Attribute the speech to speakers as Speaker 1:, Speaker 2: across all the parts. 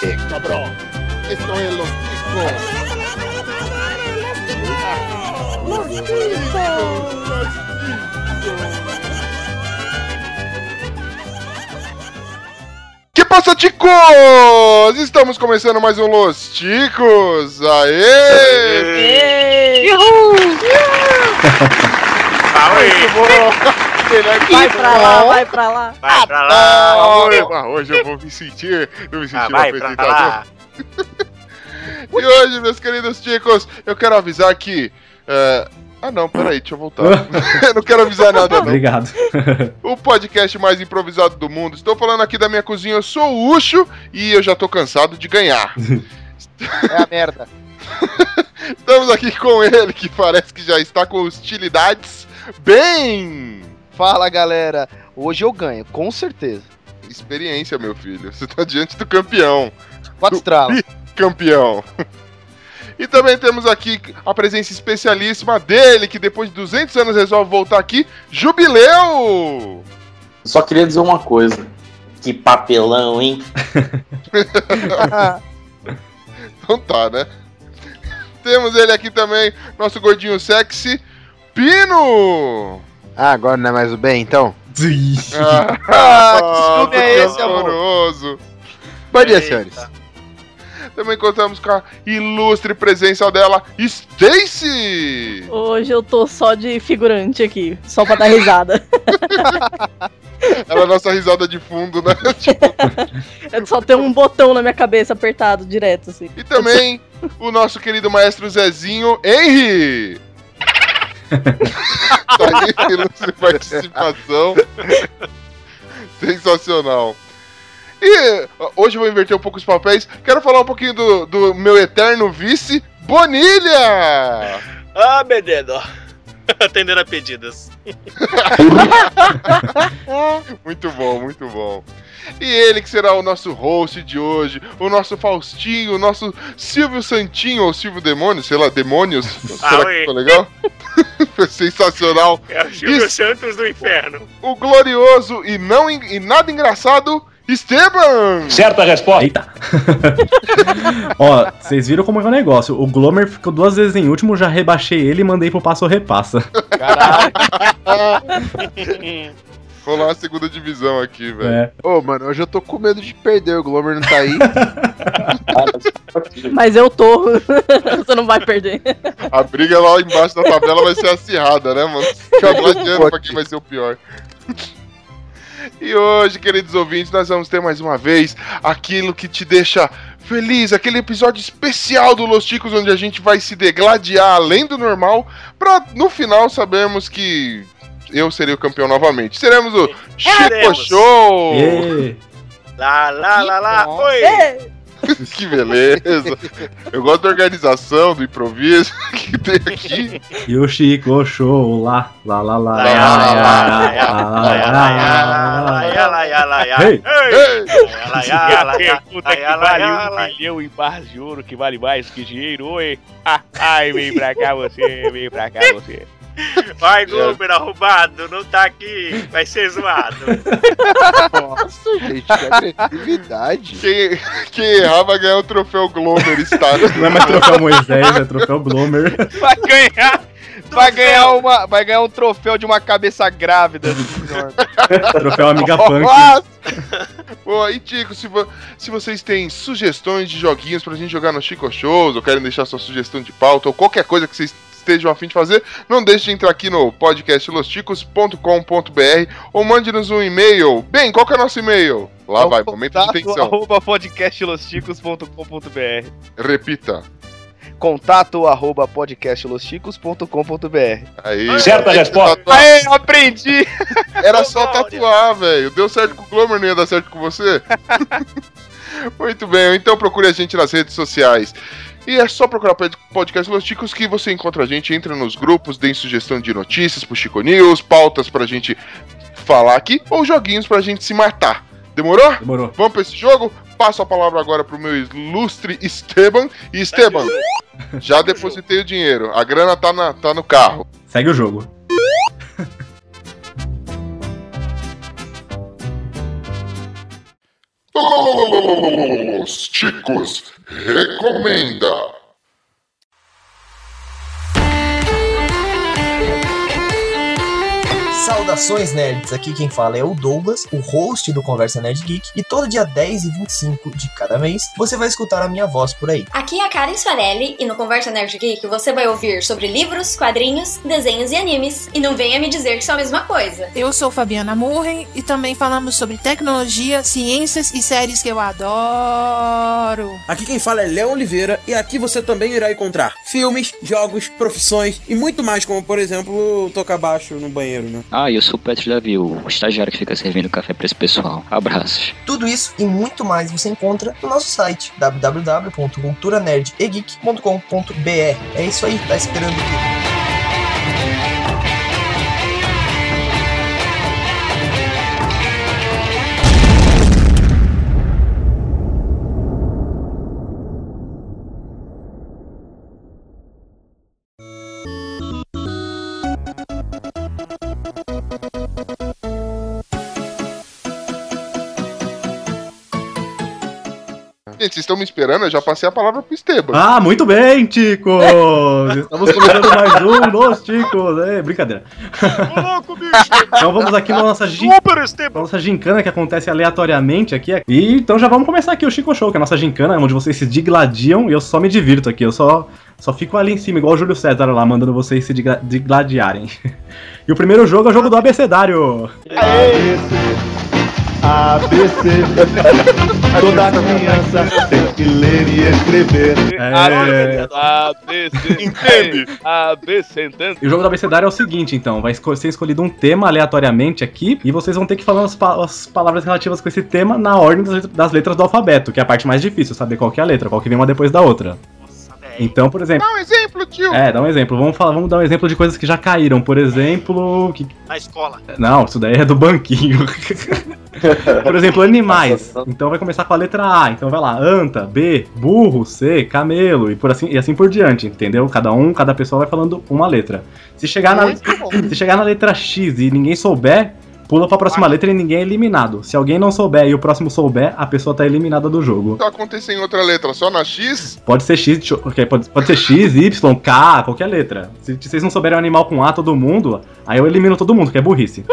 Speaker 1: qué, cabrón? Esto es los discos.
Speaker 2: Los Beatles.
Speaker 1: Que passa, ticos? Estamos começando mais um Los Ticos. Aê!
Speaker 3: Aê!
Speaker 1: Vai pra lá, vai pra
Speaker 3: Vai pra lá!
Speaker 1: Ah, Hoje eu vou me sentir, eu me sentir
Speaker 3: Ah,
Speaker 1: um
Speaker 3: vai pra
Speaker 1: apresentador.
Speaker 3: lá!
Speaker 1: E hoje, meus queridos ticos, eu quero avisar que. eh, Ah, não, peraí, deixa eu voltar. não quero avisar nada, não.
Speaker 4: Obrigado.
Speaker 1: O podcast mais improvisado do mundo. Estou falando aqui da minha cozinha, eu sou o Ucho e eu já tô cansado de ganhar.
Speaker 5: É a merda.
Speaker 1: Estamos aqui com ele, que parece que já está com hostilidades. Bem!
Speaker 5: Fala galera, hoje eu ganho, com certeza.
Speaker 1: Experiência, meu filho. Você tá diante do campeão.
Speaker 5: Quatro estralas.
Speaker 1: Campeão. E também temos aqui a presença especialíssima dele, que depois de 200 anos resolve voltar aqui. Jubileu!
Speaker 6: Só queria dizer uma coisa. Que papelão, hein?
Speaker 5: Ah,
Speaker 1: Então tá, né? Temos ele aqui também, nosso gordinho sexy, Pino!
Speaker 5: Ah, agora não é mais o bem, então?
Speaker 1: Ah,
Speaker 5: que ciúme é esse, amor?
Speaker 1: amoroso.
Speaker 5: Bom dia,
Speaker 3: Eita.
Speaker 5: senhores.
Speaker 1: Também contamos com a ilustre presença dela, Stacy!
Speaker 2: Hoje eu tô só de figurante aqui, só pra dar risada.
Speaker 1: Ela é a nossa risada de fundo, né?
Speaker 2: Eu só tenho um botão na minha cabeça apertado direto, assim.
Speaker 1: E também o nosso querido maestro Zezinho, Henry! tá aí, a ilustre participação. Sensacional. E ó, hoje eu vou inverter um pouco os papéis. Quero falar um pouquinho do, do meu eterno vice, Bonilha!
Speaker 3: Ah, menino! Atendendo a pedidas.
Speaker 1: Muito bom, muito bom. E ele que será o nosso host de hoje, o nosso Faustinho, o nosso Silvio Santinho ou Silvio Demônio, sei lá, Demônios. Será que
Speaker 3: oi.
Speaker 1: ficou legal? Foi sensacional.
Speaker 3: É o Silvio
Speaker 1: Isso.
Speaker 3: Santos do inferno.
Speaker 1: O glorioso e não en- e nada engraçado, Esteban!
Speaker 7: Certa resposta.
Speaker 4: Eita! Ó, vocês viram como é o negócio. O Glomer ficou duas vezes em último, já rebaixei ele e mandei pro passo repassa.
Speaker 5: Caralho.
Speaker 1: Rolar a segunda divisão aqui, velho.
Speaker 4: É.
Speaker 5: Ô, mano, hoje eu tô com medo de perder, o Glomer não tá aí.
Speaker 2: Mas eu tô. Você não vai perder.
Speaker 1: A briga lá embaixo da tabela vai ser acirrada, né, mano? Fica gladiando pra quem vai ser o pior. E hoje, queridos ouvintes, nós vamos ter mais uma vez aquilo que te deixa feliz, aquele episódio especial do Los Ticos, onde a gente vai se degladiar além do normal, pra no final sabermos que eu serei o campeão novamente. Seremos o Chico
Speaker 3: Seremos.
Speaker 1: Show!
Speaker 4: Ê,
Speaker 3: Lá, lá, Ah, lá, lá. Oi!
Speaker 1: Que beleza! Eu gosto da organização, do improviso que tem aqui.
Speaker 4: E o Chico show lá, lá, lá, lá, lá,
Speaker 3: Lá, lá, lá,
Speaker 4: lá, lá,
Speaker 3: lá, Lá,
Speaker 5: Ah,
Speaker 3: lá, lá,
Speaker 4: lá, lá, lá.
Speaker 3: lá, lá, lá, lá, lá.
Speaker 4: Ei.
Speaker 3: Ei.
Speaker 1: Ei!
Speaker 3: Lá, lá, lá, lá,
Speaker 5: é
Speaker 8: Pergunta que
Speaker 3: lá, lá,
Speaker 8: vale
Speaker 3: lá,
Speaker 8: um
Speaker 3: lá.
Speaker 8: milhão em barras de ouro, que vale mais que dinheiro, oi? Ah, Ai, vem pra cá você, vem pra cá você.
Speaker 3: Vai, Goober, arrombado, não tá aqui, vai ser zoado.
Speaker 5: Nossa, gente, que agressividade.
Speaker 1: Quem, quem errar vai ganhar o troféu Glover está. né?
Speaker 4: Não é mais troféu Moisés, é troféu Glomer.
Speaker 5: Vai ganhar, vai ganhar, uma, vai ganhar um troféu de uma cabeça grávida.
Speaker 4: Troféu Amiga Punk.
Speaker 1: Bom, e Tico, se, vo- se vocês têm sugestões de joguinhos pra gente jogar no Chico Shows, ou querem deixar sua sugestão de pauta, ou qualquer coisa que vocês estejam a fim de fazer, não deixe de entrar aqui no podcastlosticos.com.br ou mande-nos um e-mail. Bem, qual que é o nosso e-mail? Lá vai, momento de
Speaker 5: É Contato
Speaker 1: tensão.
Speaker 5: arroba podcastlosticos.com.br
Speaker 1: Repita.
Speaker 5: Contato arroba podcastlosticos.com.br
Speaker 1: Aí. tá,
Speaker 7: Certa
Speaker 1: Tem que
Speaker 7: resposta.
Speaker 1: tatuar.
Speaker 5: Aê, aprendi!
Speaker 1: Era só tatuar, velho. Deu certo com o Glomer, não ia dar certo com você? Muito bem, então procure a gente nas redes sociais. E é só procurar o podcast Los Chicos que você encontra a gente, entra nos grupos, dê sugestão de notícias pro Chico News, pautas pra gente falar aqui, ou joguinhos pra gente se matar. Demorou?
Speaker 4: Demorou.
Speaker 1: Vamos pra esse jogo? Passo a palavra agora pro meu ilustre Esteban. E Esteban, já depositei o dinheiro. A grana tá, na, tá no carro.
Speaker 4: Segue o jogo.
Speaker 1: Gol, gol,
Speaker 9: Os Ticos recomenda.
Speaker 3: Saudações nerds, aqui quem fala é o Douglas, o host do Conversa Nerd Geek, e todo dia 10 e 25 de cada mês você vai escutar a minha voz por aí.
Speaker 10: Aqui é a Karen Soarelli e no Conversa Nerd Geek você vai ouvir sobre livros, quadrinhos, desenhos e animes. E não venha me dizer que são a mesma coisa.
Speaker 11: Eu sou Fabiana Murren e também falamos sobre tecnologia, ciências e séries que eu adoro.
Speaker 6: Aqui quem fala é Léo Oliveira e aqui você também irá encontrar filmes, jogos, profissões e muito mais, como por exemplo tocar baixo no banheiro, né?
Speaker 12: Ah, eu sou o Petro Davi, o estagiário que fica servindo café pra esse pessoal. Abraços.
Speaker 3: Tudo isso e muito mais você encontra no nosso site www.culturanerdegeek.com.br. É isso aí, tá esperando o quê?
Speaker 1: Gente, vocês estão me esperando? Eu já passei a palavra pro Esteban.
Speaker 4: Ah, muito bem, Ticos! Estamos começando mais um dos Ticos. É, brincadeira.
Speaker 13: Ô, louco, bicho!
Speaker 4: Então vamos aqui na nossa, gin...
Speaker 13: Super Esteban!
Speaker 4: nossa gincana que acontece aleatoriamente aqui. E então já vamos começar aqui o Chico Show, que é a nossa gincana, onde vocês se digladiam e eu só me divirto aqui. Eu só, só fico ali em cima, igual o Júlio César lá, mandando vocês se digla- digladiarem. E o primeiro jogo é o jogo do abecedário.
Speaker 14: ABC. Toda criança tem que ler e escrever.
Speaker 4: É...
Speaker 15: ABC. Entende? ABC, entende?
Speaker 4: E o jogo do abecedário é o seguinte, então. Vai esco- ser escolhido um tema aleatoriamente aqui, e vocês vão ter que falar as, pa- as palavras relativas com esse tema na ordem das, let- das letras do alfabeto, que é a parte mais difícil, saber qual que é a letra, qual que vem uma depois da outra. Então, por exemplo.
Speaker 1: Dá um exemplo, tio!
Speaker 4: É, dá um exemplo. Vamos, falar, vamos dar um exemplo de coisas que já caíram. Por exemplo. que-
Speaker 13: Na escola.
Speaker 4: Não, isso daí é do banquinho. Por exemplo, animais. Então vai começar com a letra A. Então vai lá, anta, B, burro, C, camelo e por assim e assim por diante, entendeu? Cada um, cada pessoa vai falando uma letra. Se chegar na,
Speaker 5: Uhum.
Speaker 4: se chegar na letra X e ninguém souber, pula pra próxima letra e ninguém é eliminado. Se alguém não souber e o próximo souber, a pessoa tá eliminada do jogo.
Speaker 1: Só acontece em outra letra, só na X?
Speaker 4: Pode ser X, deixa eu- ok, pode, pode ser X, Y, K, qualquer letra. Se vocês não souberem o animal com A todo mundo, aí eu elimino todo mundo, que é burrice.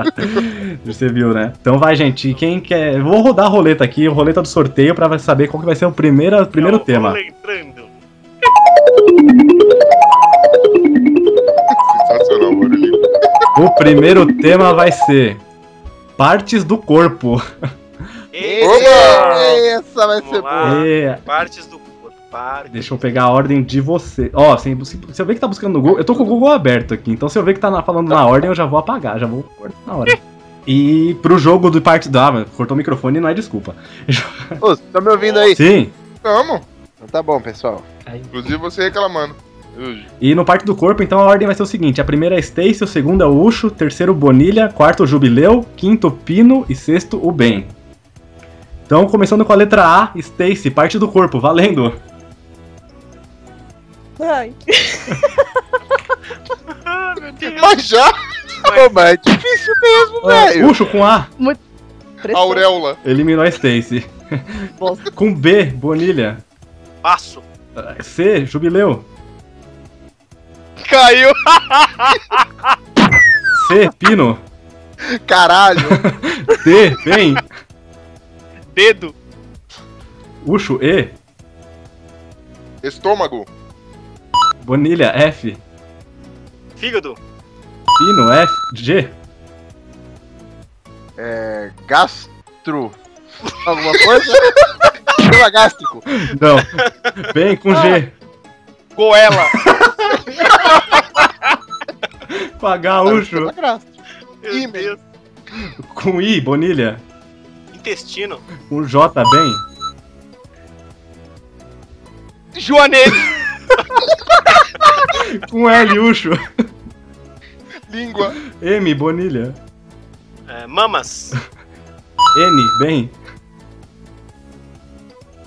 Speaker 4: Você viu, né? Então vai, gente. Quem quer. Vou rodar a roleta aqui, a roleta do sorteio, pra saber qual que vai ser o primeiro, primeiro tema.
Speaker 13: Lembrando.
Speaker 1: Sensacional, barulhinho.
Speaker 4: O primeiro tema vai ser. Partes do corpo.
Speaker 5: Essa vai ser boa.
Speaker 4: É,
Speaker 13: Partes do corpo. Partes.
Speaker 4: deixa eu pegar a ordem de você. Ó, se, se, se eu ver que tá buscando no Google. Eu tô com o Google aberto aqui, então se eu ver que tá na- falando na ordem, eu já vou apagar, já vou cortar na hora. E pro jogo do parte da. Ah, mas cortou o microfone não é desculpa.
Speaker 5: Ô, vocês estão me ouvindo aí?
Speaker 4: Sim.
Speaker 1: Tamo!
Speaker 5: Então tá bom, pessoal.
Speaker 1: Inclusive você reclamando. Hoje.
Speaker 4: E no parte do corpo, então a ordem vai ser o seguinte: a primeira é Stacy, o segundo é o Ucho, terceiro Bonilha, quarto Jubileu, quinto Pino e sexto o Bem. Então, começando com a letra A, Stacy, parte do corpo, valendo.
Speaker 2: Ai,
Speaker 1: Mas já! Tá
Speaker 5: Pô, mas é difícil mesmo, velho.
Speaker 4: Ucho com A,
Speaker 2: pressão.
Speaker 1: Auréola.
Speaker 4: eliminou a Stacy.
Speaker 2: Bosta.
Speaker 4: Com B, Bonilha.
Speaker 13: Passo.
Speaker 4: Eh, C, Jubileu.
Speaker 5: Caiu.
Speaker 4: C, Pino.
Speaker 5: Caralho.
Speaker 4: D, Bem.
Speaker 15: Dedo.
Speaker 4: Ucho, E.
Speaker 1: Estômago.
Speaker 4: Bonilha, F.
Speaker 13: Fígado.
Speaker 4: Pino, F. G.
Speaker 5: É. Gastro. Alguma coisa? Problema gástrico.
Speaker 4: Não. Bem com G.
Speaker 5: Goela.
Speaker 4: Com H, Ucho.
Speaker 5: Problema gástrico.
Speaker 13: Meu
Speaker 5: Ih,
Speaker 13: Deus.
Speaker 4: Com I, Bonilha.
Speaker 13: Intestino.
Speaker 4: Com J, Bem.
Speaker 5: Joanete.
Speaker 4: Com L, Ucho.
Speaker 1: Língua.
Speaker 4: M, Bonilha.
Speaker 13: É, mamas.
Speaker 4: N, bem.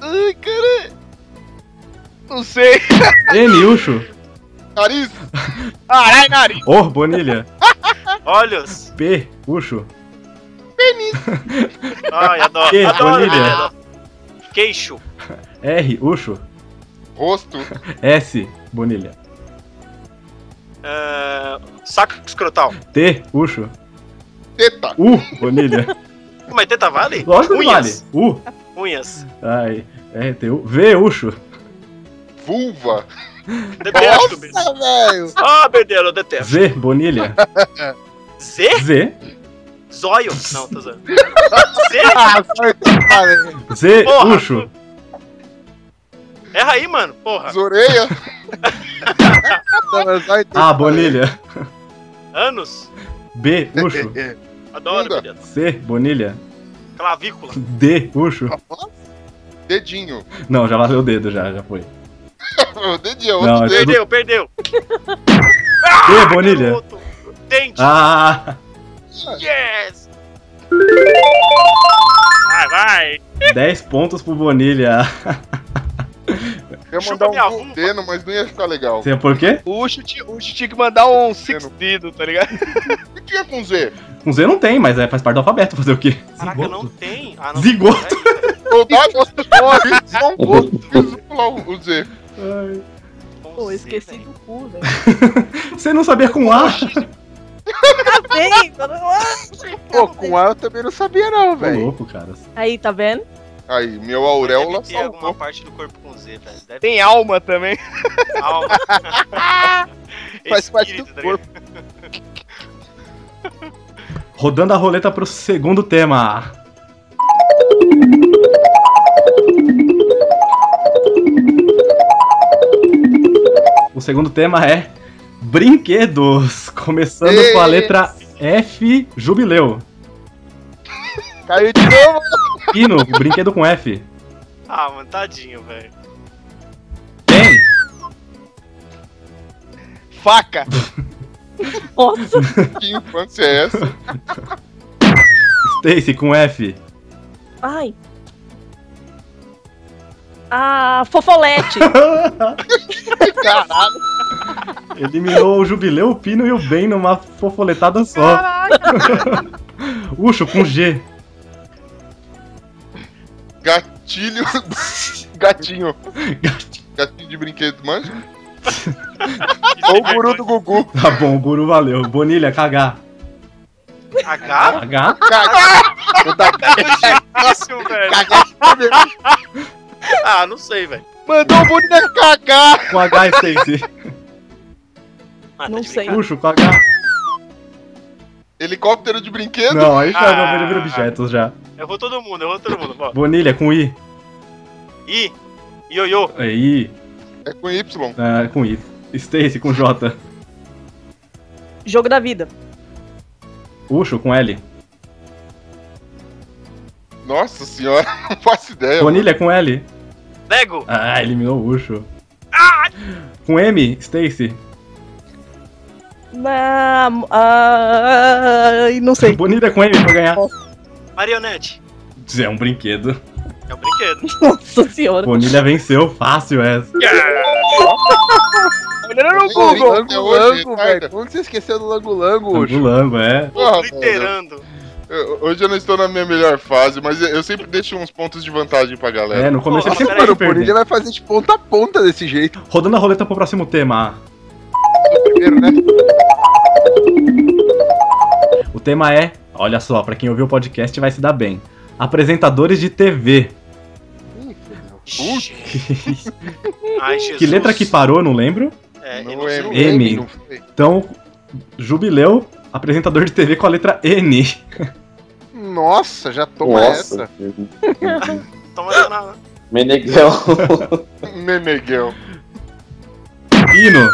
Speaker 5: Ai, cara. Não sei.
Speaker 4: N, Ucho.
Speaker 1: Nariz.
Speaker 5: Caralho, nariz.
Speaker 4: O, Bonilha.
Speaker 13: Olhos.
Speaker 4: P, Ucho.
Speaker 1: Penis.
Speaker 3: Ai, adoro,
Speaker 4: Que
Speaker 3: adoro,
Speaker 4: bonilha.
Speaker 3: menino. Queixo.
Speaker 4: R, Ucho.
Speaker 1: Rosto.
Speaker 4: S, Bonilha.
Speaker 3: Ah, saco escrotal.
Speaker 4: T, Ucho.
Speaker 1: Teta.
Speaker 4: U, Bonilha.
Speaker 3: Mas teta vale?
Speaker 4: Lógico que vale.
Speaker 3: Unhas.
Speaker 4: U.
Speaker 3: Unhas.
Speaker 4: Ai, R, T, U. V, Ucho.
Speaker 1: Vulva.
Speaker 3: Detesto, bicho. Ah, Bedelo, eu detesto.
Speaker 4: Z, Bonilha.
Speaker 3: Z?
Speaker 4: Z,
Speaker 3: Zóio? Não, tô zoando.
Speaker 1: Ah,
Speaker 4: Z,
Speaker 3: Porra.
Speaker 4: Ucho.
Speaker 3: Erra aí, mano. Porra.
Speaker 1: Zoreia.
Speaker 4: A, Bonilha.
Speaker 3: Anos.
Speaker 4: B, Ucho.
Speaker 3: Adoro, Bedelo.
Speaker 4: C, Bonilha.
Speaker 3: Clavícula.
Speaker 4: D, Ucho.
Speaker 1: Dedinho.
Speaker 4: Não, já valeu o dedo, já, já foi.
Speaker 1: Dedinho.
Speaker 4: Não,
Speaker 1: outro
Speaker 4: é
Speaker 1: dedo.
Speaker 3: Perdeu, perdeu.
Speaker 4: D, Bonilha.
Speaker 3: Dente.
Speaker 4: Ah,
Speaker 3: Yes. Vai, vai.
Speaker 4: 10 pontos pro Bonilha.
Speaker 1: Eu ia mandar um dedo, mas não ia ficar legal.
Speaker 4: Você é por quê?
Speaker 5: O Ucho ti- o Ucho tinha que mandar um six dedo, tá ligado?
Speaker 1: O que é com Z?
Speaker 4: Com Z não tem, mas é, faz parte do alfabeto. Fazer o quê? Caraca,
Speaker 3: não tem. Ah,
Speaker 4: não. Zigoto.
Speaker 1: Eu dava outro nome, só um gosto. Preciso pular o o Z.
Speaker 2: Pô, esqueci do cu, velho.
Speaker 4: Você não sabia com A?
Speaker 2: Acabei!
Speaker 5: Pô, com A eu também não sabia, não,
Speaker 1: velho.
Speaker 4: louco, cara.
Speaker 2: Aí, tá vendo?
Speaker 1: Aí, meu auréola
Speaker 5: é
Speaker 3: Tem alguma parte do corpo com Z, velho. Deve
Speaker 5: Tem alma também.
Speaker 3: Alma.
Speaker 5: Faz parte do
Speaker 3: Espírito, tá
Speaker 5: corpo.
Speaker 4: Rodando a roleta pro segundo tema. O segundo tema é brinquedos, começando com a
Speaker 5: Ei.
Speaker 4: letra F, jubileu.
Speaker 5: Caiu de novo.
Speaker 4: Pino, brinquedo com F.
Speaker 3: Ah, mano, tadinho, velho.
Speaker 5: Faca.
Speaker 2: Nossa.
Speaker 1: Que infância é essa?
Speaker 4: Stacy com F.
Speaker 2: Ai. Ah, fofolete.
Speaker 1: Caralho.
Speaker 4: Eliminou o jubileu, o Pino e o Ben numa fofoletada só. Ucho com G.
Speaker 1: Gatilho. Gatinho. Gatinho de brinquedo, manja? Ou o guru do Gugu.
Speaker 4: Tá bom, guru, valeu. Bonilha, cagar.
Speaker 3: H?
Speaker 4: Cagar?
Speaker 3: Fácil, velho. Ah, não sei, velho.
Speaker 5: Mandou o boneco cagar.
Speaker 4: Com H, Stacy.
Speaker 2: Não sei.
Speaker 4: Puxo com H.
Speaker 1: Helicóptero de brinquedo?
Speaker 4: Não, aí já ah. vira objetos já.
Speaker 3: Errou todo mundo, errou todo mundo. Bom,
Speaker 4: Bonilha com I.
Speaker 3: I. Ioiô.
Speaker 4: É I.
Speaker 1: É com Y.
Speaker 4: Ah, com I. Stacy com J.
Speaker 2: Jogo da vida.
Speaker 4: Ucho com L.
Speaker 1: Nossa senhora, não faço ideia.
Speaker 4: Bonilha com L.
Speaker 3: Lego.
Speaker 4: Ah, eliminou o Ucho. Com M, Stacy.
Speaker 2: Na... Ah, não sei.
Speaker 4: Bonilha com M pra ganhar.
Speaker 3: Marionete.
Speaker 4: É um brinquedo.
Speaker 3: É um brinquedo.
Speaker 2: Nossa senhora.
Speaker 4: Bonilha venceu, fácil essa.
Speaker 5: Olhando no Google. Lango, velho. Como você esqueceu do Lango Lango, Ucho?
Speaker 4: Lango, é.
Speaker 1: Porra, velho. Eu- Hoje eu não estou na minha melhor fase, mas eu- eu sempre deixo uns pontos de vantagem pra galera.
Speaker 4: É, no começo ele sempre
Speaker 5: Mano,
Speaker 4: pode
Speaker 5: o Bonilha
Speaker 4: perder.
Speaker 5: vai fazer de ponta a ponta desse jeito.
Speaker 4: Rodando a roleta pro próximo tema.
Speaker 5: Primeiro, né?
Speaker 4: O tema é, olha só, pra quem ouviu o podcast vai se dar bem. Apresentadores de TV.
Speaker 3: Ai, Jesus.
Speaker 4: Que letra que parou, não lembro.
Speaker 3: É,
Speaker 1: não M.
Speaker 4: M. Então, jubileu, apresentador de TV com a letra N.
Speaker 5: Nossa, já toma
Speaker 6: Nossa.
Speaker 5: essa.
Speaker 3: Toma essa na...
Speaker 6: Meneghel.
Speaker 1: Meneghel.
Speaker 4: Pino.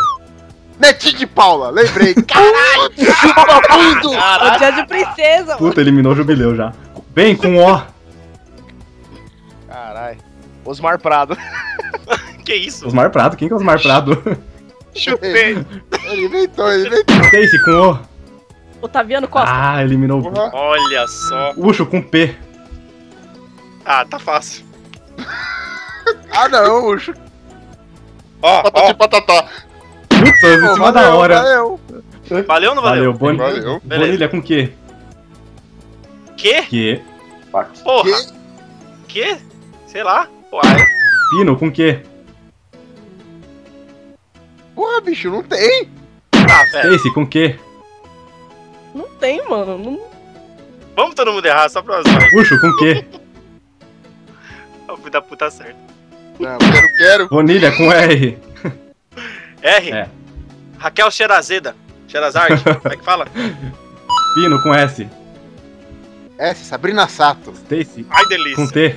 Speaker 5: Netinho de Paula, lembrei. Caralho, chupa tudo.
Speaker 2: É dia de princesa, mano.
Speaker 4: Puta, eliminou o jubileu já. Bem, com O.
Speaker 5: Caralho. Osmar Prado.
Speaker 3: que isso?
Speaker 4: Osmar Prado. Quem que é Osmar Prado?
Speaker 5: Chupei. Ele inventou, ele inventou.
Speaker 4: Stacy com O.
Speaker 2: Otaviano Costa.
Speaker 4: Ah, eliminou o.
Speaker 3: Olha só.
Speaker 4: Ucho com P.
Speaker 3: Ah, tá fácil.
Speaker 5: Ah, não, Ucho.
Speaker 3: Ó,
Speaker 1: Patati patatá.
Speaker 4: Putz, em cima da
Speaker 5: é
Speaker 4: hora.
Speaker 5: Valeu.
Speaker 3: Então Valeu ou não valeu?
Speaker 4: Boni-
Speaker 1: Valeu.
Speaker 4: Bonilha com Q.
Speaker 3: Que?
Speaker 4: Que?
Speaker 3: Porra. Que? Sei lá. Uai.
Speaker 4: Pino com que?
Speaker 1: Porra, bicho, não tem.
Speaker 3: Ah, velho.
Speaker 4: Stacy com que?
Speaker 2: Não tem, mano. Não...
Speaker 3: Vamos todo mundo errar, só pra usar.
Speaker 4: Puxo com que?
Speaker 3: O filho da puta certo.
Speaker 1: Não, quero, quero.
Speaker 4: Bonilha com R.
Speaker 3: R.
Speaker 4: É.
Speaker 3: Raquel Xerazeda. Xerazard. Como é que fala?
Speaker 4: Pino com S.
Speaker 1: Essa, Sabrina Sato.
Speaker 4: Stacy
Speaker 3: Ai, delícia.
Speaker 4: com T.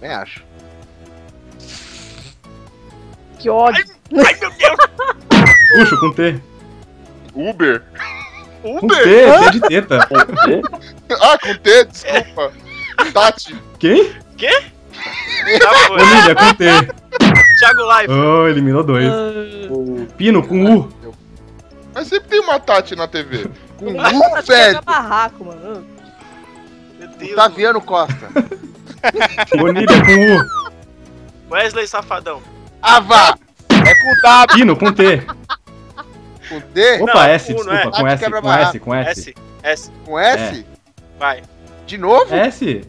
Speaker 1: Nem acho.
Speaker 2: Que ódio.
Speaker 3: Ai, meu Deus.
Speaker 4: Puxo com T.
Speaker 1: Uber?
Speaker 4: Com T, T de teta.
Speaker 1: Ah, com T, desculpa. Tati.
Speaker 4: Quem?
Speaker 3: Que? Tá bom.
Speaker 4: Bonilha com T.
Speaker 3: Thiago Live.
Speaker 4: Oh, eliminou dois. Pino com U.
Speaker 1: Mas sempre tem uma Tati na TV.
Speaker 2: Com
Speaker 1: U, velho.
Speaker 2: barraco, mano.
Speaker 1: Taviano Costa.
Speaker 4: Bonilha com U.
Speaker 3: Wesley Safadão.
Speaker 1: Ava! É com W.
Speaker 4: Tá, Pino com T.
Speaker 1: Com D?
Speaker 4: Opa,
Speaker 3: Não,
Speaker 4: S,
Speaker 3: U, não
Speaker 4: desculpa.
Speaker 3: é.
Speaker 4: Com
Speaker 1: Ah,
Speaker 4: S, com
Speaker 1: quebra-barraco.
Speaker 4: S, com S. É,
Speaker 3: S. S.
Speaker 1: Com S?
Speaker 3: Vai.
Speaker 1: De novo?
Speaker 4: S?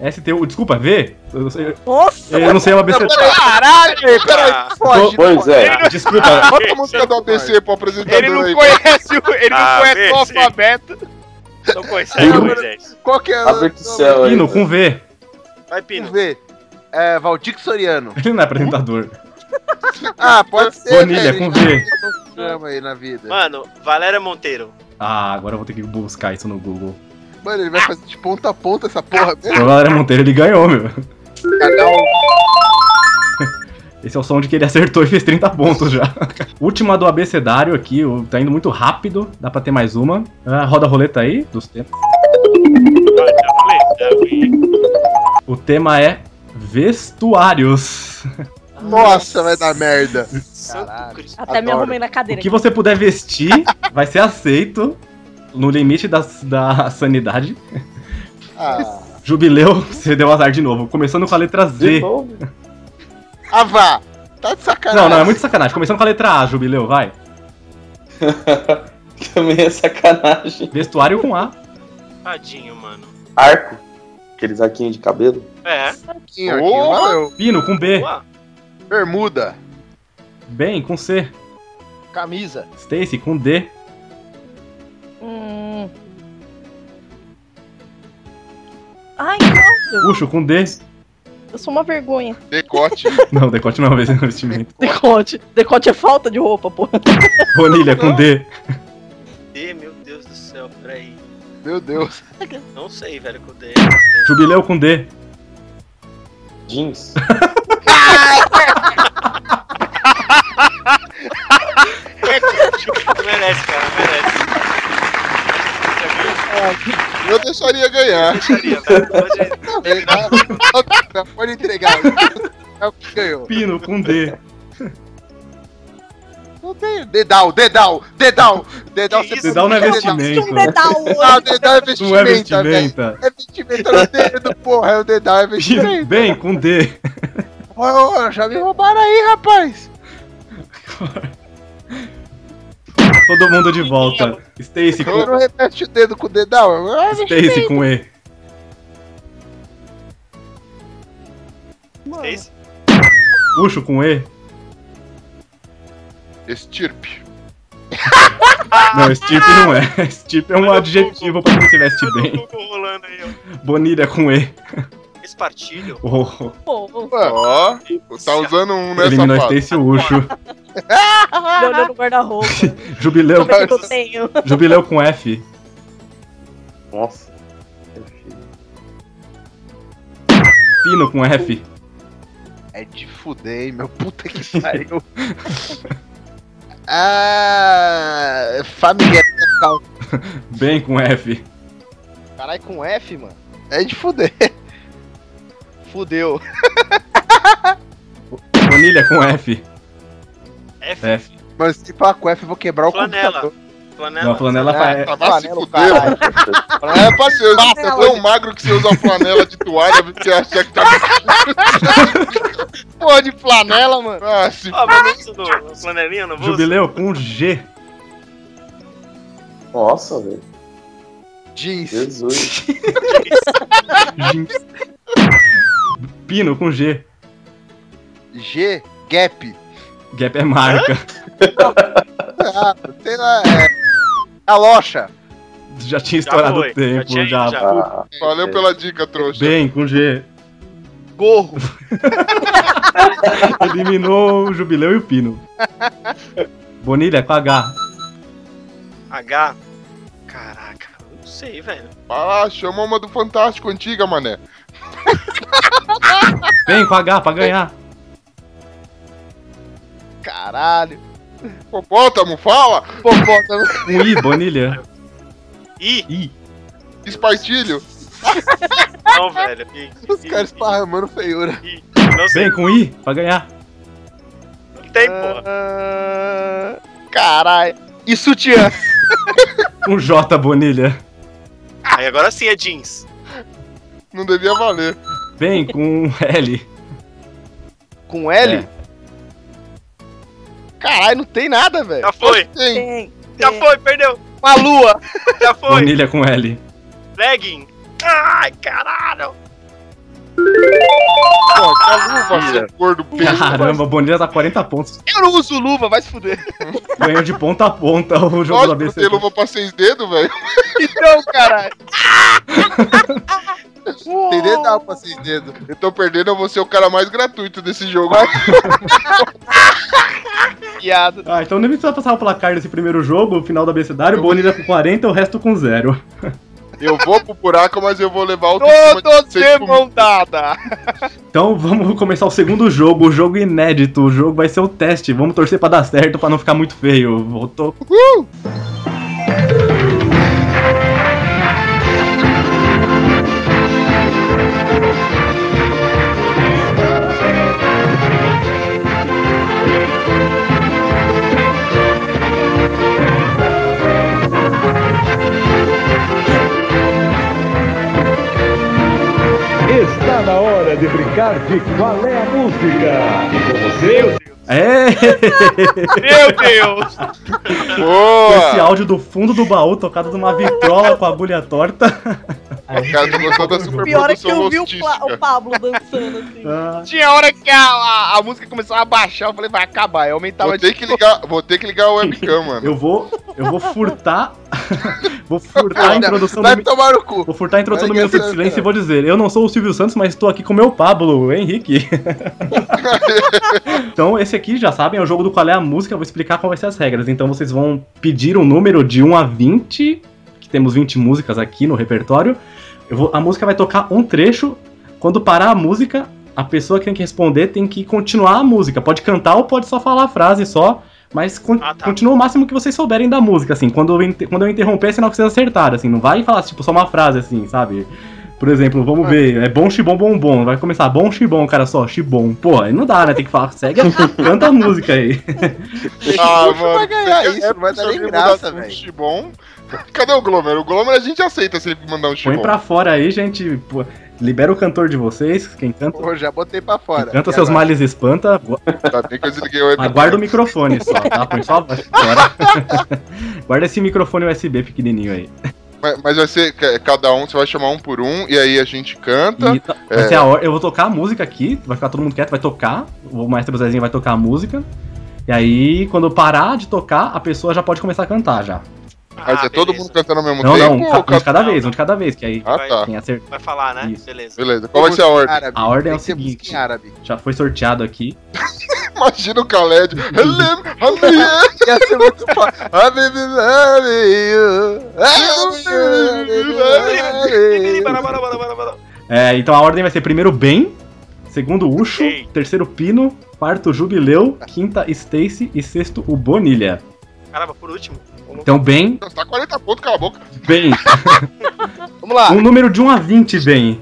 Speaker 4: S, T, U. Desculpa, V? Eu, não sei-
Speaker 2: Nossa!
Speaker 4: eu não sei o ABC.
Speaker 1: Caralho, velho,
Speaker 3: Ah.
Speaker 1: peraí, foge.
Speaker 6: Pois é.
Speaker 4: Desculpa.
Speaker 1: Bota a música do ABC pro apresentador
Speaker 5: Ele não
Speaker 1: aí.
Speaker 5: conhece, o- ele não
Speaker 3: Ah,
Speaker 5: conhece o
Speaker 3: Messi.
Speaker 5: alfabeto.
Speaker 3: Não consegue,
Speaker 4: Pino.
Speaker 3: Moisés.
Speaker 1: Qual que é?
Speaker 6: é. Abre que céu aí.
Speaker 4: Pino com V.
Speaker 3: Vai, um Pino.
Speaker 1: ver. É, Valdir Soriano.
Speaker 4: Ele não é apresentador.
Speaker 1: Ah, pode ser.
Speaker 4: Bonilha
Speaker 1: velho,
Speaker 4: com
Speaker 1: já
Speaker 4: V.
Speaker 1: tem um programa aí na vida.
Speaker 3: Mano, Valéria Monteiro.
Speaker 4: Ah, agora eu vou ter que buscar isso no Google.
Speaker 1: Mano, ele vai fazer de ponta a ponta essa porra
Speaker 4: O
Speaker 1: mesmo.
Speaker 4: Valério Monteiro, ele ganhou, meu.
Speaker 1: Canal.
Speaker 4: Esse é o som de que ele acertou e fez 30 pontos já. Última do abecedário aqui, o- tá indo muito rápido, dá pra ter mais uma. Ah, roda a roleta aí, dos tempos.
Speaker 8: Vai, já falei, já falei.
Speaker 4: O tema é vestuários.
Speaker 1: Nossa, vai dar merda.
Speaker 3: Santo Cristo.
Speaker 2: Até me
Speaker 1: Adoro.
Speaker 2: arrumei na
Speaker 4: O
Speaker 2: cadeira.
Speaker 4: que você puder vestir vai ser aceito no limite da, da sanidade.
Speaker 1: Ah.
Speaker 4: Jubileu, você deu azar de novo. Começando com a letra
Speaker 6: De
Speaker 4: Z.
Speaker 6: novo?
Speaker 5: ah,
Speaker 1: Avá, tá de sacanagem.
Speaker 4: Não, não, é muito sacanagem. Começando com a letra A, Jubileu, vai.
Speaker 6: Também é sacanagem.
Speaker 4: Vestuário com A.
Speaker 3: Tadinho, mano.
Speaker 6: Arco? Aqueles arquinhos de cabelo?
Speaker 3: É.
Speaker 1: Saquinho aqui, valeu.
Speaker 4: Pino com B.
Speaker 3: Boa.
Speaker 1: Bermuda,
Speaker 4: Bem com C.
Speaker 5: Camisa.
Speaker 4: Stacy com D.
Speaker 2: Hum. Ai, que ódio.
Speaker 4: Puxo com D.
Speaker 2: Eu sou uma vergonha.
Speaker 1: decote.
Speaker 4: Não, decote não é um vestimento.
Speaker 2: Decote. Decote é falta de roupa, porra.
Speaker 4: Bonilha com D.
Speaker 3: D, meu Deus do céu, peraí.
Speaker 1: Meu Deus.
Speaker 3: Não sei, velho, com D.
Speaker 4: Jubileu com D.
Speaker 6: Jeans?
Speaker 3: Tu merece, cara, merece.
Speaker 1: Eu deixaria ganhar.
Speaker 3: Deixaria, velho. Hoje-
Speaker 1: Também, né? Pode entregar. É o que ganhou.
Speaker 4: Pino com D.
Speaker 1: Não tem. Dedal, dedal, dedal. Dedal,
Speaker 3: Que
Speaker 1: você
Speaker 3: isso?
Speaker 4: Dedal não é
Speaker 1: dedal.
Speaker 2: Um
Speaker 4: vestimento.
Speaker 2: dedal
Speaker 1: Não,
Speaker 2: hoje.
Speaker 1: dedal é
Speaker 4: Não
Speaker 3: um
Speaker 4: é
Speaker 1: vestimenta,
Speaker 3: né?
Speaker 1: velho.
Speaker 4: vestimenta.
Speaker 1: É vestimenta no dedo, porra. É o dedal, é vestimenta.
Speaker 4: Bem com D.
Speaker 1: Ô, ô, já me roubaram aí, rapaz.
Speaker 4: Todo mundo de volta. Stacy
Speaker 1: Eu
Speaker 4: com
Speaker 1: não repete o dedo com o dedal. Ah,
Speaker 4: Stacy com E.
Speaker 2: Mano,
Speaker 3: Stacy?
Speaker 4: Puxo com E.
Speaker 1: Estirpe.
Speaker 4: Não, Stipe não é. Stipe é um adjetivo pra quem se veste
Speaker 3: Olha o
Speaker 4: bem.
Speaker 3: Google rolando aí, ó.
Speaker 4: Bonilha com E.
Speaker 3: Espartilho.
Speaker 4: Oh,
Speaker 2: pô.
Speaker 1: Ó, tá usando um, né,
Speaker 4: eliminou
Speaker 1: safado?
Speaker 4: Stacy Ucho.
Speaker 2: Ele olhando né, no guarda-roupa.
Speaker 4: Jubileu,
Speaker 2: Como é que eu tenho?
Speaker 4: jubileu com F.
Speaker 6: Nossa.
Speaker 4: Pino com F.
Speaker 1: É de fuder, hein, meu puta que pariu. ah. Família.
Speaker 4: Bem com F.
Speaker 5: Caralho, com F, mano.
Speaker 1: É de fuder.
Speaker 5: Fudeu.
Speaker 4: Bonilha com F.
Speaker 3: F.
Speaker 4: F.
Speaker 1: Mas se falar com F, eu vou quebrar o
Speaker 3: Flanela.
Speaker 1: computador.
Speaker 4: Não, a
Speaker 3: Flanela.
Speaker 4: flanela
Speaker 5: é,
Speaker 4: faz.
Speaker 1: Ah, vai se
Speaker 5: Flanela,
Speaker 1: fuder,
Speaker 5: tá caralho.
Speaker 1: É, parceiro, você é tão magro que você usa flanela de toalha, você acha que tá.
Speaker 5: Pô, de flanela, mano.
Speaker 1: Ah, se
Speaker 3: Ó, mas isso do flanelinha no bolso?
Speaker 4: Jubileu com G.
Speaker 6: Nossa, velho.
Speaker 1: Jeans.
Speaker 6: Jesus.
Speaker 4: Pino com G.
Speaker 5: G, Gap.
Speaker 4: Gap é marca.
Speaker 5: Ah, sei lá, é... Calocha.
Speaker 4: Já tinha estourado
Speaker 5: foi,
Speaker 4: o tempo, já.
Speaker 5: já tinha-
Speaker 6: Ah.
Speaker 5: já.
Speaker 1: Valeu pela dica, trouxa.
Speaker 4: Bem, com G.
Speaker 5: Gorro.
Speaker 4: Eliminou o Jubileu e o Pino. Bonilha com H.
Speaker 3: H. Caraca, não sei, velho.
Speaker 1: Ah, chama uma do Fantástico antiga, mané.
Speaker 4: Bem com H pra ganhar.
Speaker 5: Caralho.
Speaker 1: Popótamo, fala!
Speaker 5: Popótamo.
Speaker 4: Com I, Bonilha.
Speaker 3: I.
Speaker 4: I.
Speaker 1: Espartilho.
Speaker 3: Não, velho. é
Speaker 5: Os caras esparramando feiura.
Speaker 4: Bem com I pra ganhar.
Speaker 5: Tem, porra. Ah, Caralho. E sutiã.
Speaker 4: Com J, Bonilha.
Speaker 3: Aí agora sim é jeans.
Speaker 1: Não devia valer.
Speaker 4: Bem com L.
Speaker 5: Com L?
Speaker 4: É.
Speaker 5: Caralho, não tem nada, velho.
Speaker 16: Tá
Speaker 5: Já
Speaker 3: foi.
Speaker 5: Tem.
Speaker 3: Já foi, perdeu.
Speaker 5: Uma lua.
Speaker 3: Já foi.
Speaker 4: Bonilha com L.
Speaker 3: Legging. Ai, caralho.
Speaker 5: tá
Speaker 1: Pô, que luva, seu gordo peixe.
Speaker 4: Caramba, Bonilha tá 40 pontos.
Speaker 5: Eu não uso luva, vai se fuder.
Speaker 4: Ganhou de ponta a ponta o jogo da
Speaker 1: Lógico que
Speaker 4: ABC.
Speaker 1: tem luva pra seis dedos, velho.
Speaker 5: Então, caralho.
Speaker 1: Tem dedal pra seis dedos. Eu tô perdendo, eu vou ser o cara mais gratuito desse jogo.
Speaker 5: Piada.
Speaker 4: Ah, então nem precisa passar o placar desse primeiro jogo, o final da abecedário, Bonilha com 40 e o resto com zero.
Speaker 1: Eu vou pro buraco, mas eu vou levar o
Speaker 5: Todo de mão dada.
Speaker 4: Então vamos começar o segundo jogo, o jogo inédito, o jogo vai ser o teste. Vamos torcer pra dar certo, pra não ficar muito feio. Voltou.
Speaker 5: Uh!
Speaker 16: Está na hora de brincar de qual é a música. E com você,
Speaker 4: É!
Speaker 16: Meu Deus!
Speaker 4: Com Esse áudio do fundo do baú tocado numa vitrola com a agulha torta.
Speaker 1: O cara gostou da super
Speaker 2: Pior é que
Speaker 1: produção
Speaker 2: eu vi o, Pla-
Speaker 1: lostística.
Speaker 2: o Pablo dançando assim.
Speaker 4: Ah,
Speaker 5: Tinha hora que a, a- a música começava a baixar, eu falei, vai acabar. Eu aumentava
Speaker 1: Vou ter que ligar, vou ter que ligar o webcam, mano.
Speaker 4: Eu vou, eu vou furtar. vou furtar a
Speaker 1: Olha, é
Speaker 4: introdução
Speaker 1: vai
Speaker 4: mi-
Speaker 1: tomar no cu.
Speaker 4: Vou furtar a introdução
Speaker 1: Vai
Speaker 4: do Minuto de
Speaker 1: engraçado,
Speaker 4: tá Silêncio
Speaker 1: cara.
Speaker 4: e vou dizer: Eu não sou o Silvio Santos, mas estou aqui com o meu Pablo, Henrique. então, esse aqui, já sabem, é o jogo do qual é a música. Eu vou explicar qual vai ser as regras. Então, vocês vão pedir um número de 1 a 20, que temos 20 músicas aqui no repertório. Eu vou- a música vai tocar um trecho. Quando parar a música, a pessoa que tem que responder tem que continuar a música. Pode cantar ou pode só falar a frase só. Mas con- continua o máximo que vocês souberem da música, assim. Quando eu, inter- quando eu interromper, é sinal que vocês acertaram, assim. Não vai falar, tipo, só uma frase, assim, sabe? Por exemplo, vamos ver, é bom, xibom, bom, bom. Vai começar bom, xibom, cara só, xibom. Pô, aí não dá, né? Tem que falar, segue, a- canta a música aí.
Speaker 1: Ah,
Speaker 5: Puxa pra
Speaker 1: mano,
Speaker 5: ganhar
Speaker 1: é-
Speaker 5: isso,
Speaker 1: é
Speaker 5: não vai dar nem
Speaker 1: possível
Speaker 5: graça,
Speaker 1: mudar um
Speaker 5: velho.
Speaker 1: Shibon. Cadê o Glomer? O Glomer a gente aceita se ele mandar um
Speaker 4: Põe
Speaker 1: Shibon.
Speaker 4: pra fora aí, gente. Pô, libera o cantor de vocês, quem canta.
Speaker 5: Pô, já botei pra fora.
Speaker 4: Canta
Speaker 5: E
Speaker 4: seus
Speaker 5: agora?
Speaker 4: males espanta.
Speaker 1: Tá bem que eu desliguei o webcam.
Speaker 4: Aguarda o microfone só, tá? Põe só fora. Guarda esse microfone USB pequenininho aí.
Speaker 1: Mas, mas vai ser ca- cada um, você vai chamar um por um e aí a gente canta.
Speaker 4: E tá- vai
Speaker 1: É.
Speaker 4: ser a hora- eu vou tocar a música aqui, vai ficar todo mundo quieto, vai tocar. O maestro Zezinho vai tocar a música. E aí, quando eu parar de tocar, a pessoa já pode começar a cantar já.
Speaker 1: Mas é todo mundo cantando ao mesmo
Speaker 4: Não, não,
Speaker 1: tempo?
Speaker 4: um,
Speaker 1: ou
Speaker 4: ca-
Speaker 1: cada-
Speaker 4: um de cada vez, um de cada vez, que aí
Speaker 1: Ah, tá.
Speaker 4: quem acertar.
Speaker 3: Vai falar, né? Beleza.
Speaker 1: Beleza, qual vai ser a
Speaker 5: Ah.
Speaker 1: ordem?
Speaker 4: A ordem é o seguinte. Já foi sorteado aqui.
Speaker 1: Imagina o Khaled. Hello, hello.
Speaker 5: Ia ser muito foda.
Speaker 1: I really love you. I really love you.
Speaker 4: É, então a ordem vai ser primeiro Ben, segundo Ucho, terceiro Pino, quarto Jubileu,
Speaker 1: Tá.
Speaker 4: quinta Stacy e sexto o Bonilha.
Speaker 3: Caramba, por último.
Speaker 4: Então Ben,
Speaker 1: Nossa, Tá 40 pontos, cala a boca.
Speaker 4: Ben.
Speaker 5: Vamos lá.
Speaker 4: Um número de 1 a 20, Ben.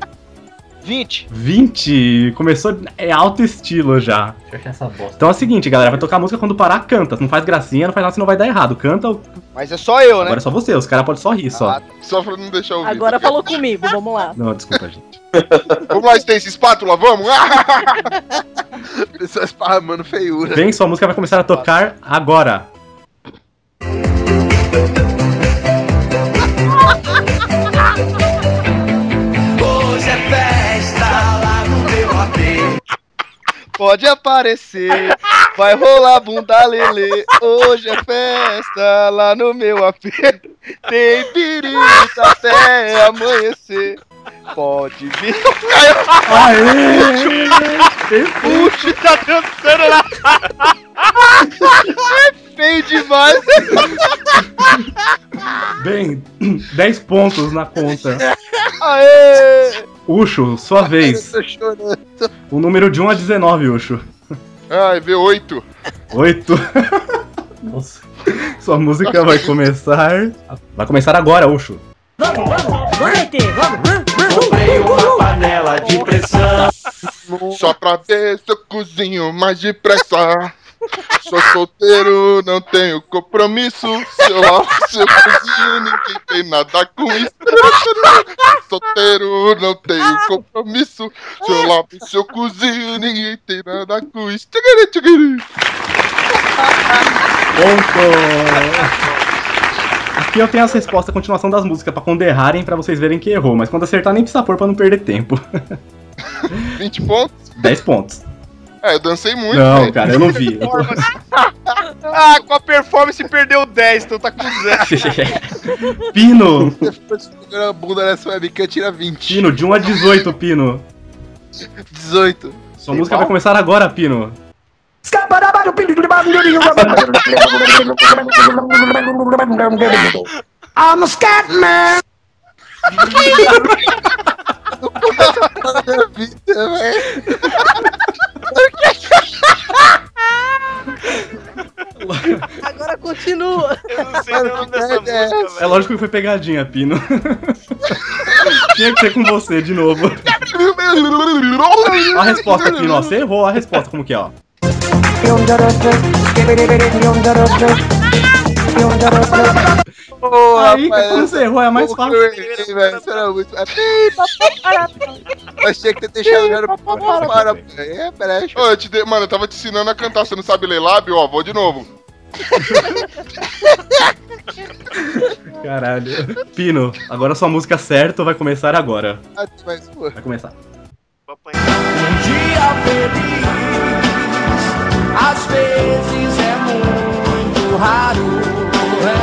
Speaker 5: 20.
Speaker 4: 20. Começou. É alto estilo já.
Speaker 5: Essa bosta.
Speaker 4: Então é o seguinte, galera, vai tocar a música quando parar, canta. Não faz gracinha, não faz nada, senão vai dar errado. Canta,
Speaker 5: Mas é só eu, né? Ah,
Speaker 4: agora é só você, os caras podem só rir só.
Speaker 1: Só pra não deixar o vídeo.
Speaker 2: Agora falou comigo, vamos lá.
Speaker 4: Não, desculpa, gente.
Speaker 1: Vamos lá, Stacy, espátula, vamos!
Speaker 5: Pessoas esparramando feiura.
Speaker 4: Ben, sua música vai começar a tocar agora.
Speaker 5: pode aparecer. Vai rolar bunda lelê. Hoje é festa lá no meu AP. Tem pirita até amanhecer. Pode vir. Aê! Puxa, tá dançando lá. É feio demais.
Speaker 4: Bem, 10 pontos na conta.
Speaker 5: Aê!
Speaker 4: Ucho, sua vez.
Speaker 5: Tô chorando.
Speaker 4: O número de 1 a 19, Ucho.
Speaker 1: Ai, V8.
Speaker 4: 8. Nossa. Sua música vai começar. Vai começar agora, Ucho.
Speaker 11: Vamos, vamos, vai ter, vamos, vamos. Comprei uma panela de pressão.
Speaker 1: Só pra ver se eu cozinho mais depressa. Sou solteiro, não tenho compromisso. Se eu, se eu cozinho, ninguém tem nada com isso. Solteiro, não tenho compromisso. Se eu lavo, se eu cozinho, ninguém tem nada com isso. Tchigiri, tchigiri.
Speaker 4: Ponto. Aqui eu tenho as respostas, a continuação das músicas, pra quando errarem, pra vocês verem que errou. Mas quando acertar, nem precisa pôr pra não perder tempo.
Speaker 1: 20 pontos?
Speaker 4: 10 pontos.
Speaker 1: É, eu dancei muito.
Speaker 4: não,
Speaker 1: velho.
Speaker 4: cara, eu não vi. Eu tô-
Speaker 5: Ah, com a performance perdeu 10, então tá com 0.
Speaker 4: Pino!
Speaker 1: Depois de jogar a bunda nessa webcam, tira 20.
Speaker 4: Pino, de 1 a 18, Pino.
Speaker 1: 18.
Speaker 4: Sua música vai começar agora, Pino.
Speaker 11: I'm a scat man.
Speaker 2: Agora continua.
Speaker 3: Eu não sei o nome dessa música,
Speaker 4: É lógico que foi pegadinha, Pino. Tinha que ser com você de novo. A resposta, Pino, ó. Você errou a resposta, como que é, ó.
Speaker 1: Aí,
Speaker 4: rapaz,
Speaker 1: quando
Speaker 4: você errou, é mais
Speaker 1: fácil. Eu errei, velho. Isso era muito. É Mas tinha que ter deixado já no. Para, é, peraí. Ô, eu te dei- Mano, eu tava te ensinando a cantar. Você não sabe ler lábio? Ó, vou de novo.
Speaker 4: Caralho. Pino, agora sua música certa vai começar agora.
Speaker 1: Ah, Mas, pô.
Speaker 4: Vai começar.
Speaker 11: Dia feliz, às vezes é muito raro. é.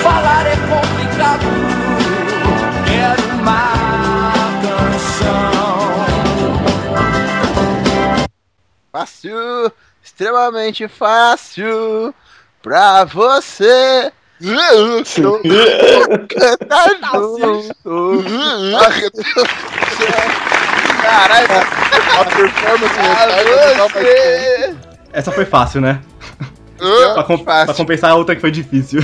Speaker 11: Falar é complicado. Quero uma canção.
Speaker 5: Fácil, extremamente fácil pra você. Eu sou- Cantar junto. Caralho, a performance
Speaker 1: não tava
Speaker 5: você.
Speaker 4: Essa foi fácil, né? pra, com- pra compensar a outra que foi difícil.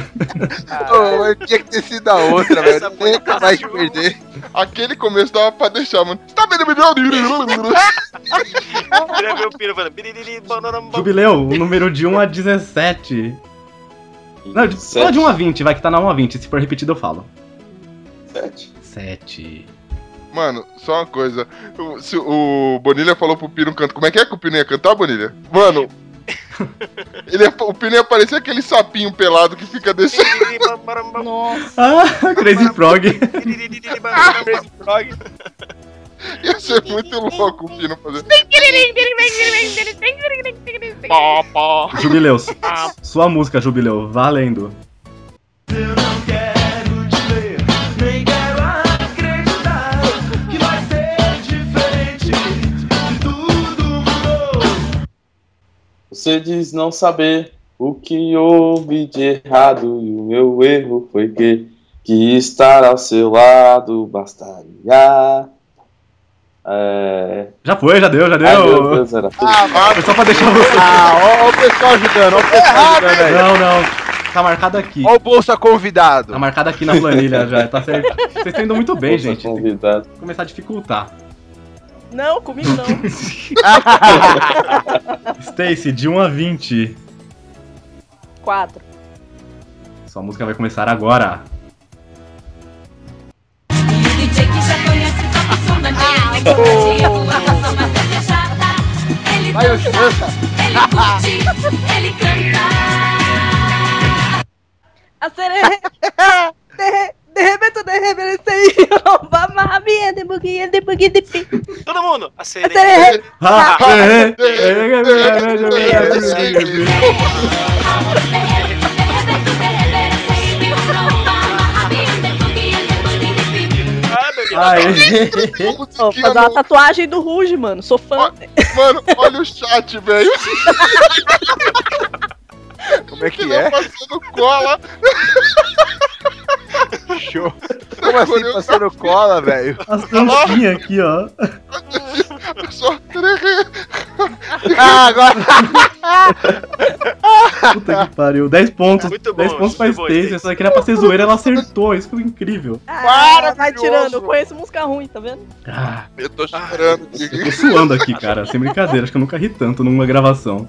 Speaker 1: Ô, eu tinha que ter sido a outra, velho. Não tem que mais perder. Aquele começo dava pra deixar, mano. Tá vendo,
Speaker 3: Eu já vi o Pino falando. "Biriri, banana, banana".
Speaker 4: Jubileu, o número de 1 a 17. Não, de- fala de 1 a 20, vai que tá na 1 a 20. Se for repetido, eu falo.
Speaker 1: 7.
Speaker 4: 7.
Speaker 1: Mano, só uma coisa. O, se o Bonilha falou pro Pino cantar. Como é que é que o Pino ia cantar, Bonilha? Mano. ele ia- o Pino ia parecer aquele sapinho pelado que fica descendo.
Speaker 2: Nossa.
Speaker 4: Ah, Crazy Frog.
Speaker 1: ia ser muito louco o Pino fazer.
Speaker 3: Pó, pó.
Speaker 4: Jubileu, su-
Speaker 6: Ah.
Speaker 4: sua música, Jubileu, valendo.
Speaker 11: Nem quero acreditar que vai ser diferente. Se tudo mudou.
Speaker 6: Você diz não saber o que houve de errado e o meu erro foi que que estar ao seu lado bastaria. É...
Speaker 4: Já foi, já deu, já deu.
Speaker 6: Ai, Ah, meu Deus, era tudo.
Speaker 4: Foi só pra deixar você.
Speaker 5: Ah, ó, ó o pessoal ajudando, ó o
Speaker 6: Ah,
Speaker 5: pessoal ajudando aí.
Speaker 4: Não, não. Tá marcado aqui.
Speaker 5: Ó o Bolsa Convidado.
Speaker 4: Tá marcado aqui na planilha já, tá certo. Vocês estão indo muito bem, gente.
Speaker 6: tá
Speaker 4: Tem que começar a dificultar.
Speaker 2: Não, comigo não.
Speaker 4: Stacy, de 1 a 20.
Speaker 2: Quatro.
Speaker 4: Sua música vai começar agora.
Speaker 11: DJ que já conhece toda a sonda dele. Todo dia uma fama desejada. Ele dança, ele curte, ele canta.
Speaker 2: A cereja. De, de repente, de repente, sei. Opa, mami, é de buguinha, de buguinha, de pi.
Speaker 3: todo mundo! A
Speaker 11: sereia.
Speaker 4: Ah, é, é,
Speaker 11: é
Speaker 2: Ó, fazer uma tatuagem do Ruge, mano. Sou fã.
Speaker 1: Mano, olha o chat, velho. Como é que é? Passando cola.
Speaker 5: Show. Como assim passando cola, velho?
Speaker 4: As dancinhas aqui, ó.
Speaker 1: Só
Speaker 5: Ah, agora.
Speaker 4: Puta que pariu. 10 pontos.
Speaker 5: Muito
Speaker 4: 10
Speaker 5: bom,
Speaker 4: pontos pra
Speaker 5: muito bom,
Speaker 4: Stacy. Essa daqui era pra ser zoeira, ela acertou. Isso foi incrível.
Speaker 2: Para, Ah, vai tirando. Eu conheço música ruim, tá vendo?
Speaker 4: Ah,
Speaker 1: Eu tô chorando.
Speaker 4: eu tô suando aqui, cara. Sem brincadeira. Acho que eu nunca ri tanto numa gravação.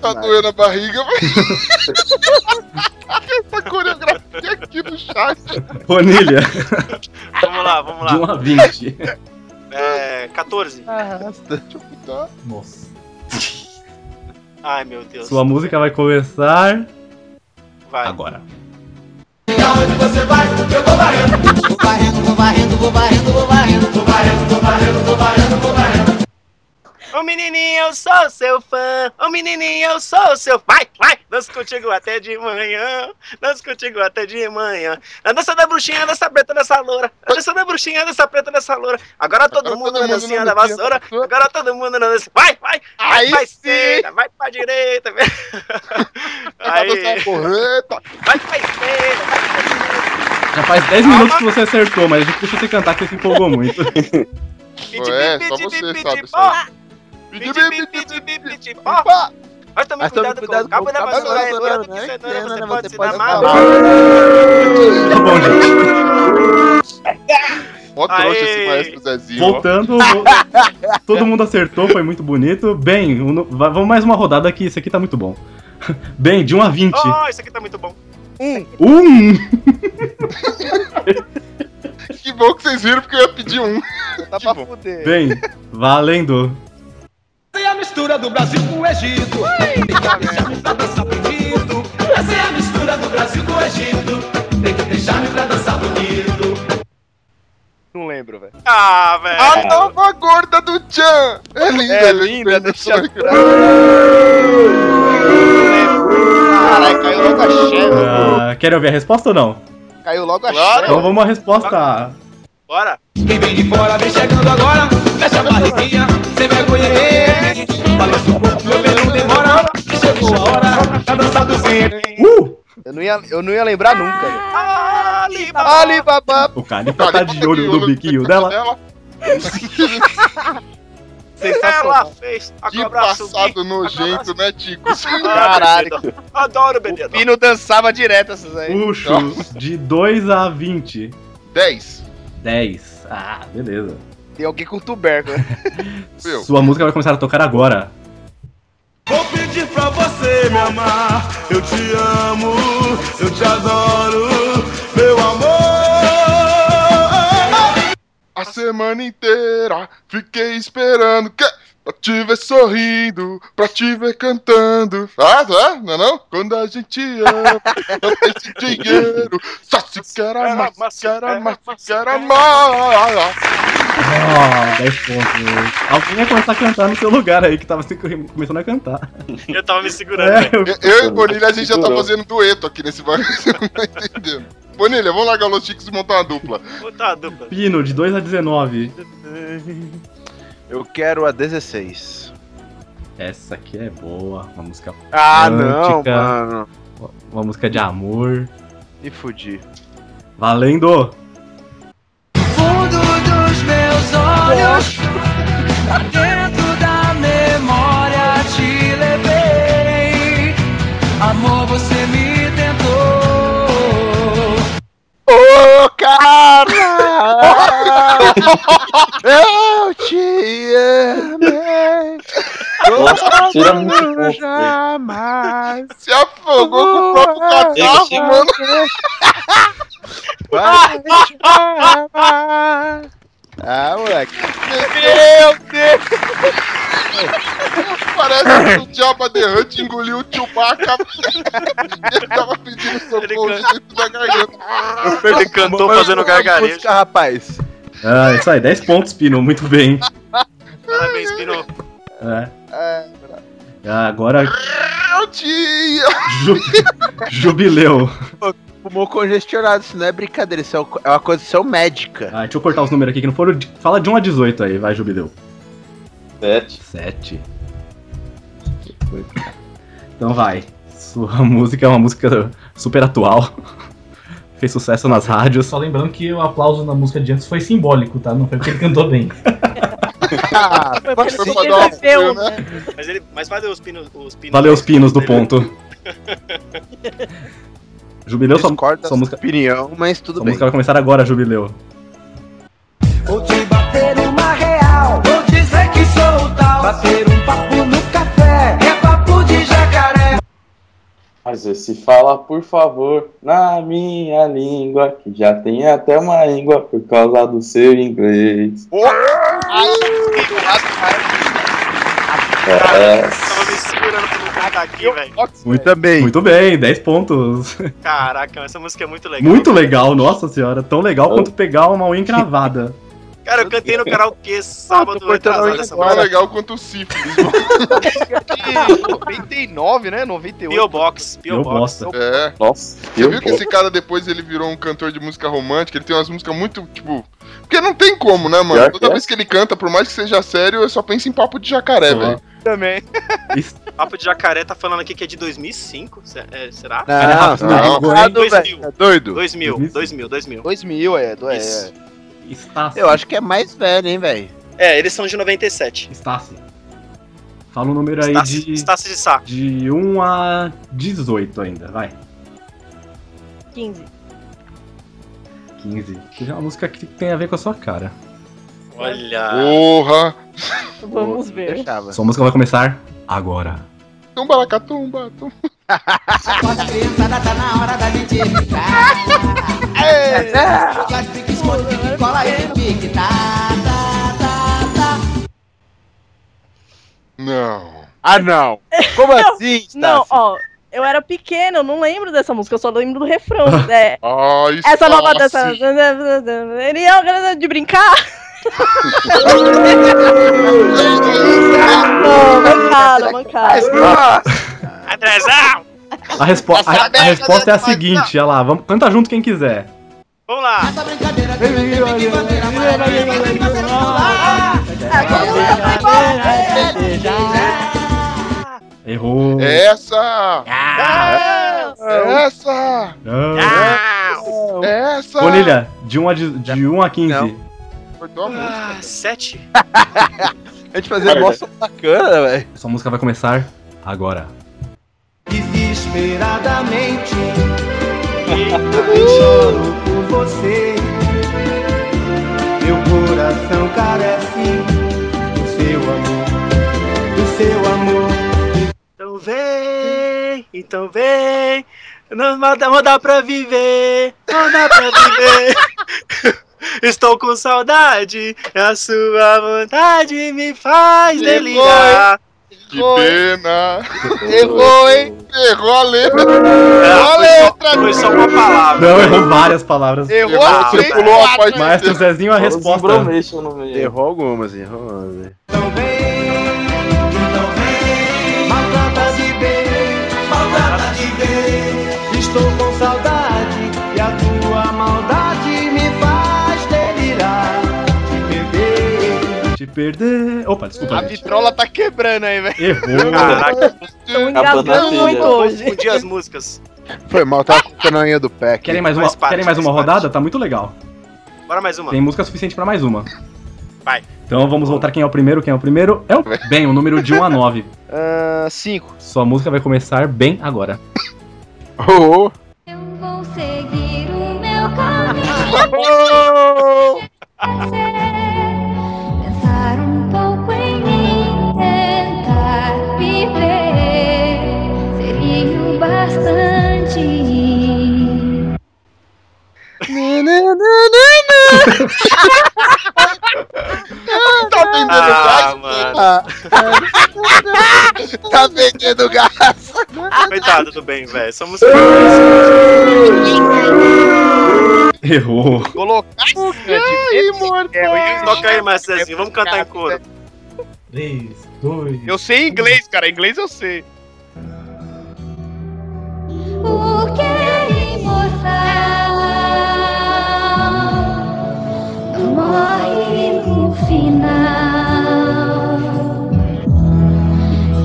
Speaker 1: Tá doendo a barriga, mas. Essa coreografia aqui no chat.
Speaker 4: Bonilha.
Speaker 3: Vamos lá, vamos lá.
Speaker 4: De 1 a 20.
Speaker 3: É. 14.
Speaker 4: Nossa.
Speaker 3: Ai, meu Deus.
Speaker 4: Sua música vai começar.
Speaker 3: Vai.
Speaker 4: Agora.
Speaker 11: Aonde você vai, eu vou varrendo. Vou varrendo, vou varrendo, vou varrendo, vou varrendo. Vou varrendo, vou varrendo, vou varrendo, vou varrendo.
Speaker 3: Ô menininho, eu sou seu fã. Ô menininho, eu sou seu. Vai, vai. Danço contigo até de manhã. Danço contigo até de manhã. A dança da bruxinha, dessa preta, dessa loura. A dança da bruxinha, dessa preta, dessa loura. Agora todo mundo
Speaker 1: tá
Speaker 3: na dancinha da vassoura. Agora todo mundo na dança. Vai, vai. Aí vai
Speaker 11: sim.
Speaker 3: esquerda, vai pra direita. Aí.
Speaker 11: dançar
Speaker 1: tá?
Speaker 3: Vai pra esquerda.
Speaker 4: Já faz 10 minutos que você acertou, mas a gente deixou você cantar que você se empolgou muito.
Speaker 1: É, só você sabe.
Speaker 3: Pá. Pidi, pidi, pidi, pidi, pidi, pá. Mas também cuidado, com o cabo da vassoura. É duro que cenoura, você pode se dar mal.
Speaker 4: Tá bom, gente.
Speaker 1: Mó trouxa esse maestro Zezinho. ó.
Speaker 4: Voltando, vo- todo mundo acertou, foi muito bonito. Bem, o no- va- vamos mais uma rodada aqui, isso aqui tá muito bom. Bem, de 1 a 20.
Speaker 3: Oh, isso aqui tá muito bom.
Speaker 4: Um!
Speaker 1: Que bom que vocês viram, porque eu ia pedir um.
Speaker 5: Tá pra fuder.
Speaker 4: Bem, valendo.
Speaker 11: Essa é a mistura do Brasil com o Egito. Tem que deixar-me pra dançar bonito. Essa é a mistura do Brasil com o Egito. Tem que deixar-me pra dançar bonito.
Speaker 5: Não lembro, velho.
Speaker 3: Ah, velho.
Speaker 1: A nova gorda do Tchan. É linda,
Speaker 5: É
Speaker 1: ele-
Speaker 5: linda,
Speaker 1: ele-
Speaker 5: deixa
Speaker 1: ele-
Speaker 5: Caralho, caiu logo a chefe.
Speaker 4: Ah, querem ouvir a resposta ou não?
Speaker 5: Caiu logo a
Speaker 4: Então
Speaker 5: chefe.
Speaker 4: vamos à resposta.
Speaker 3: Bora.
Speaker 11: Quem vem de fora vem chegando agora. Fecha a barriguinha, sem vergonha. ei. Balança o corpo, meu bem, não demora. que Chegou a hora Tá da dança do ventre.
Speaker 4: Uh,
Speaker 5: Eu não ia, eu não ia lembrar nunca, velho.
Speaker 3: Alibaba.
Speaker 5: Alibaba.
Speaker 4: O Calipa tá de olho no biquinho dela.
Speaker 3: Ela fez a
Speaker 1: Que
Speaker 3: cobra subir.
Speaker 1: passado nojento, né, Tico?
Speaker 5: Caralho.
Speaker 3: Adoro beber.
Speaker 5: Pino dançava direto essas aí.
Speaker 4: Puxo de 2 a 20.
Speaker 1: 10.
Speaker 4: 10. Ah, beleza.
Speaker 5: Tem alguém com tubérculo.
Speaker 4: Sua música vai começar a tocar agora.
Speaker 11: Vou pedir pra você me amar. Eu te amo, eu te adoro, meu amor.
Speaker 1: A semana inteira fiquei esperando que... pra te ver sorrindo, pra te ver cantando. Ah, tá? Não é não? Quando a gente ama, não tem esse dinheiro. Só se quer amar, se quer amar, se quer amar.
Speaker 4: Ah, 10 pontos. Alguém ia começar a cantar no seu lugar aí, que tava se- começando a cantar.
Speaker 3: Eu tava me segurando. né?
Speaker 4: É,
Speaker 3: velho.
Speaker 4: eu-
Speaker 1: Eu e Bonilha, a gente já tá
Speaker 4: Segurou.
Speaker 1: fazendo dueto aqui nesse bagulho, você não tá entendendo. Bonilha, vamos largar os Chicos e montar uma dupla.
Speaker 3: Puta a dupla.
Speaker 4: Pino, de 2 a 19.
Speaker 5: Eu quero a 16.
Speaker 4: Essa aqui é boa. Uma música
Speaker 5: Ah, não,
Speaker 4: romântica,
Speaker 5: mano.
Speaker 4: Uma música de amor.
Speaker 5: Me fudi.
Speaker 4: Valendo!
Speaker 11: Fundo dos meus olhos, lá dentro da memória te levei. Amor, você me tentou.
Speaker 5: Ô, cara! Eu te amei!
Speaker 11: Nossa, tira
Speaker 5: Como
Speaker 11: muito pouco, velho.
Speaker 5: jamais!
Speaker 1: Se afogou com o próprio
Speaker 5: Eu te
Speaker 1: catarro, mano.
Speaker 5: amei. Vai te amar. Ah, moleque! Meu Deus!
Speaker 1: Parece que o Jabba The Hutt engoliu o Chewbacca. Ele tava pedindo socorro dentro da garganta.
Speaker 3: Ele cantou fazendo gargarejo.
Speaker 5: Música, rapaz!
Speaker 4: Ah, isso aí, 10 pontos, Pino, muito bem.
Speaker 3: Parabéns, Pino.
Speaker 4: É.
Speaker 5: É,
Speaker 4: Ah, Agora,
Speaker 1: É
Speaker 5: Meu dia!
Speaker 4: ju- jubileu.
Speaker 5: Fumou congestionado, isso não é brincadeira, isso é o- é uma condição médica.
Speaker 4: Ah, deixa eu cortar os números aqui que não foram. de- Fala de 1 a 18 aí, vai, jubileu.
Speaker 6: 7.
Speaker 4: 7. Então vai. Sua música é uma música super atual. Fez sucesso nas rádios.
Speaker 17: Só lembrando que o aplauso na música de antes foi simbólico, tá? Não foi porque ele cantou bem.
Speaker 3: Foi
Speaker 5: porque
Speaker 3: ele
Speaker 5: pra dar um
Speaker 3: bebeu,
Speaker 5: apoio,
Speaker 3: né? Mas, ele, mas valeu os pinos. Os pinos
Speaker 4: Valeu os pinos do ponto. Jubileu sua,
Speaker 5: Discordo
Speaker 4: sua música.
Speaker 5: opinião, mas tudo
Speaker 4: sua
Speaker 5: bem.
Speaker 4: música vai começar agora, Jubileu.
Speaker 11: Vou te bater uma real, vou dizer que sou o tal. Bater um papo no café, é papo de jacaré.
Speaker 6: Mas esse fala, por favor, na minha língua, que já tem até uma língua por causa do seu inglês.
Speaker 1: Ah!
Speaker 6: É,
Speaker 3: Tava me segurando pra não cantar aqui, velho.
Speaker 4: Muito bem. Muito bem, 10 pontos.
Speaker 3: Caraca, essa música é muito legal.
Speaker 4: Muito legal, nossa senhora. Tão legal quanto pegar uma unha encravada.
Speaker 3: Cara, eu cantei no karaokê sábado retrasado essa
Speaker 1: Não é
Speaker 3: música.
Speaker 1: legal quanto o sífilis.
Speaker 5: 99, né? 98.
Speaker 1: P.O.
Speaker 3: Box,
Speaker 1: P.O. Box. É.
Speaker 6: Nossa.
Speaker 1: Você viu que esse cara depois ele virou um cantor de música romântica, ele tem umas músicas muito, tipo. Porque não tem como, né, mano?
Speaker 6: Pior
Speaker 1: Toda
Speaker 6: que é.
Speaker 1: vez que ele canta, por mais que seja sério, eu só penso em papo de jacaré,
Speaker 4: Uhum.
Speaker 1: velho.
Speaker 5: Também.
Speaker 3: Papo de Jacaré tá falando aqui que é de 2005, se- é, será?
Speaker 5: Não, Olha, Rafa, Ah, não,
Speaker 4: é
Speaker 5: não. errou, hein?
Speaker 3: 2000.
Speaker 5: Tá doido?
Speaker 3: 2000, 2000, 2000.
Speaker 5: 2000, é. do- é.
Speaker 3: Isso.
Speaker 5: Eu acho que é mais velho, hein, velho?
Speaker 3: É, eles são de 97.
Speaker 4: Estácio. Fala um número aí de.
Speaker 3: Estácio de Sá.
Speaker 4: De 1 a 18 ainda, vai.
Speaker 2: 15.
Speaker 4: 15. Que já é uma música que tem a ver com a sua cara.
Speaker 3: Olha.
Speaker 1: Porra!
Speaker 2: Vamos ver.
Speaker 4: Sua música vai começar agora.
Speaker 1: Tumba lacatumba. tum-
Speaker 11: Agora, criançada, tá na hora da gente brincar.
Speaker 5: É.
Speaker 11: Faz pique, esconde, pique, cola e pique, tá, tá, tá, tá.
Speaker 1: Não.
Speaker 5: Ah, não. Como assim, Stassi?
Speaker 2: Não, ó, eu era pequena, eu não lembro dessa música, eu só lembro do refrão. É,
Speaker 1: Ai,
Speaker 2: essa nova
Speaker 1: Stassi.
Speaker 2: dança. Ele é o grande de brincar. não, mancada, mancada.
Speaker 3: Andrezão!
Speaker 4: A, respo a, a resposta é a seguinte, olha lá, vamos, canta junto quem quiser.
Speaker 3: Vamos lá.
Speaker 11: Essa brincadeira que vem, vem, vem, bater na parada, vem, vem, vem, bater na
Speaker 4: Errou.
Speaker 5: É.
Speaker 4: Ah.
Speaker 1: Essa! É Essa!
Speaker 4: Não.
Speaker 5: Ah.
Speaker 1: É Essa!
Speaker 4: Bonilha, de 1 a, de, de 1 a 15.
Speaker 1: Cortou a música.
Speaker 3: Sete.
Speaker 5: A gente fazia negócio bacana, velho.
Speaker 4: Sua música vai começar agora.
Speaker 11: Desesperadamente, eu choro por você. Meu coração carece do seu amor, do seu amor.
Speaker 3: Então vem, então vem. Não dá, não dá pra viver, não dá pra viver. Estou com saudade, é a sua vontade me faz
Speaker 1: Que
Speaker 3: delirar.
Speaker 1: Que pena!
Speaker 5: Errou, hein?
Speaker 1: Errou a letra!
Speaker 3: Errou
Speaker 1: a letra!
Speaker 3: É, Foi só uma palavra.
Speaker 4: Não, errou várias palavras.
Speaker 5: Errou a
Speaker 4: Você
Speaker 5: três,
Speaker 4: pulou a
Speaker 5: quatro.
Speaker 4: parte. Maestro Zezinho a resposta.
Speaker 5: Errou algumas, errou algumas.
Speaker 11: Então Maltrata de bem, maltrata de bem. Estou com saudade e a tua maldade me faz delirar. Te perder.
Speaker 4: Te perder. Opa, desculpa.
Speaker 5: A
Speaker 4: gente.
Speaker 5: vitrola tá quebrando aí, velho.
Speaker 4: Errou.
Speaker 3: Caraca.
Speaker 5: Estão
Speaker 4: engasgando muito hoje.
Speaker 3: Confundi as músicas.
Speaker 4: Foi mal, tava com a unha do pé. Querem mais uma,
Speaker 3: Faz parte,
Speaker 4: querem mais uma
Speaker 3: faz parte.
Speaker 4: rodada? Tá muito legal.
Speaker 3: Bora mais uma.
Speaker 4: Tem música suficiente pra mais uma.
Speaker 3: Vai.
Speaker 4: Então vamos voltar quem é o primeiro. Quem é o primeiro é o Ben, o número de 1 a 9.
Speaker 5: 5.
Speaker 4: Sua música vai começar bem agora.
Speaker 5: Oh,
Speaker 11: Vou seguir o meu
Speaker 5: caminho.
Speaker 11: Pensar um pouco em mim, tentar viver. Seria o bastante.
Speaker 5: tá vendendo
Speaker 3: Ah,
Speaker 5: gás?
Speaker 3: mano.
Speaker 5: Ah. tá vendendo gás.
Speaker 3: é Coitado do bem, velho. Essa música.
Speaker 4: Errou.
Speaker 5: Colocar o
Speaker 3: imortal. Toca aí, Marcelinho, vamos cantar em coro.
Speaker 17: 3, 2.
Speaker 5: Eu sei inglês, cara. Inglês eu sei.
Speaker 11: O que é imortal não morre no final.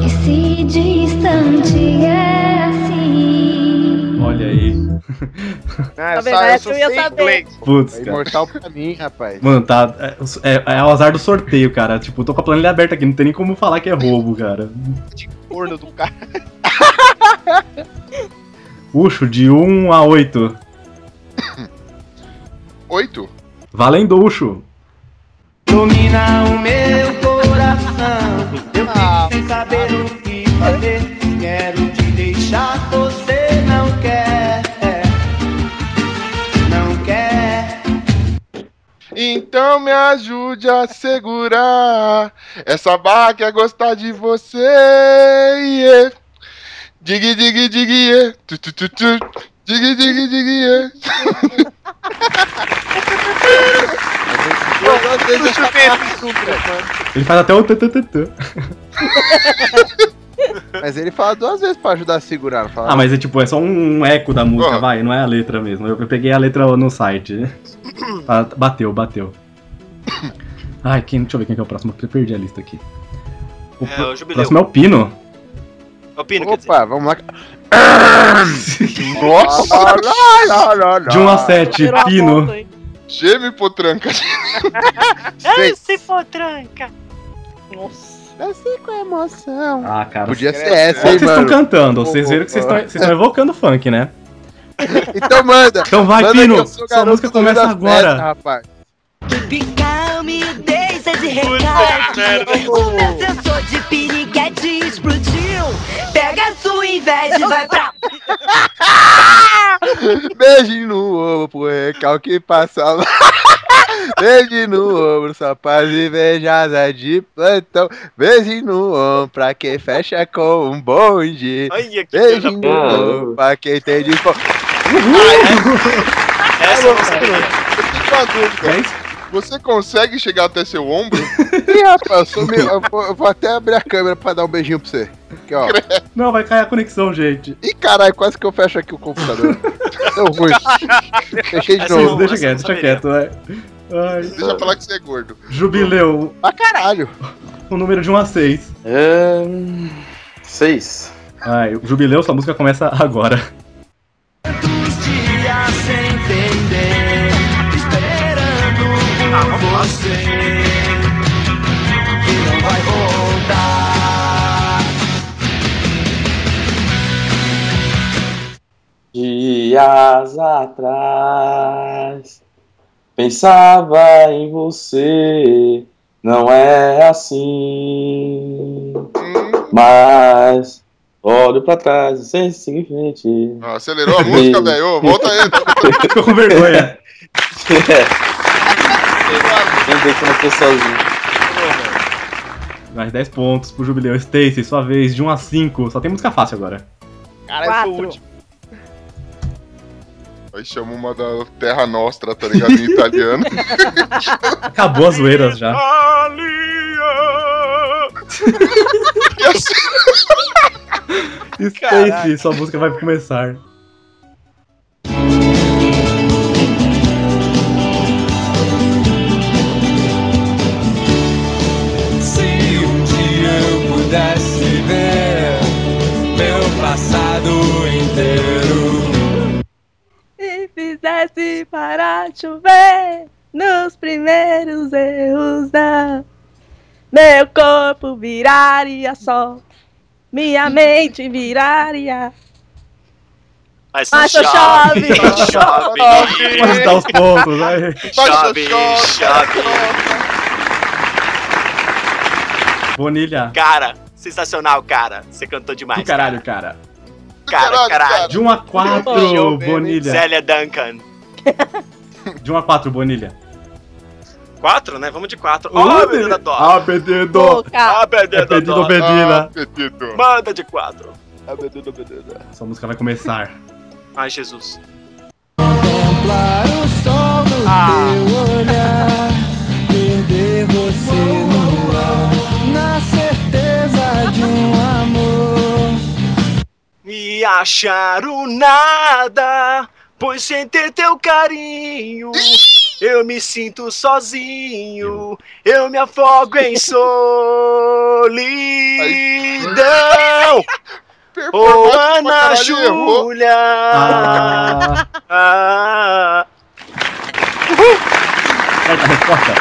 Speaker 11: Que se distante é assim.
Speaker 4: Olha aí.
Speaker 5: Ah,
Speaker 11: Tá
Speaker 5: eu
Speaker 11: vendo?
Speaker 5: sa- eu
Speaker 11: Essa
Speaker 5: sou
Speaker 11: eu ia
Speaker 5: sem
Speaker 11: saber.
Speaker 5: inglês.
Speaker 4: Putz,
Speaker 5: É
Speaker 4: cara.
Speaker 5: imortal pra mim, rapaz.
Speaker 4: Mano, tá. É, é- é o azar do sorteio, cara. Tipo, eu tô com a planilha aberta aqui, não tem nem como falar que é roubo, cara.
Speaker 5: Corno do cara.
Speaker 4: Puxo de 1 a 8.
Speaker 1: Oito?
Speaker 4: Valendo, Ucho.
Speaker 11: Domina o meu coração. Eu fico sem saber o que fazer. Quero te deixar, você não quer. Não quer.
Speaker 1: Então me ajude a segurar essa barra que é gostar de você. Yeah. Dig, dig, dig, yeah. Tu, tu, tu, tu. Dig, dig, dig, yeah.
Speaker 5: Eu gostei dessa parte,
Speaker 4: Ele faz até o tã-tã-tã-tã.
Speaker 5: Mas ele fala duas vezes pra ajudar a segurar. não fala?
Speaker 4: Ah, mas é tipo, é só um eco da música, vai, não é a letra mesmo. Eu, eu peguei a letra no site. Ah, Bateu, bateu. Ai, quem, deixa eu ver quem que é o próximo, eu perdi a lista aqui. O
Speaker 3: É,
Speaker 4: pr-
Speaker 3: o Jubileu.
Speaker 4: próximo é o Pino.
Speaker 5: Opa, vamos lá.
Speaker 1: Nossa!
Speaker 4: De 1 a 7, Pino.
Speaker 1: Geme potranca.
Speaker 3: Ai, se for tranca.
Speaker 5: Nossa. Assim com emoção.
Speaker 4: Ah, cara.
Speaker 5: Podia
Speaker 4: vocês-
Speaker 5: ser
Speaker 1: é
Speaker 5: essa,
Speaker 4: Vocês
Speaker 5: hein,
Speaker 4: estão
Speaker 5: mano?
Speaker 4: cantando, vocês viram que vocês estão vocês estão evocando funk, né?
Speaker 5: Então manda.
Speaker 4: Então vai,
Speaker 5: manda
Speaker 4: Pino,
Speaker 5: que eu
Speaker 4: sua
Speaker 5: sou garoto
Speaker 4: música
Speaker 5: do Rio
Speaker 4: começa
Speaker 5: das
Speaker 4: agora.
Speaker 5: Festas, rapaz.
Speaker 11: Tropical miudez é de recado. O meu sensor de piriguete explodiu. Pega a sua inveja e vai pra.
Speaker 5: Beijo no ombro pro recalque passa lá. Beijo no ombro, só paz e beijada de plantão. Beijo no ombro pra quem fecha com um bonde.
Speaker 3: Olha que
Speaker 5: Beijo
Speaker 3: coisa
Speaker 5: no
Speaker 3: boa.
Speaker 5: ombro pra quem tem de fome.
Speaker 3: Essa é eu não sabia.
Speaker 4: É
Speaker 1: Você consegue chegar até seu ombro?
Speaker 5: Ih, rapaz, eu, sou meio- eu vou, eu vou até abrir a câmera pra dar um beijinho pra você. Aqui, ó.
Speaker 4: Não, vai cair a conexão, gente.
Speaker 5: Ih, caralho, quase que eu fecho aqui o computador. Deu ruim. Fechei de
Speaker 4: Essa
Speaker 5: novo.
Speaker 4: não, Deixa essa quieto, não deixa quieto, Ai.
Speaker 1: Deixa pra lá que você é gordo.
Speaker 4: Jubileu.
Speaker 5: Pra caralho.
Speaker 4: O número de 1 a 6.
Speaker 6: É. 6.
Speaker 4: Ai, o Jubileu, sua música começa agora.
Speaker 11: dia sem entender. Esperando
Speaker 3: Ah,
Speaker 11: por você. Que não vai voltar.
Speaker 6: Dias atrás pensava em você, não é assim. Mas olho pra trás, sem seguir em frente.
Speaker 1: Ah, Acelerou a música, velho. Ô, Volta aí.
Speaker 4: Ficou com vergonha.
Speaker 6: Lembrei que eu não tô sozinho.
Speaker 4: Mais 10 pontos pro Jubileu. Stacy, sua vez, de 1 a 5. Só tem música fácil agora.
Speaker 5: Caralho, sou o último.
Speaker 1: Aí chama uma da Terra Nostra, tá ligado? Em italiano.
Speaker 4: Acabou as zoeiras já. Stacy, sua música vai começar.
Speaker 11: Se um dia eu pudesse ver meu passado inteiro.
Speaker 2: Se fizesse parar de chover nos primeiros erros da. Meu corpo viraria só, minha mente viraria.
Speaker 3: Mas
Speaker 2: Mas só
Speaker 3: chove,
Speaker 2: chove.
Speaker 3: chove.
Speaker 4: Pode dar os pontos, vai.
Speaker 3: Chove, chove.
Speaker 4: Bonilha.
Speaker 3: Cara, sensacional, cara. Você cantou demais.
Speaker 4: Do caralho, cara.
Speaker 3: Cara, caralho.
Speaker 4: De 1 a 4, Bonilha.
Speaker 3: Zélia Duncan.
Speaker 4: De 1 a 4, Bonilha.
Speaker 3: Quatro, né? Vamos de quatro.
Speaker 4: Ô,
Speaker 3: Ó, oh,
Speaker 4: Deus.
Speaker 3: menina dó.
Speaker 4: Uh! Ah, pedido.
Speaker 3: Ah, pedido,
Speaker 4: É pedido,
Speaker 3: dó.
Speaker 4: pedida.
Speaker 3: Ah,
Speaker 4: né?
Speaker 3: pedido. Manda de quatro.
Speaker 1: Ah,
Speaker 4: Ah.
Speaker 3: Ah,
Speaker 4: Sua música vai começar.
Speaker 3: Ai, Jesus.
Speaker 11: Claro, só
Speaker 3: Ah. acharam nada, pois sem ter teu carinho. Eu me sinto sozinho, eu me afogo em solidão. Ô Ana Júlia! Ah.
Speaker 4: Certa resposta.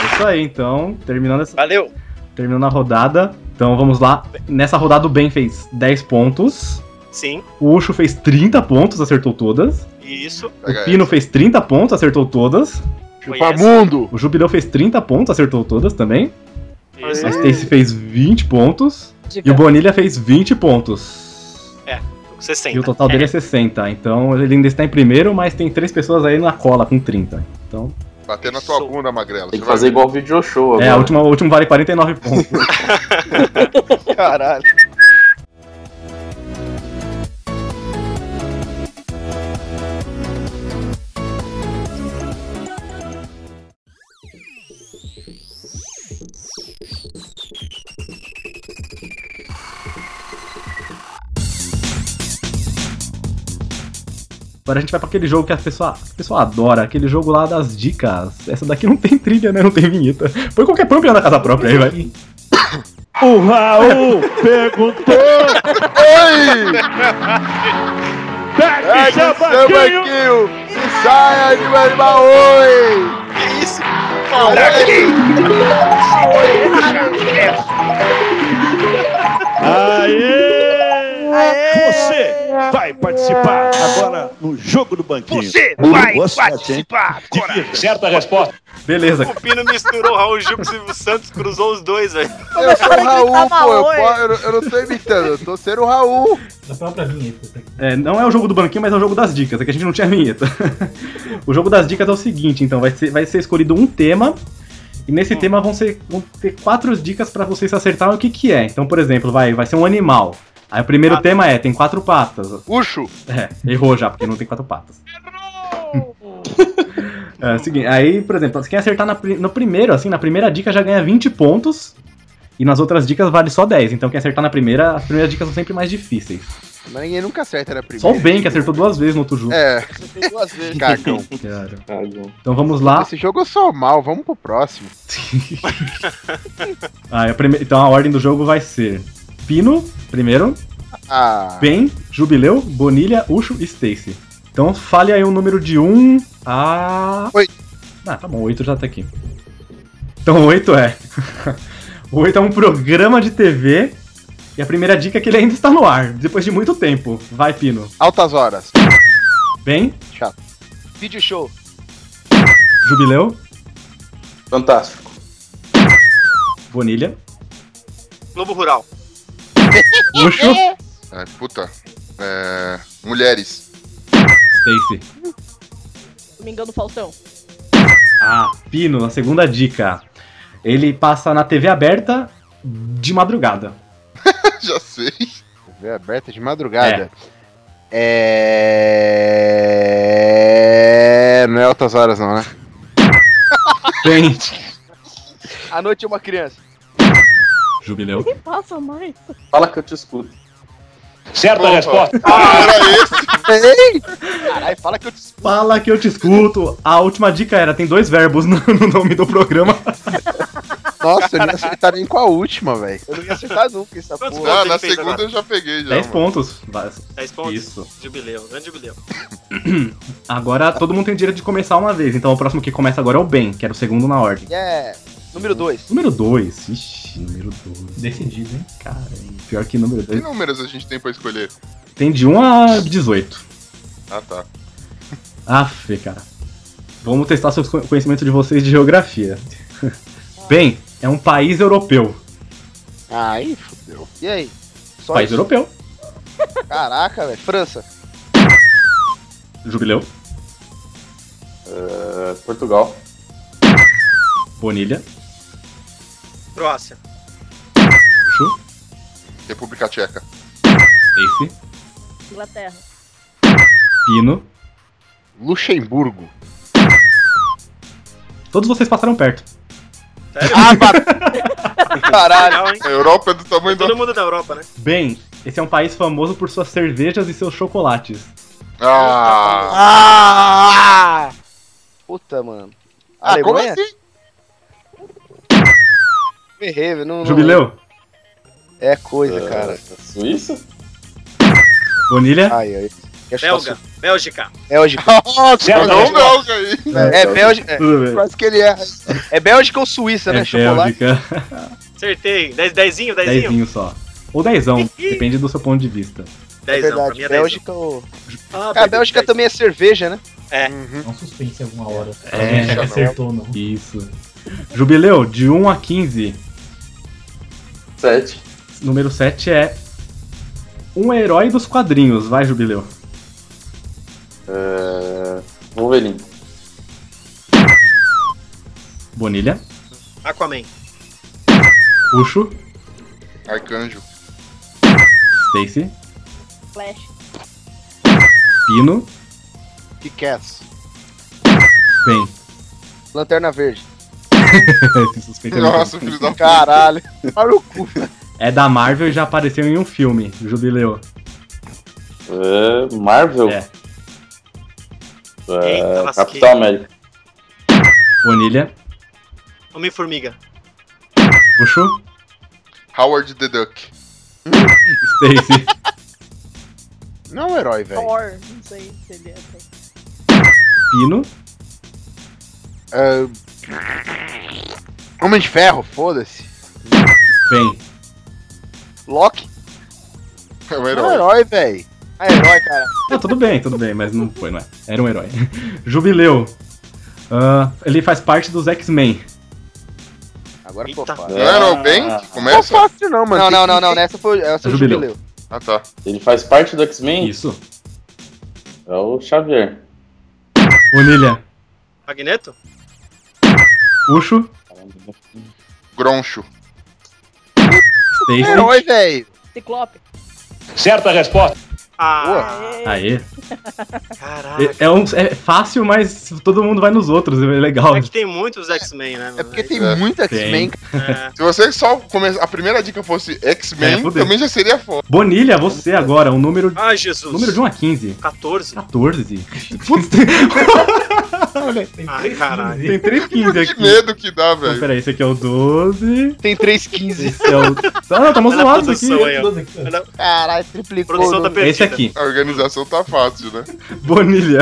Speaker 4: É Isso aí, então. Terminando essa.
Speaker 3: Valeu!
Speaker 4: Terminando a rodada. Então vamos lá. Nessa rodada o Ben fez 10 pontos.
Speaker 3: Sim,
Speaker 4: O Ucho fez 30 pontos, acertou todas.
Speaker 3: isso.
Speaker 4: O Pino fez 30 pontos, acertou todas.
Speaker 1: Chupamundo!
Speaker 4: O Jubileu fez 30 pontos, acertou todas também. A
Speaker 3: Isso.
Speaker 4: Stacy fez 20 pontos.
Speaker 3: Diga.
Speaker 4: E o Bonilha fez 20 pontos.
Speaker 3: É, tô com 60.
Speaker 4: E o total dele é 60. Então ele ainda está em primeiro, mas tem três pessoas aí na cola com 30. Então.
Speaker 1: Bater na tua bunda, magrela.
Speaker 6: Tem que fazer igual o video show agora.
Speaker 4: É, a última, o último vale 49 pontos.
Speaker 5: Caralho.
Speaker 4: Agora a gente vai pra aquele jogo que a pessoa, a pessoa adora, aquele jogo lá das dicas. Essa daqui não tem trilha, né? Não tem vinheta. Põe qualquer pâmpula na casa própria aí, vai.
Speaker 16: O Raul perguntou.
Speaker 11: Pega
Speaker 5: Pega
Speaker 11: o
Speaker 5: o
Speaker 11: chabaquinho
Speaker 5: chamaquinho e saia de animal, oi!
Speaker 3: Que isso?
Speaker 16: Aê! Você vai participar agora no jogo do banquinho.
Speaker 3: Você
Speaker 16: No
Speaker 3: vai
Speaker 16: gosto da gente.
Speaker 3: participar agora.
Speaker 16: Certa resposta.
Speaker 4: Beleza.
Speaker 3: O Pino misturou Raul Gil com o Silvio Santos, cruzou os dois, velho.
Speaker 5: Eu sou o Raul, pô, eu, po- eu, não- eu não tô imitando, eu tô sendo o Raul.
Speaker 4: É, não é o jogo do banquinho, mas é o jogo das dicas, é que a gente não tinha vinheta. o jogo das dicas é o seguinte, então, vai ser, vai ser escolhido um tema, e nesse tema vão, ser, vão ter quatro dicas pra vocês acertarem o que que é. Então, por exemplo, vai, vai ser um animal. Aí o primeiro tema é, tem quatro patas.
Speaker 1: Ucho!
Speaker 4: É, errou já, porque não tem quatro patas. É, seguinte, aí, por exemplo, se quem acertar na pri- no primeiro, assim, na primeira dica já ganha 20 pontos, e nas outras dicas vale só 10. Então quem acertar na primeira, as primeiras dicas são sempre mais difíceis.
Speaker 5: Mas ninguém nunca acerta né, na primeira.
Speaker 4: Só o Ben que acertou duas vezes no outro jogo.
Speaker 5: É. Acertei duas vezes. Cagão.
Speaker 4: Cara.
Speaker 6: Tá,
Speaker 4: Então vamos lá.
Speaker 5: Esse jogo eu sou mal, vamos pro próximo.
Speaker 4: Ah, é a prime- Então a ordem do jogo vai ser Pino, primeiro,
Speaker 5: Ah,
Speaker 4: Ben, Jubileu, Bonilha, Ucho e Stacy. Então fale aí o número de 1 a.
Speaker 5: Oito.
Speaker 4: Ah, tá bom, 8 já tá aqui. Então 8 é. o 8 é um programa de TV. E a primeira dica é que ele ainda está no ar, depois de muito tempo. Vai, Pino.
Speaker 5: altas horas.
Speaker 4: Ben,
Speaker 5: Chato. Vídeo show.
Speaker 4: Jubileu,
Speaker 6: Fantástico.
Speaker 4: Bonilha.
Speaker 3: Globo Rural.
Speaker 4: Ucho.
Speaker 1: É, puta. É, mulheres.
Speaker 4: Stacy.
Speaker 2: Domingão do Faustão.
Speaker 4: Ah, Pino, a segunda dica. Ele passa na TV aberta de madrugada.
Speaker 1: Já sei.
Speaker 5: TV aberta de madrugada. É. Não é altas horas, não, né?
Speaker 4: Bem,
Speaker 5: A noite é uma criança.
Speaker 4: Jubileu.
Speaker 2: Quem passa mais?
Speaker 6: Fala que eu te escuto.
Speaker 16: Certa resposta.
Speaker 5: Caralho, fala que eu te
Speaker 4: Fala que eu te escuto. A última dica era: tem dois verbos no no nome do programa.
Speaker 5: Nossa, eu não ia acertar nem com a última, velho. Eu não ia acertar nunca um essa
Speaker 3: Quantos
Speaker 5: porra.
Speaker 3: pontos
Speaker 1: Ah,
Speaker 3: ele
Speaker 1: na
Speaker 3: fez
Speaker 1: segunda
Speaker 5: né?
Speaker 3: agora?
Speaker 1: eu já peguei, já.
Speaker 4: 10
Speaker 1: mano.
Speaker 4: pontos. Vai.
Speaker 3: 10 pontos?
Speaker 4: Isso.
Speaker 3: Jubileu, grande jubileu.
Speaker 4: Agora todo mundo tem o direito de começar uma vez. Então o próximo que começa agora é o Ben, que era o segundo na ordem.
Speaker 5: É. Número 2.
Speaker 4: Número 2. Ixi, número 2.
Speaker 17: Decidido, hein?
Speaker 4: Cara, pior que número
Speaker 1: Que
Speaker 4: 2.
Speaker 1: números a gente tem pra escolher?
Speaker 4: Tem de 1 a 18.
Speaker 1: Ah, tá.
Speaker 4: Aff, cara. Vamos testar seus co- conhecimentos de vocês de geografia. Ben, é um país europeu.
Speaker 5: Aí, fudeu. E aí? Só
Speaker 4: país
Speaker 5: isso?
Speaker 4: europeu.
Speaker 5: Caraca, velho. França.
Speaker 4: Jubileu.
Speaker 6: É, Portugal.
Speaker 4: Bonilha.
Speaker 3: Croácia.
Speaker 4: Chu.
Speaker 1: República Tcheca.
Speaker 4: Stacy.
Speaker 2: Inglaterra.
Speaker 4: Pino.
Speaker 5: Luxemburgo.
Speaker 4: Todos vocês passaram perto.
Speaker 5: Caralho.
Speaker 3: Legal, hein?
Speaker 1: A Europa é do tamanho da.
Speaker 3: Todo mundo da Europa, né?
Speaker 4: Bem, Esse é um país famoso por suas cervejas e seus chocolates.
Speaker 5: Ah! Puta, mano.
Speaker 4: Ah,
Speaker 5: Alemanha?
Speaker 4: como assim?
Speaker 5: Me errei, velho, não, não-
Speaker 4: Jubileu?
Speaker 5: É coisa, cara.
Speaker 6: Suíça?
Speaker 4: Bonilha?
Speaker 5: Ai, ai.
Speaker 3: Belga, Bélgica.
Speaker 5: Bélgica.
Speaker 3: Nossa, não, Bélgica aí.
Speaker 5: É, é Bélgica. é.
Speaker 4: Tudo bem.
Speaker 5: Quase que ele erra. É Bélgica ou Suíça, né?
Speaker 4: É
Speaker 5: Chocolate.
Speaker 4: Bélgica.
Speaker 3: Acertei. Dez, dezinho, dezinho.
Speaker 4: Dezinho só. Ou dezão, depende do seu ponto de vista.
Speaker 5: É
Speaker 3: Dezão, pra
Speaker 5: verdade.
Speaker 3: mim é dezão.
Speaker 5: Bélgica ou.
Speaker 3: Ah,
Speaker 5: a Bélgica também é cerveja, né?
Speaker 3: É.
Speaker 17: Não suspense alguma hora.
Speaker 4: É.
Speaker 17: Alguém já acertou, não.
Speaker 4: Isso. Jubileu, de 1 a 15.
Speaker 6: 7.
Speaker 4: Número 7 é. Um herói dos quadrinhos, vai, Jubileu.
Speaker 6: É... Wolverine.
Speaker 4: Bonilha.
Speaker 3: Aquaman.
Speaker 4: Puxo.
Speaker 1: Arcanjo.
Speaker 4: Stacy.
Speaker 2: Flash.
Speaker 4: Pino.
Speaker 5: Kikass.
Speaker 4: Bem.
Speaker 5: Lanterna Verde.
Speaker 4: Esse suspeito é muito bom.
Speaker 5: Caralho. Para o cu.
Speaker 4: É da Marvel e já apareceu em um filme, Jubileu.
Speaker 6: É... Marvel? É.
Speaker 3: Eita, lasqueira.
Speaker 6: Capitão América.
Speaker 4: Bonilha.
Speaker 3: Homem-Formiga.
Speaker 4: Puxo.
Speaker 1: Howard the Duck.
Speaker 4: Stacy.
Speaker 5: Não é um herói, velho.
Speaker 2: Thor, não sei se ele é.
Speaker 4: Pino.
Speaker 5: É... Homem de Ferro, foda-se.
Speaker 4: Bem.
Speaker 5: Loki.
Speaker 1: É um
Speaker 5: Não é um herói, velho. É herói, cara.
Speaker 4: Não, tudo bem, tudo bem, mas não foi, não é. Era um herói. Jubileu. Ah, ele faz parte dos X-Men.
Speaker 5: Agora ficou fácil.
Speaker 1: Não era o Ben que começa?
Speaker 5: Não é fácil não, mano.
Speaker 1: Tem
Speaker 5: Não, não,
Speaker 1: que-
Speaker 5: não, não. Nessa foi essa é o
Speaker 4: Jubileu.
Speaker 5: jubileu.
Speaker 1: Ah, tá.
Speaker 6: Ele faz parte do X-Men?
Speaker 4: Isso.
Speaker 6: É o Xavier.
Speaker 4: Bonilha.
Speaker 3: Magneto?
Speaker 4: Puxo.
Speaker 1: Groncho.
Speaker 5: É
Speaker 4: Stacy.
Speaker 5: herói, velho.
Speaker 2: Ciclope.
Speaker 4: Certa resposta.
Speaker 3: Ah,
Speaker 4: Aê.
Speaker 3: Caraca.
Speaker 4: É, é um, é fácil, mas todo mundo vai nos outros, é legal.
Speaker 3: É que tem muitos X-Men, né? É porque
Speaker 5: tem
Speaker 1: muito
Speaker 4: X-Men.
Speaker 1: Se você só começar. A primeira dica fosse
Speaker 4: É,
Speaker 1: X-Men,
Speaker 4: fudeu.
Speaker 1: também já seria foda.
Speaker 4: Bonilha, você agora, um número.
Speaker 3: Ah, Jesus.
Speaker 4: Número de 1 a 15.
Speaker 3: 14.
Speaker 4: 14? Putz,
Speaker 3: Ai, caralho.
Speaker 4: tem 3 15 aqui.
Speaker 1: Que medo que dá, velho.
Speaker 4: Então, peraí, esse aqui é o 12.
Speaker 5: Tem 3 15.
Speaker 4: Esse é o. Ah, não, estamos
Speaker 1: Olha a
Speaker 4: zoados aqui.
Speaker 1: produção aí, ó.
Speaker 5: Caralho, triplicou. né?
Speaker 1: Produção
Speaker 4: tá perdida. Esse aqui.
Speaker 1: A organização tá fácil, né?
Speaker 4: Bonilha.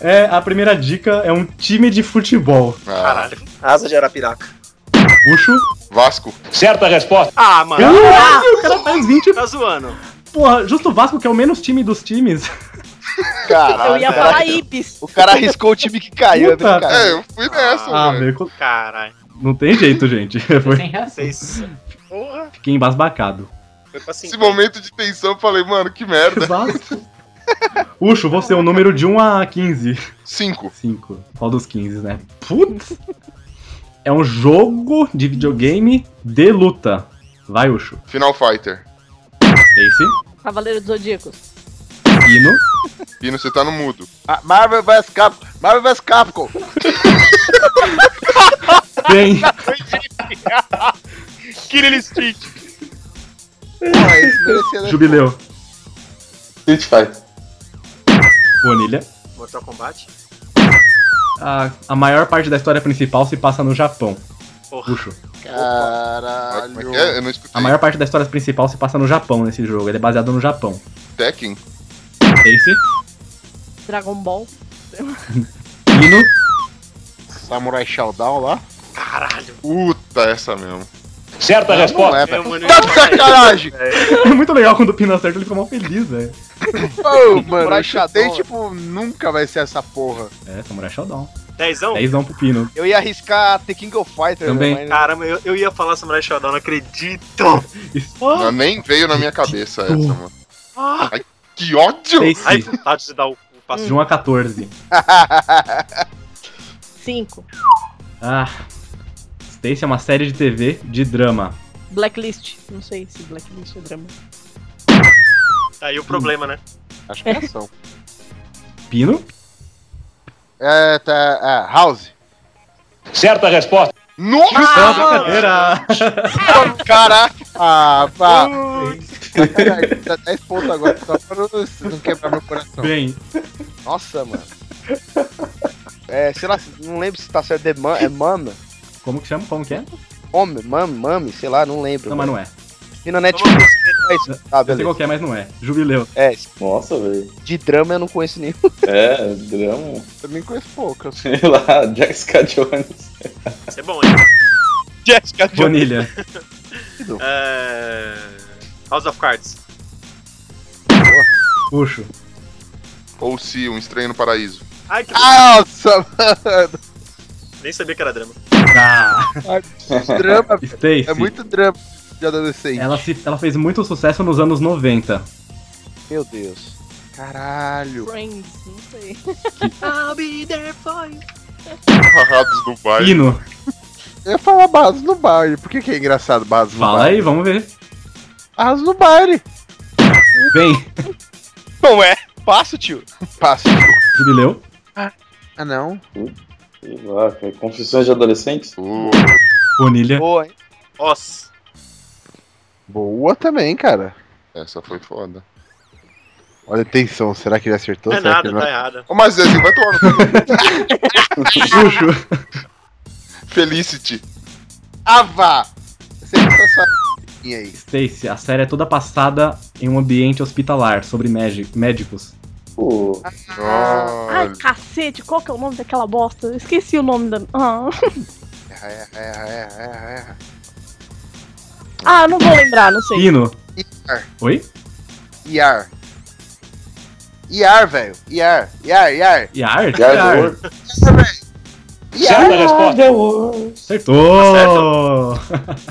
Speaker 4: É, a primeira dica é um time de
Speaker 1: Ah,
Speaker 4: futebol.
Speaker 3: Caralho. Asa de Arapiraca.
Speaker 4: Puxo.
Speaker 1: Vasco.
Speaker 4: Certa resposta.
Speaker 3: Ah, mano.
Speaker 4: Ah, o cara tá em 20.
Speaker 3: Tá zoando.
Speaker 4: Porra, justo o Vasco que é o menos time dos times.
Speaker 5: Caralho.
Speaker 2: Eu ia
Speaker 5: cara.
Speaker 2: falar Ibis.
Speaker 5: O cara arriscou o time que caiu. É,
Speaker 4: Puta.
Speaker 5: brincadeira.
Speaker 4: É,
Speaker 1: eu fui nessa,
Speaker 4: Ah, velho. co-
Speaker 3: Caralho.
Speaker 4: Não tem jeito, gente. Foi-
Speaker 3: Vocês... Porra.
Speaker 4: Fiquei embasbacado.
Speaker 3: Foi pra
Speaker 1: Esse momento de tensão, eu falei, mano, que merda.
Speaker 4: Vasco. Ucho, você é o número de 1 a 15.
Speaker 1: 5.
Speaker 4: 5. Qual dos 15, né? Putz. É um jogo de videogame de luta. Vai, Ucho.
Speaker 1: Final Fighter.
Speaker 4: Stacy.
Speaker 2: Cavaleiro dos Zodíacos.
Speaker 4: Pino.
Speaker 1: Pino, você tá no mudo.
Speaker 5: Ah, Marvel vs Capcom. Marvel vs Capcom.
Speaker 4: Bem.
Speaker 3: Kirill Street.
Speaker 5: Porra, esse merecia, né?
Speaker 4: Jubileu.
Speaker 6: Street Fighter.
Speaker 4: Bonilha.
Speaker 3: Mortal Kombat?
Speaker 4: A, a maior parte da história principal se passa no Japão.
Speaker 3: Porra.
Speaker 4: Ucho.
Speaker 5: Caralho.
Speaker 1: Como é que é? Eu não escutei.
Speaker 4: A maior parte da história principal se passa no Japão nesse jogo. Ele é baseado no Japão.
Speaker 1: Tekken.
Speaker 4: Stacy.
Speaker 2: Dragon Ball.
Speaker 4: Pino.
Speaker 5: Samurai Shodown lá.
Speaker 3: Caralho.
Speaker 1: Puta, essa mesmo.
Speaker 4: Certa
Speaker 1: Ah, não resposta. é, velho.
Speaker 5: Tá de sacanagem.
Speaker 4: É muito legal quando o Pino acerta, ele fica mal feliz, velho.
Speaker 5: Ô, mano,
Speaker 4: Samurai
Speaker 5: eu chutei,
Speaker 4: Shodown.
Speaker 5: tipo, nunca vai ser essa porra.
Speaker 4: É, Samurai Shodown.
Speaker 3: Dezão?
Speaker 4: Dezão pro Pino.
Speaker 5: Eu ia arriscar The King of Fighter.
Speaker 4: Também.
Speaker 5: Né, mas-
Speaker 3: Caramba, eu, eu ia falar Samurai Shodown, não acredito.
Speaker 4: Ah,
Speaker 1: Não, nem veio na minha cabeça essa, mano.
Speaker 3: Ah.
Speaker 1: Ai, que ódio!
Speaker 4: Stacy.
Speaker 3: Ai, vontade de dar o o passo.
Speaker 4: De 1 a 14.
Speaker 2: 5.
Speaker 4: Ah. Stacy é uma série de TV de drama.
Speaker 2: Blacklist. Não sei se Blacklist é drama.
Speaker 3: Aí o problema, né?
Speaker 5: Acho que é ação.
Speaker 4: Pino.
Speaker 5: É, tá. Ah, House.
Speaker 4: Certa resposta.
Speaker 1: Nossa!
Speaker 4: é uma
Speaker 3: Ah.
Speaker 4: brincadeira!
Speaker 5: Caraca! Ah, pá! Sacanagem, Dá 10 pontos agora, só pra não, não quebrar meu coração.
Speaker 4: Bem.
Speaker 5: Nossa, mano. É, sei lá, não lembro se tá certo, de man, é mama.
Speaker 4: Como que chama? Como que é?
Speaker 5: Homem, mam, mame, sei lá, não lembro.
Speaker 4: Não, mas não é.
Speaker 5: E na Netflix, é isso. Ah,
Speaker 4: Eu sei
Speaker 5: beleza.
Speaker 4: qual que é, mas não é. Jubileu.
Speaker 5: É.
Speaker 6: Nossa, velho.
Speaker 5: De drama eu não conheço nenhum.
Speaker 6: É, drama.
Speaker 5: Também conheço poucas.
Speaker 6: Sei lá, Jessica Jones.
Speaker 3: Isso é bom, hein?
Speaker 5: Jessica
Speaker 3: Jones.
Speaker 4: Bonilha.
Speaker 3: É, House of Cards.
Speaker 4: Puxo.
Speaker 1: Ou se um estranho no paraíso.
Speaker 3: Ai, que
Speaker 5: Nossa, mano.
Speaker 3: Nem sabia que era drama.
Speaker 4: Ah.
Speaker 5: Drama,
Speaker 4: Stacy.
Speaker 5: é muito drama de adolescente.
Speaker 4: Ela, se, ela fez muito sucesso nos anos 90.
Speaker 5: Meu Deus. Caralho.
Speaker 2: Friends, não sei.
Speaker 11: I'll be there for you.
Speaker 1: Barrados no baile.
Speaker 4: Hino.
Speaker 5: Eu ia falar Barrados no baile. Por que, que é engraçado Barrados no
Speaker 4: Fala
Speaker 5: baile?
Speaker 4: aí, vamos ver.
Speaker 5: Barrados no baile.
Speaker 4: Vem.
Speaker 5: Não é. Passo, tio. Passo, tio.
Speaker 4: Jubileu.
Speaker 5: Ah, não.
Speaker 6: Sei lá, velho. Confissões de adolescentes?
Speaker 4: Bonilha.
Speaker 5: Boa, hein?
Speaker 3: Nossa. é
Speaker 5: Boa também, cara.
Speaker 1: Essa foi foda.
Speaker 5: Olha a tensão. Será que ele acertou?
Speaker 3: Não é
Speaker 5: Será que
Speaker 3: nada,
Speaker 5: ele não-
Speaker 3: tá errada.
Speaker 1: Ô, mas Zezinho, vai tomar no cu.
Speaker 4: Puxo.
Speaker 1: Felicity.
Speaker 5: Ava! Você tá só... E aí?
Speaker 4: Stacy, a série é toda passada em um ambiente hospitalar, sobre mégi- médicos.
Speaker 6: Pô.
Speaker 2: Ai, cacete, qual que é o nome daquela bosta? Eu Esqueci o nome da. Ah,
Speaker 5: Erra, erra, erra, erra, erra, erra.
Speaker 2: ah não vou lembrar, não sei.
Speaker 4: Hino.
Speaker 5: Iar.
Speaker 4: Oi?
Speaker 5: Iar. Iar, velho. Iar. Iar, Iar.
Speaker 4: Yar?
Speaker 6: Yar.
Speaker 4: Yar.
Speaker 5: Iar.
Speaker 4: Acertou!
Speaker 3: Tá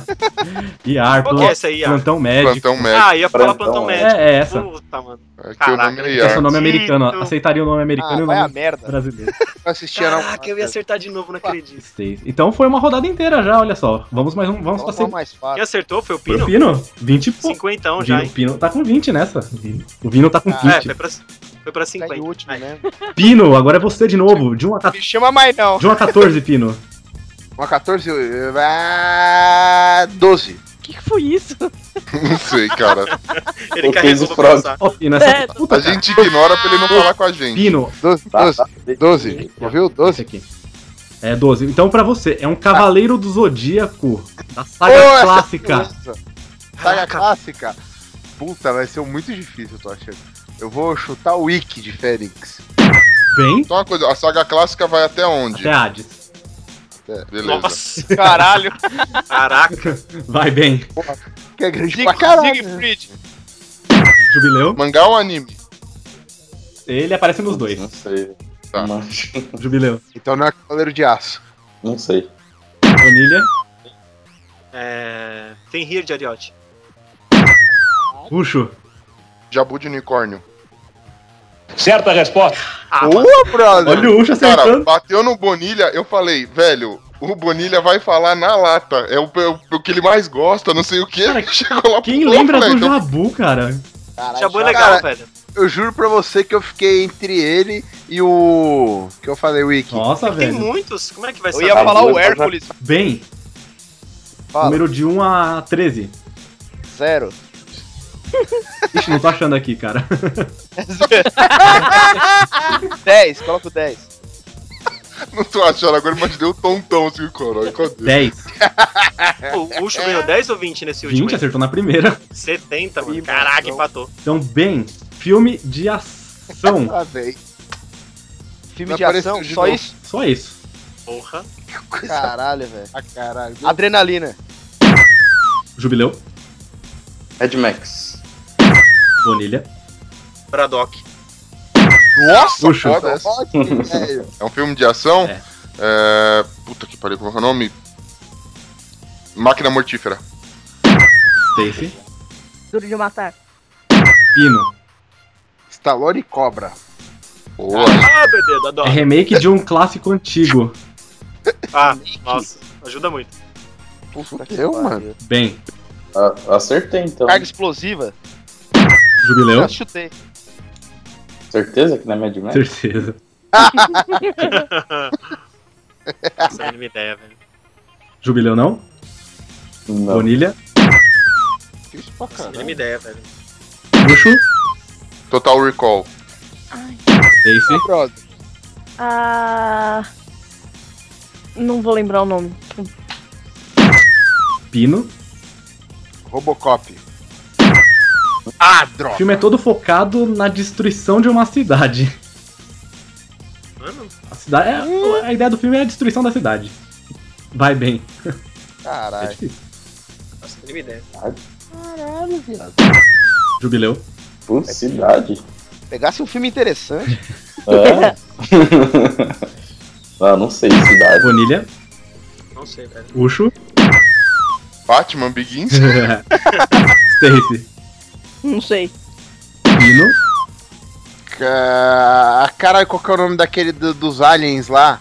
Speaker 4: Iar,
Speaker 3: Qual que é essa aí, Iar?
Speaker 4: plantão médico.
Speaker 1: Plantão médico.
Speaker 3: Ah, ia falar plantão
Speaker 4: É,
Speaker 3: médico.
Speaker 4: é essa.
Speaker 3: Puta, mano.
Speaker 1: Aqui o nome é
Speaker 4: Esse é o
Speaker 1: Iar.
Speaker 4: nome americano. ó.
Speaker 3: Tito.
Speaker 4: Aceitaria o nome americano e
Speaker 5: Ah,
Speaker 4: o
Speaker 5: vai a
Speaker 4: nome
Speaker 5: merda.
Speaker 4: brasileiro.
Speaker 5: Não assistia, não.
Speaker 3: Caraca, eu ia acertar de novo, não acredito.
Speaker 4: Stacy. Então foi uma rodada inteira já, olha só. Vamos mais um. Vamos pra
Speaker 5: Qual
Speaker 4: cima.
Speaker 5: mais
Speaker 3: Quem
Speaker 5: fácil?
Speaker 3: acertou foi o
Speaker 4: Foi
Speaker 3: Pino?
Speaker 4: o Pino. 20 pontos.
Speaker 3: 50 já,
Speaker 4: Vino,
Speaker 3: hein?
Speaker 4: Pino tá com 20 nessa. Vino. O Vino tá com
Speaker 3: É,
Speaker 4: 20.
Speaker 3: foi pra, foi pra 50.
Speaker 5: último, né?
Speaker 4: Pino, agora é você de novo. De 1 a, ca-
Speaker 5: Me chama mais, não.
Speaker 4: de 1 a 14, Pino.
Speaker 5: Uma 14. eu- ah, 12.
Speaker 2: O que, que foi isso?
Speaker 1: Não sei, cara.
Speaker 3: Ele
Speaker 6: O
Speaker 3: carregou
Speaker 6: Casey
Speaker 3: pra
Speaker 6: Frog.
Speaker 3: pensar.
Speaker 4: Ó, Pino, essa
Speaker 2: É,
Speaker 1: A
Speaker 4: puta, cara.
Speaker 1: gente ignora pra ele não falar com a gente.
Speaker 4: Pino,
Speaker 5: 12.
Speaker 6: tá,
Speaker 5: 12. 12. Ouviu?
Speaker 4: esse
Speaker 5: 12.
Speaker 4: aqui. É 12. Então, pra você, é um Cavaleiro do Zodíaco da saga
Speaker 5: Ô, essa
Speaker 4: clássica.
Speaker 5: beleza.
Speaker 3: Tá
Speaker 5: Saga clássica. Puta, vai ser muito difícil, eu tô achando. Eu vou chutar o Wiki de Fênix.
Speaker 4: Bem,
Speaker 1: Então, uma coisa, a saga clássica vai até onde? É,
Speaker 4: até Hades.
Speaker 1: Beleza.
Speaker 3: Nossa,
Speaker 5: Caralho.
Speaker 3: caraca.
Speaker 4: Vai bem.
Speaker 5: Que é grande pra caralho. né?
Speaker 4: Jubileu.
Speaker 1: Mangá ou anime?
Speaker 4: Ele aparece nos dois.
Speaker 6: Não sei.
Speaker 1: Tá.
Speaker 6: Mas,
Speaker 4: Jubileu.
Speaker 5: Então não é Cavaleiro de Aço.
Speaker 6: não sei.
Speaker 4: Bonilha.
Speaker 3: É... Tem rir de Ariote.
Speaker 4: Puxo.
Speaker 1: Jabu de unicórnio.
Speaker 16: Certa resposta.
Speaker 3: Ah, mano,
Speaker 5: Boa, brother!
Speaker 4: Olha o Ucho
Speaker 1: Cara, tá
Speaker 4: acertando.
Speaker 1: bateu no Bonilha, eu falei, velho, o Bonilha vai falar na lata. É o, é o- o que ele mais gosta, não sei o que.
Speaker 4: Cara,
Speaker 1: Chegou lá
Speaker 4: Quem
Speaker 1: pro
Speaker 4: lembra
Speaker 1: outro,
Speaker 4: do
Speaker 1: velho.
Speaker 4: Jabu, cara?
Speaker 5: Caralho,
Speaker 3: Jabu é
Speaker 5: cara,
Speaker 3: legal, velho.
Speaker 5: Eu juro pra você que eu fiquei entre ele e o. Que eu falei, o Wiki.
Speaker 4: Nossa,
Speaker 3: Tem
Speaker 4: velho.
Speaker 3: muitos? Como é que vai
Speaker 5: Eu
Speaker 3: ser?
Speaker 5: ia falar o
Speaker 6: Tá
Speaker 5: Hércules.
Speaker 4: Bem,
Speaker 5: Fala.
Speaker 4: número de 1 a 13.
Speaker 5: Zero.
Speaker 4: Ixi, não tô achando aqui, cara.
Speaker 5: 10, coloca o 10.
Speaker 1: Não tô achando agora, mas deu um tontão assim, cara. Cadê?
Speaker 4: 10.
Speaker 3: O Ucho ganhou 10 ou 20 nesse último
Speaker 4: 20,
Speaker 3: aí?
Speaker 4: acertou na primeira.
Speaker 3: 70, mano.
Speaker 5: Primo,
Speaker 3: Caraca,
Speaker 5: não.
Speaker 3: empatou.
Speaker 4: Então, bem, filme de ação.
Speaker 5: Ah, velho. Filme
Speaker 1: Vai
Speaker 5: de ação,
Speaker 1: aparecer de
Speaker 5: só
Speaker 1: novo.
Speaker 5: isso?
Speaker 4: Só isso.
Speaker 3: Porra.
Speaker 5: Caralho, velho. Ah, caralho. Adrenalina.
Speaker 4: Jubileu,
Speaker 6: Ed Max.
Speaker 4: Bonilha.
Speaker 3: Braddock.
Speaker 1: Nossa,
Speaker 4: Puxa.
Speaker 1: foda essa. É um filme de ação?
Speaker 4: É.
Speaker 1: É. Puta que pariu, como é que é o nome? Máquina Mortífera.
Speaker 4: Stacy,
Speaker 2: Duro de matar.
Speaker 4: Pino.
Speaker 5: Stallone e Cobra.
Speaker 1: Boa.
Speaker 3: Ah, bebê,
Speaker 4: É
Speaker 3: adoro.
Speaker 4: remake de um clássico antigo.
Speaker 3: Ah, nossa. Ajuda muito.
Speaker 5: Puta que eu, mano.
Speaker 4: Bem,
Speaker 6: Ah, acertei então.
Speaker 5: Carga explosiva.
Speaker 4: Jubileu,
Speaker 5: Eu chutei.
Speaker 6: Certeza que não é Mad Max?
Speaker 4: certeza.
Speaker 3: Sem nenhuma ideia, velho.
Speaker 4: Jubileu não?
Speaker 6: Não.
Speaker 4: Bonilha?
Speaker 3: Mínima ideia, velho.
Speaker 4: Luxo?
Speaker 1: Total Recall.
Speaker 4: Ace?
Speaker 2: Ah. Não vou lembrar o nome.
Speaker 4: Pino?
Speaker 1: Robocop. Ah, droga.
Speaker 4: O filme é todo focado na destruição de uma cidade. A, cidade é- a ideia do filme é a destruição da cidade. Vai bem.
Speaker 5: Caralho.
Speaker 4: É difícil.
Speaker 3: Nossa, mínima ideia.
Speaker 5: Caralho, viado.
Speaker 4: Jubileu.
Speaker 6: Por cidade?
Speaker 5: Pegasse um filme interessante.
Speaker 6: É? ah, não sei, cidade.
Speaker 4: Bonilha?
Speaker 3: Não sei, velho.
Speaker 4: Ucho?
Speaker 1: Batman Begins?
Speaker 4: Stacy?
Speaker 2: Não sei.
Speaker 4: Pino?
Speaker 5: Ca- Caralho, É, qual que é o nome daquele do- dos aliens lá?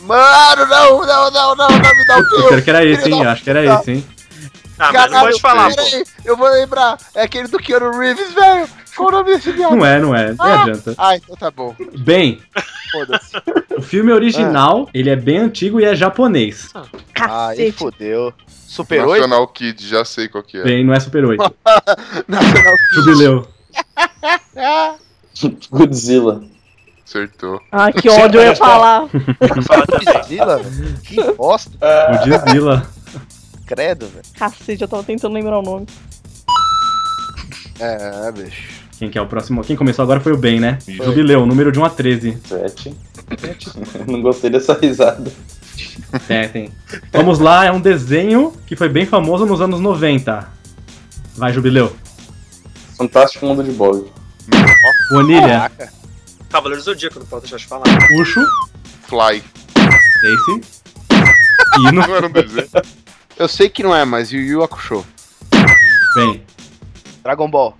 Speaker 5: Mano, não, não, não, não, não me dá o
Speaker 4: Eu quero que era esse,
Speaker 5: filho
Speaker 4: hein?
Speaker 5: da
Speaker 4: Acho que era esse, hein?
Speaker 3: Ah,
Speaker 5: Caralho,
Speaker 3: mas não pode falar, pô.
Speaker 5: peraí, eu vou lembrar. É aquele do Keanu Reeves, velho. Qual o nome desse viado?
Speaker 4: Não é, não é. Não
Speaker 5: Ah!
Speaker 4: adianta.
Speaker 5: Ah, então tá bom.
Speaker 4: Bem,
Speaker 5: Foda-se.
Speaker 4: o filme original,
Speaker 5: Ah.
Speaker 4: ele é bem antigo e é japonês.
Speaker 5: Aí fodeu. Super
Speaker 1: National Kid, já sei qual que é.
Speaker 4: Bem, não é Super 8.
Speaker 5: Nacional
Speaker 4: Jubileu.
Speaker 6: Godzilla.
Speaker 1: Acertou.
Speaker 2: Ah, que ódio eu ia falar.
Speaker 5: Godzilla,
Speaker 3: Uhum.
Speaker 5: velho. Que bosta.
Speaker 4: Godzilla.
Speaker 5: Credo, velho.
Speaker 2: Cacete, eu tava tentando lembrar o nome.
Speaker 5: É, bicho.
Speaker 4: Quem que é o próximo? Quem começou agora foi o Ben, né? Jubileu, número de 1 a 13.
Speaker 6: Sete. Não gostei dessa risada.
Speaker 4: É, tem. Vamos lá, é um desenho que foi bem famoso nos anos 90. Vai, Jubileu.
Speaker 6: Fantástico Mundo de Bob.
Speaker 4: Bonilha,
Speaker 3: Cavaleiro do Zodíaco, não pode deixar de falar.
Speaker 4: Puxo,
Speaker 1: Fly.
Speaker 4: Stacy. Pino.
Speaker 1: Não era um desenho.
Speaker 5: Eu sei que não é, mas Yu Yu Hakusho.
Speaker 4: Bem.
Speaker 5: Dragon Ball.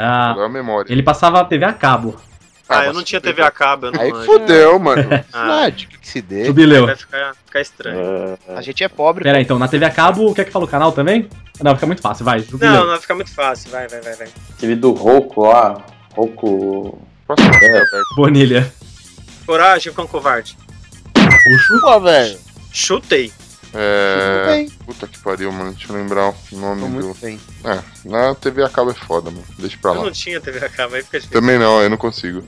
Speaker 4: Ah,
Speaker 1: memória.
Speaker 4: Ele passava TV a cabo.
Speaker 3: Ah, eu não tinha TV a cabo, eu não
Speaker 5: Aí
Speaker 3: manjo.
Speaker 5: fudeu, mano.
Speaker 3: Ah.
Speaker 5: Ah, que se dê.
Speaker 4: Jubileu.
Speaker 3: Vai ficar, ficar estranho.
Speaker 5: A gente é pobre.
Speaker 4: Pera aí, então, na TV a cabo, quer que fala o canal também? Não, fica muito fácil, vai,
Speaker 3: Não,
Speaker 4: Jubileu.
Speaker 3: não vai ficar muito fácil. Vai, vai, vai, vai.
Speaker 6: Aquele do Roco lá. Roco.
Speaker 4: É. Bonilha.
Speaker 3: Coragem com covarde.
Speaker 4: Puxo.
Speaker 5: Pô, velho.
Speaker 3: Chutei.
Speaker 1: É.
Speaker 3: Tudo
Speaker 1: Puta que pariu, mano. Deixa eu lembrar o
Speaker 5: Uhum.
Speaker 1: nome
Speaker 3: Tô muito
Speaker 1: do. É, na TV a cabo é foda, mano. Deixa pra
Speaker 3: Eu
Speaker 1: lá.
Speaker 3: não tinha TV a cabo, aí fica difícil.
Speaker 1: Também não, eu não consigo.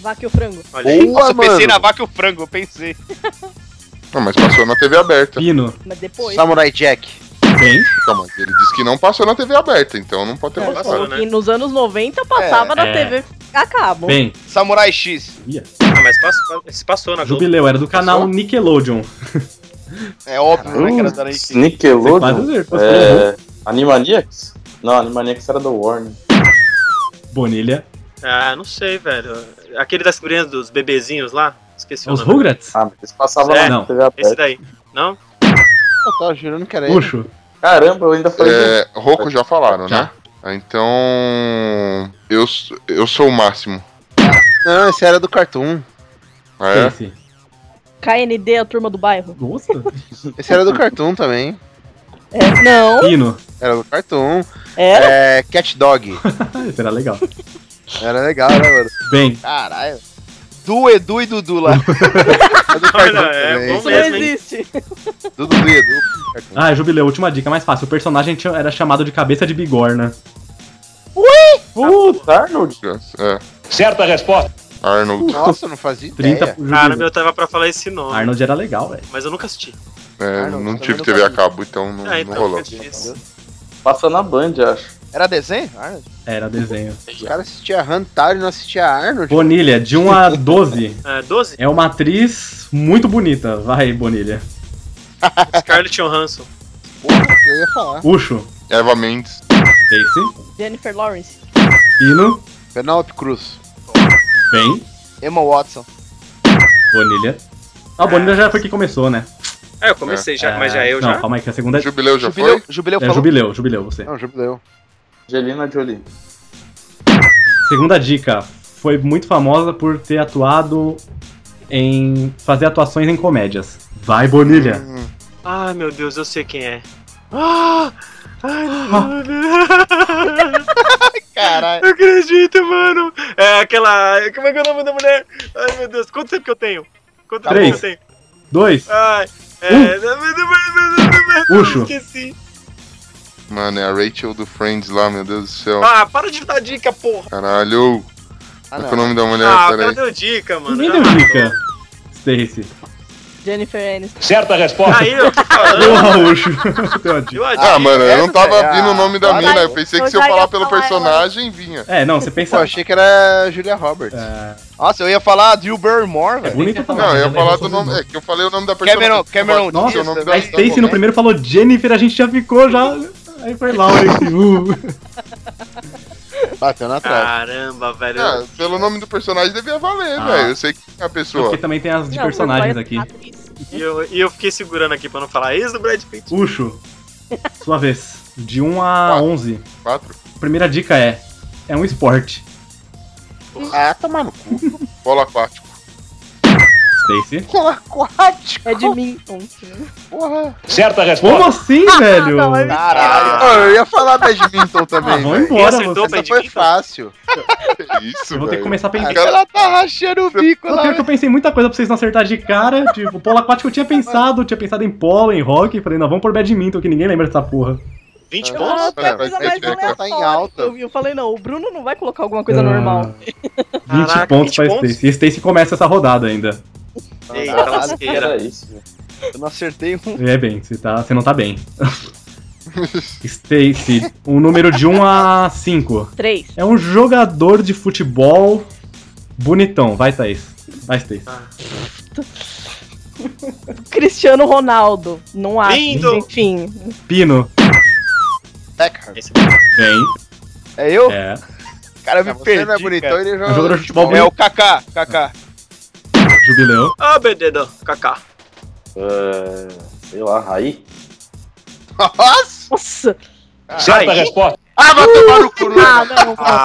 Speaker 2: Vaca e o frango.
Speaker 3: Olha aí.
Speaker 1: Boa, Nossa, eu pensei mano. na
Speaker 5: vaca e o frango, eu pensei.
Speaker 1: Não, mas passou na TV aberta.
Speaker 4: Pino.
Speaker 2: Mas depois.
Speaker 5: Samurai Jack.
Speaker 4: Bem.
Speaker 1: Calma, ele disse que não passou na TV aberta, então não pode ter
Speaker 2: Não,
Speaker 1: passado.
Speaker 2: falou É, que né? nos anos 90 passava
Speaker 1: É.
Speaker 2: na
Speaker 1: É.
Speaker 2: TV a cabo.
Speaker 4: Bem.
Speaker 5: Samurai X.
Speaker 3: Ah, mas passou, se passou na Globo.
Speaker 4: Jubileu, era do canal Nickelodeon.
Speaker 5: É óbvio, né, que era da Nick.
Speaker 4: Você quase
Speaker 6: Nickelodeon?
Speaker 4: acertou, você
Speaker 6: uh, É... Animaniacs? Não, Animaniacs era da Warner.
Speaker 4: Bonilha. É
Speaker 3: Ah, não sei, velho. Aquele das crianças, dos bebezinhos lá. Esqueci
Speaker 4: Os
Speaker 3: o nome.
Speaker 4: Rugrats?
Speaker 6: Ah, mas passava
Speaker 3: é,
Speaker 6: lá na TV aberta.
Speaker 3: Esse daí. Não?
Speaker 5: Eu tava jurando que era
Speaker 4: Puxo.
Speaker 6: Caramba, eu ainda falei.
Speaker 1: É, Roco já falaram, né? Então. Eu, eu sou o máximo.
Speaker 5: Não, esse era do Cartoon.
Speaker 1: Ah, é?
Speaker 2: KND, a turma do bairro.
Speaker 4: Nossa.
Speaker 5: Esse era do Cartoon também.
Speaker 2: É, não.
Speaker 4: Pino.
Speaker 5: Era do Cartoon.
Speaker 2: Era?
Speaker 5: É, Cat Dog.
Speaker 4: Esse Ah, era legal.
Speaker 5: Era legal, né, mano?
Speaker 4: Bem.
Speaker 5: Caralho. Du, Edu e Dudu lá. é do Cartoon também.
Speaker 2: Isso não existe.
Speaker 5: Du, Dudu e Edu. Cartoon.
Speaker 4: Ah, Jubileu, última dica, mais fácil. O personagem tinha- era chamado de cabeça de bigorna.
Speaker 2: Ui!
Speaker 6: Puta, Arnold.
Speaker 1: Certa resposta. é. Arnold.
Speaker 5: Nossa, não fazia ideia.
Speaker 4: 30
Speaker 5: 30
Speaker 4: pro
Speaker 3: Caramba,
Speaker 4: Jubileu.
Speaker 3: eu tava pra falar esse nome.
Speaker 4: Arnold era legal, velho.
Speaker 3: Mas eu nunca assisti.
Speaker 1: É, não
Speaker 5: também
Speaker 1: tive
Speaker 5: Ah, não
Speaker 1: TV a
Speaker 5: sabia.
Speaker 1: cabo, então não,
Speaker 3: Ah,
Speaker 1: não
Speaker 3: então
Speaker 1: rolou.
Speaker 3: fica difícil.
Speaker 6: Passa na Band, acho.
Speaker 5: Era desenho? Arnold?
Speaker 4: Era desenho.
Speaker 5: Os caras assistiam Hantaro e não assistiam Arnold.
Speaker 4: Bonilha, de 1 a 12.
Speaker 3: É, 12?
Speaker 4: É uma atriz muito bonita. Vai, Bonilha.
Speaker 3: Scarlett Johansson.
Speaker 5: Eu ia falar.
Speaker 4: Puxo.
Speaker 1: Eva Mendes.
Speaker 4: Stacy.
Speaker 2: Jennifer Lawrence.
Speaker 4: Pino.
Speaker 5: Penelope Cruz.
Speaker 4: Bem.
Speaker 5: Emma Watson.
Speaker 4: Bonilha. Ah, o Bonilha já foi que começou, né?
Speaker 3: É, Ah, eu comecei É. já, mas já eu
Speaker 4: não,
Speaker 3: já.
Speaker 4: calma aí, que a segunda...
Speaker 1: Jubileu já
Speaker 5: Jubileu,
Speaker 1: foi?
Speaker 5: jubileu
Speaker 4: É,
Speaker 5: falou.
Speaker 4: Jubileu, Jubileu, você.
Speaker 5: Não, jubileu.
Speaker 6: Angelina Jolie.
Speaker 4: Segunda dica. Foi muito famosa por ter atuado em... Fazer atuações em comédias. Vai, Bonilha.
Speaker 1: Hum.
Speaker 3: Ai, meu Deus, eu sei quem é. Ah! Ai, não,
Speaker 5: Caralho.
Speaker 3: Não acredito, mano. É aquela. Como é que é o nome da mulher? Ai, meu Deus, quanto tempo que eu tenho? Quanto tempo
Speaker 4: Três. Um.
Speaker 3: que eu tenho?
Speaker 4: Dois.
Speaker 3: Ai, É,
Speaker 1: Ah,
Speaker 4: Puxo.
Speaker 3: Esqueci.
Speaker 1: Mano, é a Rachel do Friends lá, meu Deus do céu.
Speaker 3: Ah, para de dar dica, porra.
Speaker 1: Caralho. Qual que é o nome da mulher?
Speaker 3: Ah, o cara
Speaker 1: Peraí.
Speaker 3: deu dica, mano.
Speaker 4: Ninguém
Speaker 3: Já
Speaker 4: deu
Speaker 3: matou.
Speaker 4: dica. Stacy.
Speaker 2: Jennifer Aniston.
Speaker 4: Certa resposta.
Speaker 3: Aí, eu tô falando.
Speaker 4: Boa, Raúcho. Deu uma dica.
Speaker 1: Ah, mano, eu não tava vindo o nome da
Speaker 5: é Vai,
Speaker 1: mina. Eu pensei que se eu
Speaker 5: Gonzaga,
Speaker 1: falar pelo
Speaker 5: fala ela.
Speaker 1: personagem, vinha.
Speaker 4: É, não, você pensa.
Speaker 5: Eu achei que era
Speaker 4: É
Speaker 5: Julia Roberts. Nossa, eu ia falar Drew Barrymore, velho. É
Speaker 4: bonito falar.
Speaker 1: Não, eu ia falar do nome. É que eu falei o nome da
Speaker 5: Cameron,
Speaker 1: personagem.
Speaker 5: Cameron
Speaker 1: Nossa,
Speaker 5: Diaz. né?
Speaker 1: o nome então
Speaker 4: A
Speaker 1: da-
Speaker 4: Stacy no primeiro falou Jennifer, a gente já ficou já. Aí foi Laura. esse, uh.
Speaker 5: Bateu na
Speaker 4: trave.
Speaker 3: Caramba, velho.
Speaker 1: é. Ah, pelo nome do personagem devia valer,
Speaker 4: Ah.
Speaker 1: velho. Eu sei que é a pessoa.
Speaker 4: Porque também tem as de personagens
Speaker 2: é
Speaker 4: aqui.
Speaker 3: E eu, e eu fiquei segurando aqui pra não falar isso do Brad Pitt.
Speaker 2: um
Speaker 4: Puxo. Sua vez. De 1 a 11.
Speaker 1: Quatro.
Speaker 4: Primeira dica é: é um esporte.
Speaker 5: Ah, tomar no cu.
Speaker 1: Bola aquática.
Speaker 4: Stacy.
Speaker 5: Bola aquática.
Speaker 2: É de mim.
Speaker 5: Porra.
Speaker 4: Certa resposta. Como assim,
Speaker 2: Ah,
Speaker 4: velho?
Speaker 2: é
Speaker 5: Caralho. Ah, eu ia falar badminton também.
Speaker 4: Ah, vão
Speaker 5: velho.
Speaker 4: embora, Quem acertou
Speaker 5: Essa foi
Speaker 3: então?
Speaker 5: fácil.
Speaker 1: Isso,
Speaker 4: Eu vou ter que começar a pensar.
Speaker 5: Ela tá rachando o bico
Speaker 4: Eu
Speaker 5: lá.
Speaker 4: quero que eu pensei muita coisa pra vocês não acertar de cara. Tipo, polo aquático eu tinha pensado, eu tinha pensado em polo, em rock. Falei, não, vamos por badminton, que ninguém lembra dessa porra.
Speaker 3: 20
Speaker 2: Ah,
Speaker 1: pontos?
Speaker 2: tá a coisa mais aleatória
Speaker 5: tá em
Speaker 2: que
Speaker 5: alta.
Speaker 2: Eu, vi. eu falei, não, o Bruno não vai colocar alguma coisa normal.
Speaker 4: 20
Speaker 2: Caraca,
Speaker 4: Ah, pontos
Speaker 2: 20
Speaker 4: pra
Speaker 2: pontos?
Speaker 4: Stacy. E Stacy começa essa rodada ainda.
Speaker 3: Eita,
Speaker 5: Caralho,
Speaker 3: lasqueira.
Speaker 5: era isso,
Speaker 6: né?
Speaker 5: velho. Eu não acertei um.
Speaker 4: É bem, você, tá, você não tá bem. Stacy, um número de 1 a 5.
Speaker 2: Três.
Speaker 4: É um jogador de futebol bonitão. Vai, Thaís. Vai, Stacy.
Speaker 2: Cristiano Ronaldo. Não acho.
Speaker 4: Lindo.
Speaker 2: Enfim.
Speaker 4: Pino. Bem.
Speaker 5: É eu?
Speaker 4: É.
Speaker 5: O cara me
Speaker 3: você
Speaker 5: perdeu.
Speaker 3: não é bonitão, ele
Speaker 4: É um jogador de futebol
Speaker 5: É o
Speaker 4: bonito.
Speaker 5: Kaká, Kaká.
Speaker 4: Jubileu.
Speaker 3: Ah, oh, Bededão, Kaká.
Speaker 6: sei lá, Raí?
Speaker 2: Nossa.
Speaker 6: Certa
Speaker 3: Raí?
Speaker 6: resposta.
Speaker 5: Ah, vai tomar no cu.
Speaker 2: Ah,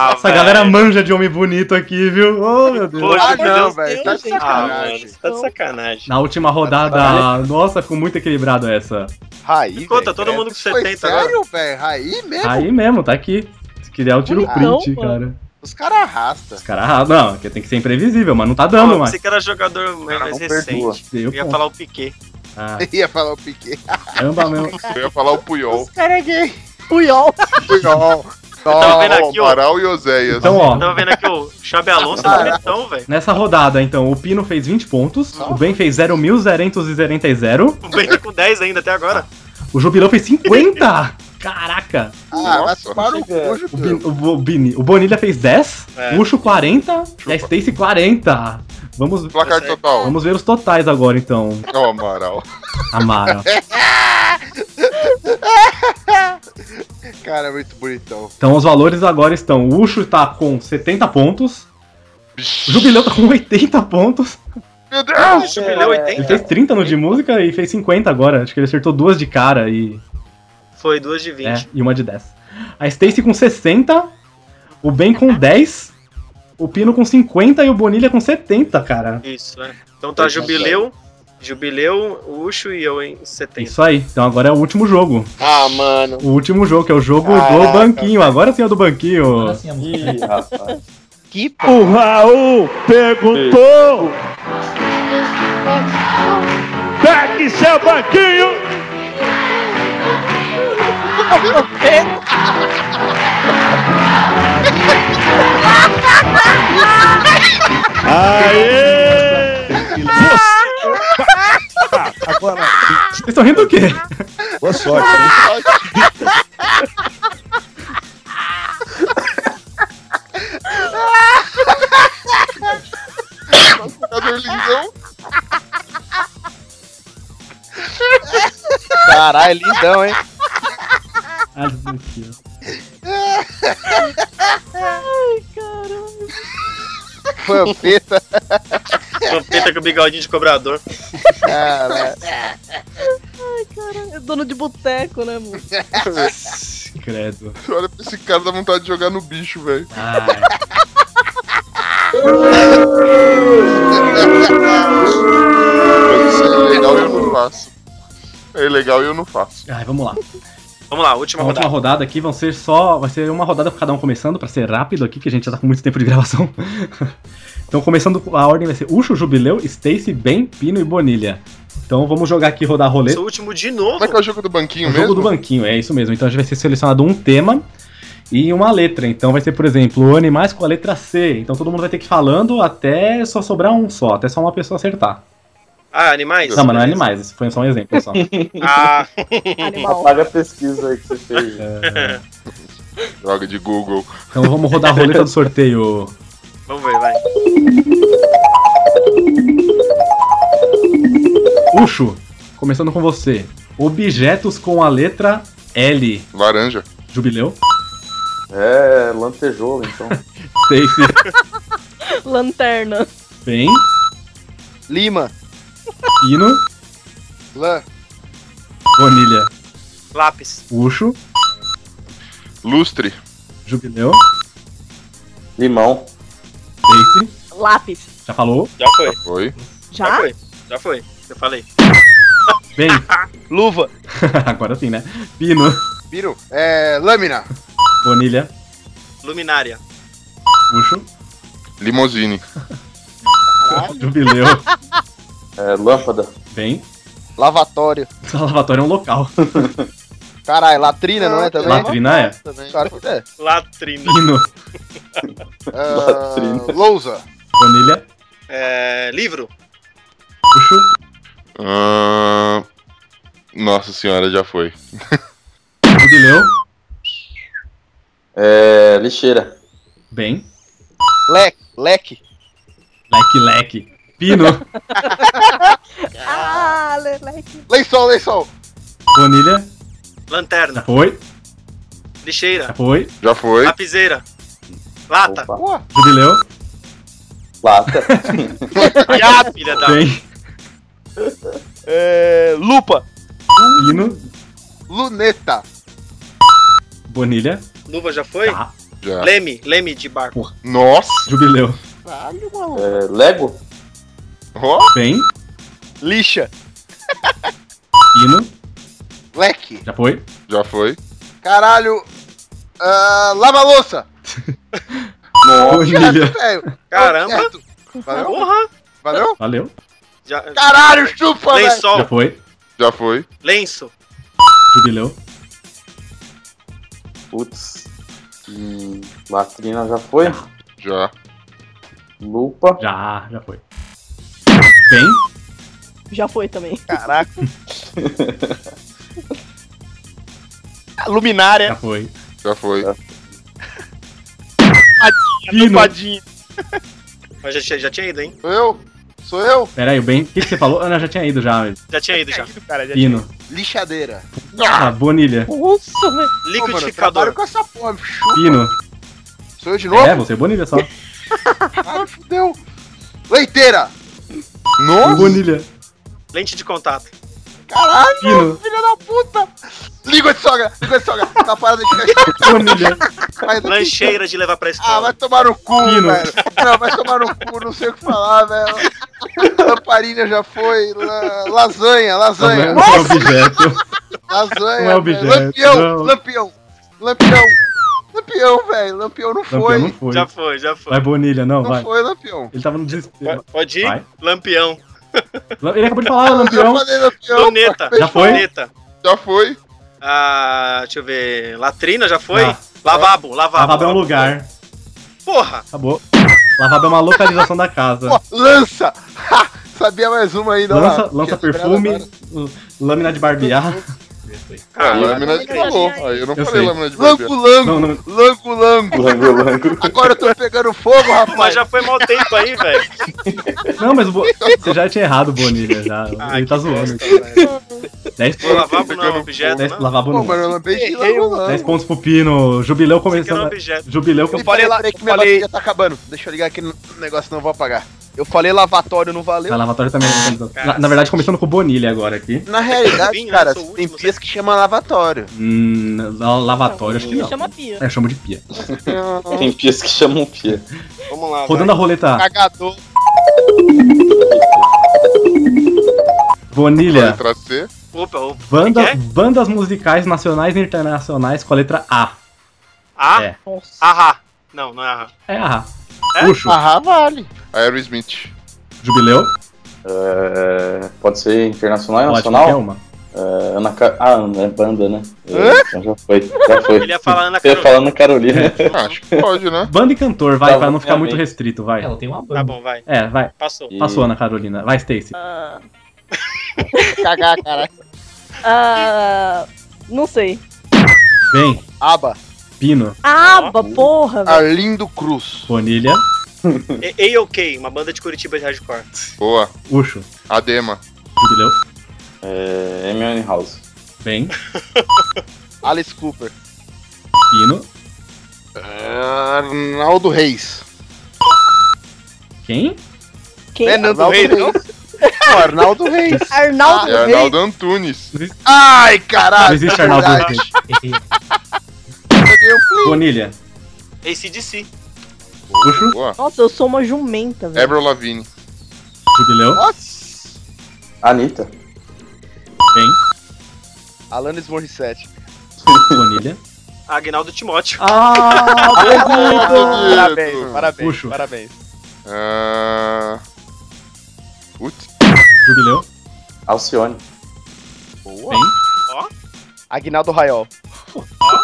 Speaker 2: não.
Speaker 4: Essa
Speaker 5: É.
Speaker 4: galera manja de homem bonito aqui, viu? Oh, meu Deus.
Speaker 3: Poxa,
Speaker 5: Ah, não,
Speaker 3: Deus,
Speaker 5: velho,
Speaker 3: Deus,
Speaker 5: tá de
Speaker 3: gente.
Speaker 5: sacanagem.
Speaker 3: Ah, mano, tá de sacanagem.
Speaker 4: Na última rodada, nossa, ficou muito equilibrado essa.
Speaker 5: Raí.
Speaker 3: Conta todo mundo com
Speaker 5: Foi
Speaker 3: 70 agora.
Speaker 5: sério, velho? Raí mesmo?
Speaker 4: Aí mesmo, tá aqui. Se quiser, eu tiro o
Speaker 5: Bonitão,
Speaker 4: print,
Speaker 5: mano.
Speaker 4: cara.
Speaker 5: Os caras arrastam.
Speaker 4: Os caras arrasam. Não, que tem que ser imprevisível, mas não tá dando
Speaker 3: Não,
Speaker 4: mais.
Speaker 3: Esse cara é jogador mais
Speaker 4: não perdoa.
Speaker 3: recente.
Speaker 4: Deu
Speaker 3: Eu ia
Speaker 4: ponto.
Speaker 3: falar o Piquet.
Speaker 4: Ah,
Speaker 1: É
Speaker 5: Ia falar o Piquet.
Speaker 4: caramba, meu.
Speaker 1: Eu ia falar o Puyol.
Speaker 5: Cara gay.
Speaker 2: Puyol.
Speaker 5: Puyol.
Speaker 3: Eu tava vendo
Speaker 1: Não,
Speaker 3: aqui, ó.
Speaker 1: Amaral e Oséias.
Speaker 4: Então, ó.
Speaker 3: Eu tava vendo aqui o Xabi Alonso é
Speaker 4: Caraca.
Speaker 3: bonitão, velho.
Speaker 4: Nessa rodada, então, o Pino fez 20 pontos, o Ben fez 0.000,
Speaker 3: O Ben tá com 10 ainda até agora.
Speaker 4: o Jubilão fez 50! Caraca!
Speaker 5: Ah, vai tomar o cu,
Speaker 4: é O,
Speaker 5: Jubileu.
Speaker 4: Bin- o Bo- Bini- o Bonilha fez 10,
Speaker 5: É.
Speaker 4: o Ucho 40 e a Stacy 40. Vamos,
Speaker 1: Placar total.
Speaker 4: vamos ver os totais agora, então,
Speaker 1: Ó, Amaral.
Speaker 4: Amara.
Speaker 5: Cara, é muito bonitão.
Speaker 4: Então os valores agora estão: o Ucho tá com 70 pontos, o Jubileu tá com 80 pontos,
Speaker 1: Meu
Speaker 5: É
Speaker 4: Ah,
Speaker 1: Deus!
Speaker 3: Jubileu
Speaker 4: ele
Speaker 3: 80.
Speaker 4: fez 30 no de música e fez 50 agora. Acho que ele acertou duas de cara e,
Speaker 3: Foi 2 de 20.
Speaker 4: é, e uma de 10. A Stacy com 60, o Ben com 10, o Pino com 50 e o Bonilha com 70, cara.
Speaker 3: Isso, é. Então tá Jubileu, Jubileu, Ucho e eu em 70.
Speaker 4: Isso aí, então agora é o último jogo.
Speaker 3: Ah, mano.
Speaker 4: O último jogo, que é o jogo
Speaker 3: Caraca.
Speaker 4: do banquinho. Agora sim é o do banquinho.
Speaker 6: Ih, rapaz.
Speaker 5: Que
Speaker 4: O Raul
Speaker 11: perguntou. Pegue seu banquinho. Aê!
Speaker 16: Agora,
Speaker 4: Vocês estão rindo do quê?
Speaker 16: boa sorte.
Speaker 1: Jogador lindão.
Speaker 5: Caralho, lindão, hein?
Speaker 4: Ah, aqui, ó.
Speaker 2: Ai, caramba.
Speaker 5: um Pampeta.
Speaker 3: Trompeta com o bigodinho de cobrador.
Speaker 5: Cara.
Speaker 2: Ai, caramba. É dono de boteco, né, mano?
Speaker 4: Credo.
Speaker 1: Olha pra esse cara, dá vontade de jogar no bicho, velho. Mas isso é legal e eu não faço. É legal e eu não faço.
Speaker 4: Ai, vamos lá.
Speaker 3: Vamos lá, última
Speaker 4: A última
Speaker 3: rodada.
Speaker 4: rodada aqui vão ser só. Vai ser uma rodada pra cada um começando, pra ser rápido aqui, que a gente já tá com muito tempo de gravação. então, começando, a ordem vai ser Ucho, Jubileu, Stacy, Ben, Pino e Bonilha. Então vamos jogar aqui, rodar rolê.
Speaker 3: Sou o último de novo.
Speaker 1: Como é que é o jogo do banquinho
Speaker 4: O
Speaker 1: mesmo?
Speaker 4: jogo do banquinho, é isso mesmo. Então a gente vai ser selecionado um tema e uma letra. Então vai ser, por exemplo, animais com a letra C. Então todo mundo vai ter que ir falando até só sobrar um só, até só uma pessoa acertar.
Speaker 3: Ah, animais?
Speaker 4: não, mas não é animais, isso foi só um exemplo só.
Speaker 3: Ah,
Speaker 6: Apaga a pesquisa aí que você fez.
Speaker 4: É.
Speaker 1: Droga de Google.
Speaker 4: Então vamos rodar a roleta do sorteio.
Speaker 3: Vamos ver, vai.
Speaker 4: Ucho, começando com você. Objetos com a letra L.
Speaker 1: Laranja.
Speaker 4: Jubileu.
Speaker 6: É, lantejoulo, então.
Speaker 4: Safe.
Speaker 2: Lanterna.
Speaker 4: Bem.
Speaker 5: Lima.
Speaker 4: Pino.
Speaker 5: Lã.
Speaker 4: Bonilha.
Speaker 3: Lápis.
Speaker 4: Ucho.
Speaker 1: Lustre.
Speaker 4: Jubileu.
Speaker 6: Limão.
Speaker 4: Safe.
Speaker 2: Lápis.
Speaker 4: Já falou?
Speaker 3: Já foi.
Speaker 1: Foi.
Speaker 2: Já?
Speaker 5: Ah?
Speaker 3: Já foi. Já foi. Eu falei.
Speaker 4: Bem.
Speaker 5: Luva.
Speaker 4: Agora sim, né? Pino.
Speaker 5: Piro. É. Lâmina.
Speaker 4: Bonilha.
Speaker 3: Luminária.
Speaker 4: Puxo.
Speaker 1: Limousine.
Speaker 4: Jubileu.
Speaker 6: É, lâmpada.
Speaker 4: Bem.
Speaker 5: Lavatório.
Speaker 4: Lavatório é um local.
Speaker 5: Caralho, latrina, não é também?
Speaker 4: Latrina é?
Speaker 5: Claro que é.
Speaker 3: Latrina.
Speaker 4: Pino.
Speaker 5: Ah, Lousa.
Speaker 4: Bonilha.
Speaker 3: É, livro.
Speaker 4: Puxo.
Speaker 1: Ahn, Nossa senhora, já foi.
Speaker 4: Jubileu.
Speaker 6: É, lixeira.
Speaker 4: Bem.
Speaker 5: Leque. Leque.
Speaker 4: Leque, leque. Pino.
Speaker 2: Ah, Leleque.
Speaker 5: Lençol, lençol.
Speaker 4: Bonilha.
Speaker 3: Lanterna.
Speaker 4: Já foi.
Speaker 3: Lixeira.
Speaker 4: Já foi.
Speaker 1: Já foi.
Speaker 3: Ah, Lapiseira. Lata.
Speaker 4: Jubileu.
Speaker 6: Lata.
Speaker 3: Já, filha da.
Speaker 4: Bem.
Speaker 5: É, lupa.
Speaker 4: Pino.
Speaker 5: Luneta.
Speaker 4: Bonilha.
Speaker 3: Luva já foi?
Speaker 1: Já.
Speaker 4: Tá.
Speaker 3: Leme. Leme de barco.
Speaker 1: Nossa.
Speaker 4: Jubileu.
Speaker 5: Caralho, maluco.
Speaker 6: É, Lego?
Speaker 4: Bem.
Speaker 5: Lixa.
Speaker 4: Pino.
Speaker 5: Leque.
Speaker 4: Já foi.
Speaker 1: Já foi.
Speaker 5: Caralho. Ah, Lava-louça.
Speaker 4: Bonilha.
Speaker 5: Velho.
Speaker 3: Caramba.
Speaker 5: Valeu?
Speaker 3: Porra.
Speaker 5: Valeu?
Speaker 4: Valeu.
Speaker 3: Já-
Speaker 5: Caralho, chupa, velho.
Speaker 3: Lençol.
Speaker 4: Já foi.
Speaker 1: Já foi.
Speaker 3: Lenço.
Speaker 4: Jubileu.
Speaker 6: Putz. Hum, latrina já foi?
Speaker 1: Já.
Speaker 6: Lupa.
Speaker 4: Já, já foi. Bem.
Speaker 2: Já foi também.
Speaker 5: Caraca. Luminária.
Speaker 4: Já foi.
Speaker 1: Já foi.
Speaker 4: Pino.
Speaker 5: Padinho.
Speaker 3: Mas já, tinha- já tinha ido, hein?
Speaker 5: Sou eu? Sou eu?
Speaker 4: Pera aí, o Ben. O que, que você falou? Ah, não, já tinha ido já. velho.
Speaker 3: Já tinha ido, já.
Speaker 4: Pino.
Speaker 5: Lixadeira.
Speaker 4: Ah, Bonilha.
Speaker 2: Nossa, velho.
Speaker 3: Liquidificador.
Speaker 5: Trabalho com essa porra. Chupa.
Speaker 4: Pino.
Speaker 5: Sou eu de novo?
Speaker 4: É, você é Bonilha só.
Speaker 5: Caralho, fudeu. Leiteira.
Speaker 1: Nossa.
Speaker 4: Bonilha.
Speaker 3: Lente de
Speaker 5: É
Speaker 3: contato.
Speaker 5: Caralho,
Speaker 4: Pino.
Speaker 5: filha da puta. Língua de sogra. Língua de sogra. Tá parada de fechar.
Speaker 4: Bonilha.
Speaker 5: Vai né? daqui.
Speaker 3: Lancheira de levar pra
Speaker 5: Ah, vai
Speaker 3: escola.
Speaker 5: tomar no cu,
Speaker 4: Pino.
Speaker 5: velho. Não, vai tomar no cu, não sei o que falar, velho. Lamparina já foi. la- Lasanha,
Speaker 4: Não
Speaker 5: lasanha.
Speaker 4: é, não é objeto.
Speaker 5: Lasanha.
Speaker 4: Não é
Speaker 5: velho.
Speaker 4: objeto,
Speaker 5: Lampião,
Speaker 4: não.
Speaker 5: lampião. Lampião. Lampião, velho. Lampião não foi.
Speaker 4: Lampião não foi.
Speaker 3: Já foi, já foi.
Speaker 4: Vai, Bonilha, não,
Speaker 5: Não
Speaker 4: vai.
Speaker 5: foi, lampião.
Speaker 4: Ele tava no desespero.
Speaker 3: Vai- Pode ir?
Speaker 4: Vai.
Speaker 3: Lampião.
Speaker 4: Ele acabou de falar, Lampião.
Speaker 5: Eu falei lampião.
Speaker 3: Luneta.
Speaker 4: Já foi?
Speaker 3: Luneta.
Speaker 1: Já foi.
Speaker 3: Ah, deixa eu ver. Latrina já foi?
Speaker 4: Já.
Speaker 3: Lavabo, lavabo.
Speaker 4: Ah, Lavabo é um lugar.
Speaker 3: Porra!
Speaker 4: Acabou. Lavabo é uma localização da casa.
Speaker 5: Ó, lança. Ha, sabia mais uma ainda. olha lá.
Speaker 4: Lança, lança
Speaker 5: Tinha lembrado
Speaker 4: perfume,
Speaker 5: agora.
Speaker 4: lâmina de barbear.
Speaker 1: Ah,
Speaker 3: Caralho.
Speaker 1: lâmina de falou. Aí eu não
Speaker 4: Eu
Speaker 1: falei
Speaker 4: sei.
Speaker 1: lâmina de barbear.
Speaker 5: Lango, lango.
Speaker 4: Não, não.
Speaker 5: Lango, lango.
Speaker 6: Lango, lango.
Speaker 5: Agora eu tô pegando fogo,
Speaker 3: Mas
Speaker 5: rapaz.
Speaker 3: já foi mal tempo aí, velho.
Speaker 4: Não, mas o Bo- você já tinha errado, Bonilha. Já.
Speaker 3: Ah,
Speaker 4: Ele tá
Speaker 3: que
Speaker 4: zoando.
Speaker 3: bosta, velho.
Speaker 4: 10
Speaker 3: Pô,
Speaker 4: pontos.
Speaker 3: Lavabo não é um objeto,
Speaker 4: 10
Speaker 3: não.
Speaker 4: lavabo
Speaker 5: Pô,
Speaker 4: não.
Speaker 5: mano, eu lambrei de
Speaker 18: Errei
Speaker 5: lango,
Speaker 18: um.
Speaker 5: lango.
Speaker 4: 10 pontos pro Pino. Jubileu
Speaker 3: que era um
Speaker 4: começando.
Speaker 3: objeto.
Speaker 4: Jubileu
Speaker 5: Eu
Speaker 4: começando.
Speaker 5: falei lá,
Speaker 18: Peraí
Speaker 5: que
Speaker 18: que
Speaker 5: minha
Speaker 18: falei-
Speaker 5: bateria tá acabando. Deixa eu ligar aqui no negócio, não vou apagar. Eu falei lavatório, não valeu.
Speaker 4: A lavatória também.
Speaker 3: Ah,
Speaker 4: Na, na verdade, começando com o Bonilha agora aqui.
Speaker 5: Na realidade,
Speaker 3: Vinho, né?
Speaker 5: cara,
Speaker 3: Sou o
Speaker 5: tem
Speaker 3: último,
Speaker 5: pias que chama lavatório.
Speaker 4: Hum, la- lavatório, acho que não.
Speaker 2: Chama pia.
Speaker 4: É, eu chamo de pia.
Speaker 6: Tem pias que chamam pia.
Speaker 3: Vamos lá,
Speaker 4: Rodando a roleta.
Speaker 1: Ah,
Speaker 5: Cagador.
Speaker 4: Bonilha.
Speaker 1: Letra C.
Speaker 3: vai. Opa, o
Speaker 4: Banda,
Speaker 3: Que que é?
Speaker 4: Bandas musicais nacionais e internacionais com a letra A.
Speaker 3: A?
Speaker 4: É.
Speaker 2: Nossa.
Speaker 3: Ah, Ahá. Não, não é ahá.
Speaker 4: É a.
Speaker 3: É?
Speaker 4: Puxo.
Speaker 5: Ah, vale.
Speaker 1: Aerosmith.
Speaker 4: Jubileu.
Speaker 6: É, pode ser internacional e
Speaker 4: Pode,
Speaker 6: nacional?
Speaker 4: qualquer uma.
Speaker 6: É, Ana Ca... Ah, Ana, é banda, né? É,
Speaker 4: Hã?
Speaker 6: então já foi, já foi.
Speaker 4: Ele ia falar Ana É.
Speaker 6: Eu ia falar Ana Carolina.
Speaker 1: Acho que pode, né?
Speaker 4: Banda e cantor, vai,
Speaker 6: Tá,
Speaker 4: pra não
Speaker 6: vou
Speaker 4: ficar
Speaker 6: minha
Speaker 4: muito
Speaker 6: vez.
Speaker 4: restrito, vai.
Speaker 17: Ela tem uma
Speaker 3: Tá bom, vai.
Speaker 4: É, vai.
Speaker 3: Passou.
Speaker 4: Passou, Ana Carolina. Vai, Stacy.
Speaker 2: Ah,
Speaker 5: Cagar, caralho.
Speaker 2: ah, não sei.
Speaker 4: Vem.
Speaker 5: Aba.
Speaker 4: Pino.
Speaker 2: Aba,
Speaker 1: Ah,
Speaker 2: porra, velho.
Speaker 1: Arlindo Cruz.
Speaker 4: Bonilha.
Speaker 3: E- AOK, uma banda de Curitiba de hardcore.
Speaker 1: Boa.
Speaker 4: Ucho.
Speaker 1: Adema.
Speaker 4: Entendeu?
Speaker 6: É, M.N. House.
Speaker 4: Bem.
Speaker 5: Alice Cooper.
Speaker 4: Pino.
Speaker 5: É
Speaker 1: Arnaldo Reis.
Speaker 4: Quem?
Speaker 2: Quem?
Speaker 5: Fernando Reis, não?
Speaker 1: Não, Arnaldo Reis.
Speaker 2: Arnaldo
Speaker 1: É
Speaker 2: Reis.
Speaker 1: Arnaldo Antunes.
Speaker 5: Ai, caralho.
Speaker 4: Não existe Arnaldo
Speaker 5: Ah, verdade.
Speaker 4: Reis. Bonilha.
Speaker 3: ACDC.
Speaker 4: Ucho.
Speaker 2: Nossa, eu sou uma jumenta, velho.
Speaker 1: Avril Lavigne.
Speaker 4: Jubileu.
Speaker 5: Ah.
Speaker 6: Anitta.
Speaker 4: Bem.
Speaker 5: Alanis Morissette.
Speaker 4: Bonilha.
Speaker 3: Agnaldo Timóteo.
Speaker 4: Ah.
Speaker 5: Ah, parabéns, parabéns,
Speaker 4: Puxo.
Speaker 5: parabéns.
Speaker 1: Ah, Putz.
Speaker 4: Jubileu.
Speaker 6: Alcione.
Speaker 5: Boa.
Speaker 4: Bem.
Speaker 3: Ó.
Speaker 5: Aguinaldo Raiol.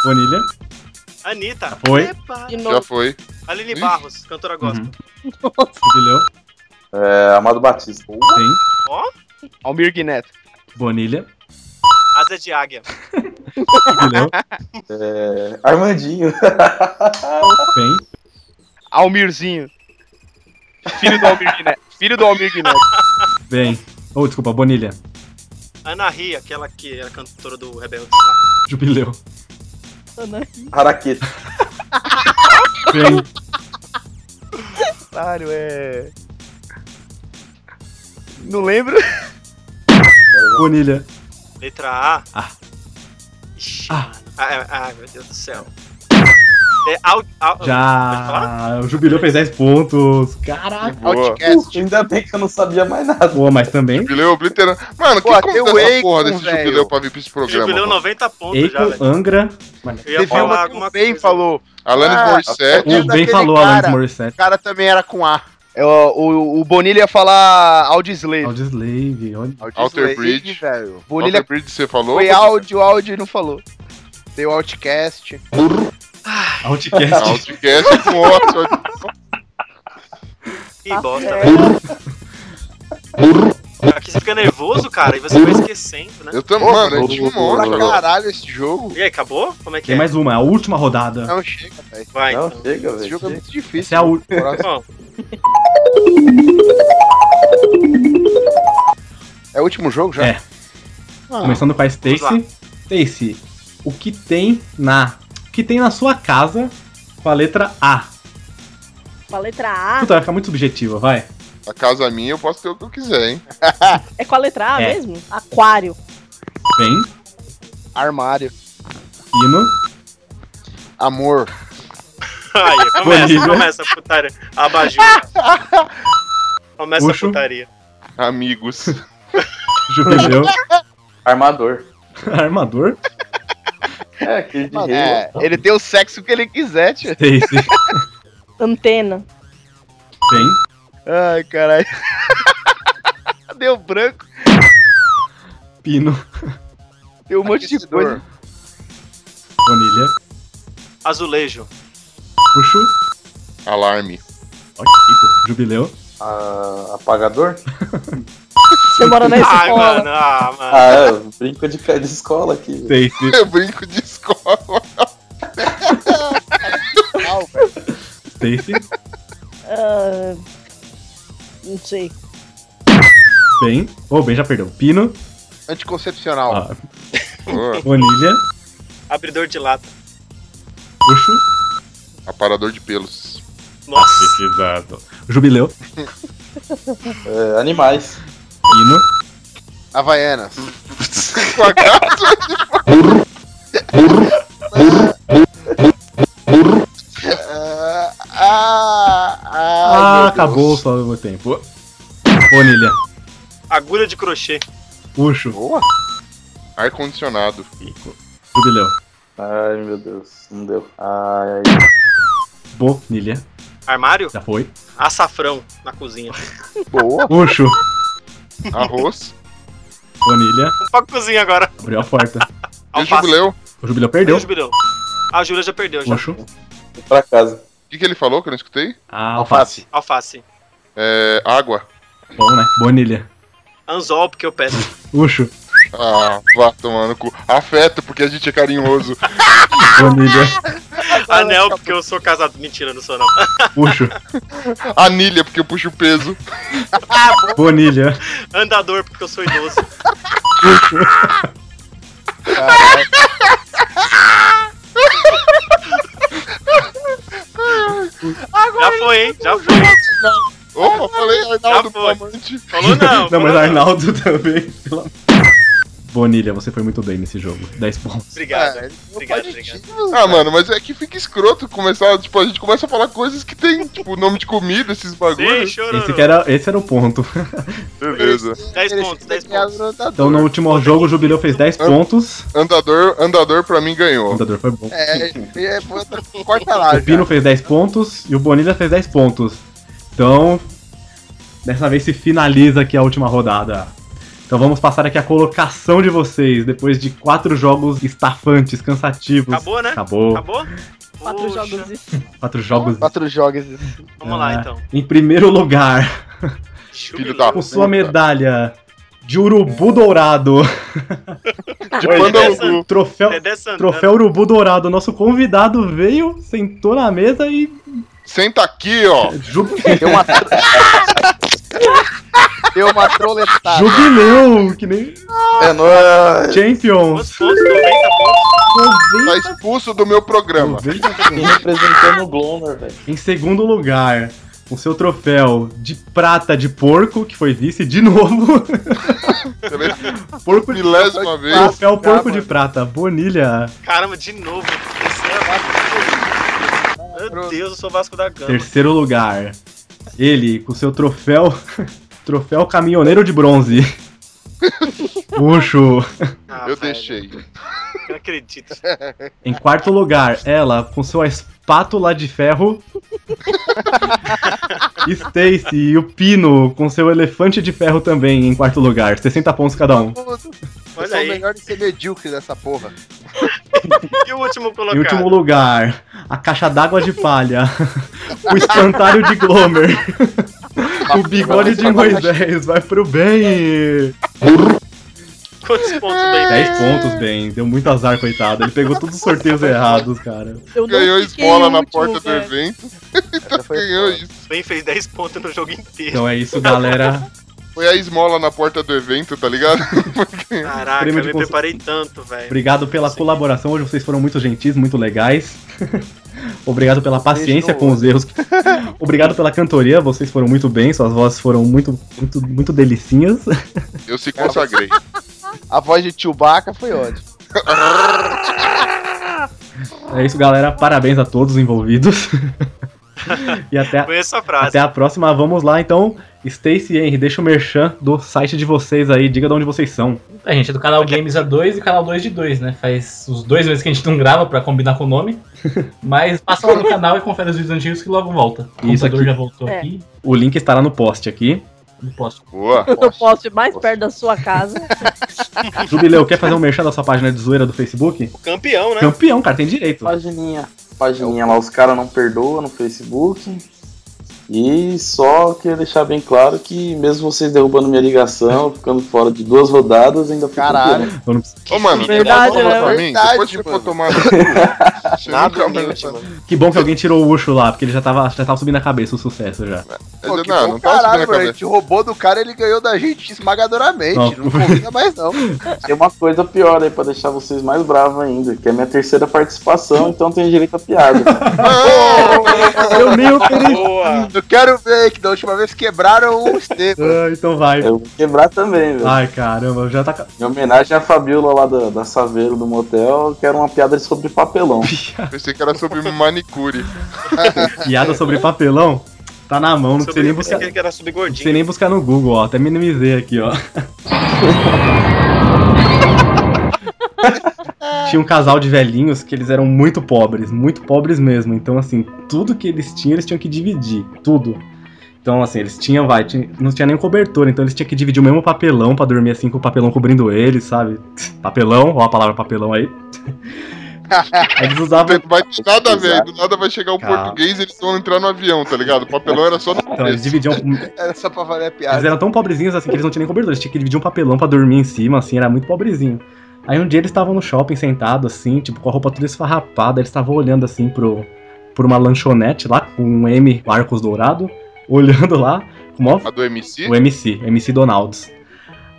Speaker 4: Bonilha.
Speaker 3: Anitta.
Speaker 4: foi. Uhum.
Speaker 3: Epa.
Speaker 2: De
Speaker 1: Já foi.
Speaker 3: Aline Barros, cantora gospel.
Speaker 4: Jubileu.
Speaker 6: É, Amado Batista.
Speaker 4: Bem.
Speaker 3: Ó,
Speaker 5: Almir Guineto.
Speaker 4: Bonilha.
Speaker 3: asa de águia.
Speaker 4: Jubileu.
Speaker 6: É, Armandinho.
Speaker 4: Bem.
Speaker 5: Almirzinho. Filho do Almir Guineto. Filho do Almir Guineto.
Speaker 4: Bem. Ou, Oh, desculpa, Bonilha.
Speaker 3: Ana Ria, aquela que era cantora do Rebeldes.
Speaker 4: Jubileu.
Speaker 2: né?
Speaker 6: Araqueta.
Speaker 4: Bem.
Speaker 5: Caralho, é. Não lembro.
Speaker 4: Bonilha.
Speaker 3: Letra A.
Speaker 4: Ah.
Speaker 3: Ixi,
Speaker 4: Ah.
Speaker 3: mano. Ah, é- ah, meu Deus do céu. É, au, au- pode falar?
Speaker 4: Já. O Jubileu fez 10 pontos. Caraca.
Speaker 6: Outcast. Ainda bem que eu não sabia mais nada.
Speaker 4: Pô, mas também.
Speaker 1: Jubileu obliterando. Mano,
Speaker 5: Pô,
Speaker 1: quem
Speaker 5: até o
Speaker 1: convidou essa
Speaker 5: Akon,
Speaker 1: porra desse
Speaker 5: velho.
Speaker 1: jubileu pra vir pra esse programa?
Speaker 3: Jubileu
Speaker 1: mano?
Speaker 3: 90 pontos já,
Speaker 4: Eiko,
Speaker 3: velho.
Speaker 4: Angra.
Speaker 3: Eu ia
Speaker 5: Teve
Speaker 3: falar
Speaker 5: uma que
Speaker 3: alguma
Speaker 5: o Ben falou.
Speaker 1: Alanis Morissette.
Speaker 5: é
Speaker 4: O Ben
Speaker 5: daquele
Speaker 4: falou
Speaker 5: cara.
Speaker 4: Alanis Morissette.
Speaker 5: O cara também era com A. É, o, o, o Bonilha ia falar Audislave.
Speaker 4: Audislave, olha.
Speaker 1: Alter Bridge.
Speaker 5: velho.
Speaker 1: Bonilha...
Speaker 5: Bonilha
Speaker 1: Alter Bridge você falou?
Speaker 5: é foi áudio, áudio e não falou. Tem o Outcast.
Speaker 4: Outcast.
Speaker 1: Outcast com ótimo.
Speaker 3: Que
Speaker 2: Ah,
Speaker 3: bosta,
Speaker 2: É,
Speaker 3: velho. Aqui você fica nervoso, cara, e você vai esquecendo, né?
Speaker 1: Eu também,
Speaker 5: Pô,
Speaker 1: mano,
Speaker 5: pô,
Speaker 1: eu tinha um
Speaker 5: pô, pra
Speaker 1: monte.
Speaker 5: caralho esse jogo.
Speaker 3: E aí, acabou? Como é que
Speaker 4: Tem
Speaker 3: é?
Speaker 4: mais uma, a última rodada.
Speaker 5: Não, chega, velho.
Speaker 3: Vai.
Speaker 6: Não,
Speaker 3: então.
Speaker 6: chega,
Speaker 5: Esse
Speaker 6: velho.
Speaker 5: jogo
Speaker 6: chega.
Speaker 5: é muito É um difícil.
Speaker 4: Essa é a última.
Speaker 3: Bom,
Speaker 5: É o último jogo já?
Speaker 4: É.
Speaker 5: Ah.
Speaker 4: Começando com a Stacy. Stacy, o que tem na. O que tem na sua casa com a letra A?
Speaker 2: Com a letra A.
Speaker 4: Puta, vai ficar muito subjetiva, vai.
Speaker 1: A casa minha eu posso ter o que eu quiser, hein?
Speaker 2: É com a letra A
Speaker 4: É.
Speaker 2: mesmo? Aquário.
Speaker 4: Bem,
Speaker 5: Armário.
Speaker 4: Pino,
Speaker 5: Amor.
Speaker 3: aí,
Speaker 4: Bonilha.
Speaker 3: começa, começa a putaria. Abajur. Começa
Speaker 4: Puxo.
Speaker 3: a putaria.
Speaker 1: Amigos.
Speaker 4: Jubileu,
Speaker 6: Armador.
Speaker 4: Armador,
Speaker 6: É, aquele de rei.
Speaker 5: É, ele tem o sexo que ele quiser, tio.
Speaker 4: Stacy.
Speaker 2: Antena.
Speaker 4: Bem,
Speaker 5: Ai, caralho. Deu branco.
Speaker 4: Pino,
Speaker 5: Tem um monte de coisa.
Speaker 4: Bonilha,
Speaker 3: Azulejo.
Speaker 4: Puxo,
Speaker 1: Alarme.
Speaker 4: ó que tipo, Jubileu,
Speaker 6: Ah, apagador?
Speaker 2: Você mora na
Speaker 3: Ai,
Speaker 2: escola.
Speaker 3: mano, ah, mano.
Speaker 6: Ah, é, eu brinco de, de escola aqui. velho.
Speaker 4: Stacy,
Speaker 1: Eu brinco de escola.
Speaker 5: Não, velho.
Speaker 4: Stacy,
Speaker 2: Ah, não sei.
Speaker 4: Bem, ou bem, já perdeu. Pino, Ah,
Speaker 5: Anticoncepcional.
Speaker 1: Ah,
Speaker 4: ó,
Speaker 1: Boa.
Speaker 4: Bonilha,
Speaker 3: Abridor de lata.
Speaker 4: Puxo,
Speaker 1: Aparador de pelos.
Speaker 3: Nossa.
Speaker 4: pesado. Jubileu,
Speaker 6: É, animais.
Speaker 4: Pino,
Speaker 5: Havaianas.
Speaker 1: Com a casa.
Speaker 4: ah,
Speaker 5: Ah, ah, ah, meu Deus.
Speaker 4: acabou só o meu tempo. Bonilha,
Speaker 3: Agulha de crochê.
Speaker 4: Puxo,
Speaker 3: Oh.
Speaker 5: Boa.
Speaker 1: Ar-condicionado.
Speaker 4: Jubileu,
Speaker 6: Ai, meu Deus, não deu. Ai,
Speaker 4: Bonilha,
Speaker 3: Armário?
Speaker 4: já foi.
Speaker 3: Açafrão na cozinha.
Speaker 5: Boa.
Speaker 4: Puxo,
Speaker 1: Arroz.
Speaker 4: Vanilha.
Speaker 3: Pra cozinha agora.
Speaker 4: Abriu a porta.
Speaker 1: E o jubileu?
Speaker 4: O jubileu perdeu.
Speaker 3: O jubileu. Ah, o Júlio já perdeu, já.
Speaker 4: Oxo.
Speaker 1: Pra casa. O que, que ele falou que eu não escutei?
Speaker 4: Ah, alface.
Speaker 3: Alface.
Speaker 1: É, água.
Speaker 4: Bom, né? Bonilha.
Speaker 3: Anzol, porque eu peço.
Speaker 4: Ucho.
Speaker 1: Ah, vá tomando cu. Afeto, porque a gente é carinhoso.
Speaker 4: Bonilha.
Speaker 3: Anel, porque eu sou casado. Mentira, eu não sou não.
Speaker 4: Puxo.
Speaker 1: Anilha, porque eu puxo peso.
Speaker 4: Bonilha.
Speaker 3: Andador, porque eu sou idoso.
Speaker 4: Puxo.
Speaker 3: Já foi, hein? Já foi. Ah,
Speaker 1: Ô, falei Arnaldo Bramante.
Speaker 3: Falou não.
Speaker 4: mas Arnaldo também. pelo amor. Bonilha, você foi muito bem nesse jogo. 10 pontos.
Speaker 3: Obrigado.
Speaker 2: É,
Speaker 3: obrigado, obrigado.
Speaker 1: Ah, mano, mas é que fica escroto começar, tipo, a gente começa a falar coisas que tem, tipo, nome de comida, esses bagulhos.
Speaker 4: Esse, é que era, esse era o ponto.
Speaker 1: Beleza.
Speaker 3: 10 pontos, 10 pontos.
Speaker 4: Então no último jogo o Jubileu fez 10 pontos.
Speaker 1: Andador, andador pra mim ganhou.
Speaker 4: Andador foi bom.
Speaker 5: É, é, é corta lá.
Speaker 4: O Pino fez 10 pontos e o Bonilha fez 10 pontos. Então, dessa vez se finaliza aqui a última rodada. Então vamos passar aqui a colocação de vocês, depois de quatro jogos estafantes, cansativos.
Speaker 3: Acabou, né?
Speaker 4: Acabou.
Speaker 3: Acabou?
Speaker 2: Quatro jogos e...
Speaker 4: Quatro jogos.
Speaker 5: Quatro jogos.
Speaker 3: Vamos lá,
Speaker 4: Ah,
Speaker 3: então.
Speaker 4: Em primeiro lugar,
Speaker 1: Filho da
Speaker 4: com sua medalha de urubu dourado.
Speaker 1: De panda urubu.
Speaker 4: Troféu,
Speaker 3: Dedé Santana.
Speaker 4: troféu urubu dourado. Nosso convidado veio, sentou na mesa e...
Speaker 1: Senta aqui, ó.
Speaker 4: Ju...
Speaker 5: Deu uma, deu uma troletada.
Speaker 4: Jubileu, que nem...
Speaker 5: É nóis.
Speaker 4: Champions.
Speaker 3: Pontos, 90 pontos.
Speaker 1: Tá expulso do meu programa.
Speaker 6: representando o Glomer, velho.
Speaker 4: Em segundo lugar, com seu troféu de prata de porco, que foi vice de novo. porco de
Speaker 1: Milésima vez.
Speaker 4: Troféu porco de prata, Bonilha.
Speaker 3: Caramba, de novo. Esse é Vasco. Meu Deus, eu sou Vasco da Gama.
Speaker 4: Terceiro lugar, ele com seu troféu. Troféu caminhoneiro de bronze. Puxo.
Speaker 1: Eu deixei.
Speaker 3: Ah, Não acredito.
Speaker 4: Em quarto lugar, ela com sua espátula de ferro. Stacy e o Pino com seu elefante de ferro também em quarto lugar. 60 pontos cada um.
Speaker 5: Eu sou o melhor de ser medíocre dessa porra.
Speaker 3: E o último colocado?
Speaker 4: Em último lugar, a caixa d'água de palha, o espantalho de Glomer, o bigode de Moisés, vai pro bem!
Speaker 3: Quantos pontos bem?
Speaker 4: 10 pontos, bem, deu muito azar, coitado. Ele pegou todos os sorteios errados, cara.
Speaker 2: Eu não
Speaker 1: Ganhou
Speaker 2: fiquei
Speaker 1: esmola
Speaker 2: em
Speaker 1: na
Speaker 2: último,
Speaker 1: porta do
Speaker 2: velho.
Speaker 1: evento. Então ganhou isso.
Speaker 3: Bem fez 10 pontos no jogo inteiro.
Speaker 4: Então é isso, galera.
Speaker 1: Foi a esmola na porta do evento, tá ligado?
Speaker 3: Caraca, eu
Speaker 4: Prêmio de
Speaker 3: me
Speaker 4: cons-
Speaker 3: preparei tanto, velho.
Speaker 4: Obrigado pela colaboração, hoje vocês foram muito gentis, muito legais. Obrigado pela paciência com os erros. Obrigado pela cantoria, vocês foram muito bem, suas vozes foram muito, muito, muito delicinhas.
Speaker 1: Eu se consagrei.
Speaker 5: A voz de Chewbacca foi ótima.
Speaker 4: É isso, galera. Parabéns a todos os envolvidos. e até,
Speaker 3: Conheço a frase.
Speaker 4: até a próxima. Vamos lá, então. Stacy e Henry, deixa o merchan do site de vocês aí. Diga de onde vocês são.
Speaker 17: A gente é do canal Games A2 e canal 2 de 2, né? Faz uns dois meses que a gente não grava pra combinar com o nome. Mas passa lá no canal e confere os vídeos antigos que logo volta. O
Speaker 4: Isso
Speaker 17: computador
Speaker 4: aqui.
Speaker 17: já voltou
Speaker 2: É.
Speaker 17: aqui
Speaker 4: O link estará no post aqui.
Speaker 17: no posto.
Speaker 1: Boa.
Speaker 2: Eu posso ir mais perto da sua casa.
Speaker 4: Jubileu, quer fazer um merchan da sua página de zoeira do Facebook?
Speaker 3: Campeão, né?
Speaker 4: Campeão, cara, tem direito.
Speaker 6: Pagininha. Pagininha lá, os caras não perdoam no Facebook. E só queria deixar bem claro que mesmo vocês derrubando minha ligação, ficando fora de duas rodadas, ainda fica
Speaker 5: Caralho.
Speaker 4: Eu Então não-
Speaker 1: Ô, mano,
Speaker 2: Verdade,
Speaker 1: você
Speaker 2: né?
Speaker 1: pra mim? Depois você for tomar no cu. Você
Speaker 5: Nada
Speaker 1: nunca mais
Speaker 5: mente,
Speaker 1: vai-
Speaker 5: mano.
Speaker 4: Que bom que alguém tirou o Ucho lá, porque ele já tava, já tava subindo a cabeça o sucesso já.
Speaker 5: Pô,
Speaker 1: Não,
Speaker 5: que bom,
Speaker 1: não tava subindo a
Speaker 5: caralho, mano. A
Speaker 1: cabeça.
Speaker 5: gente roubou do cara ele ganhou da gente esmagadoramente.
Speaker 4: Não.
Speaker 5: Não, combina mais, não.
Speaker 6: Tem uma coisa pior aí pra deixar vocês mais bravos ainda, que é minha terceira participação, então tem direito a piada.
Speaker 4: Eu nem ofereci.
Speaker 3: Boa.
Speaker 5: Eu quero ver que da última vez quebraram o né? Estevam.
Speaker 4: Ah, então vai.
Speaker 6: Eu vou quebrar também, velho.
Speaker 4: Ai, caramba, já tá. ca-
Speaker 6: Em homenagem à Fabiola lá da, da Saveiro do motel, eu quero uma piada sobre papelão.
Speaker 1: Pensei que era sobre manicure.
Speaker 4: Piada sobre papelão? Tá na mão, não precisa nem buscar.
Speaker 3: que era subir
Speaker 4: Não precisa nem buscar no Google, ó. Até minimizei aqui, ó. Tinha um casal de velhinhos que eles eram muito pobres, muito pobres mesmo. Então, assim, tudo que eles tinham, eles tinham que dividir. Tudo. Então, assim, eles tinham, vai, tinha- não tinha nem cobertor, então eles tinham que dividir o mesmo papelão pra dormir assim com o papelão cobrindo eles, sabe? Papelão, ó a palavra papelão aí. Eles usavam.
Speaker 19: Vai ter nada a ver, do nada vai
Speaker 1: um
Speaker 19: chegar o
Speaker 4: Calma.
Speaker 19: português e eles vão entrar no avião, tá ligado? O papelão era só no
Speaker 4: Então, eles dividiam.
Speaker 5: Era só pra valer a
Speaker 4: Eles
Speaker 5: piada.
Speaker 4: eram tão pobrezinhos assim que eles não tinham nem cobertor, eles tinham que dividir um papelão pra dormir em cima, assim, era muito pobrezinho. Aí um dia eles estavam no shopping sentados, assim, tipo, com a roupa toda esfarrapada, eles estavam olhando assim pro, por uma lanchonete lá, com um M Arcos Dourado, olhando lá, com mó
Speaker 19: A do MC?
Speaker 4: o MC, MC Donalds.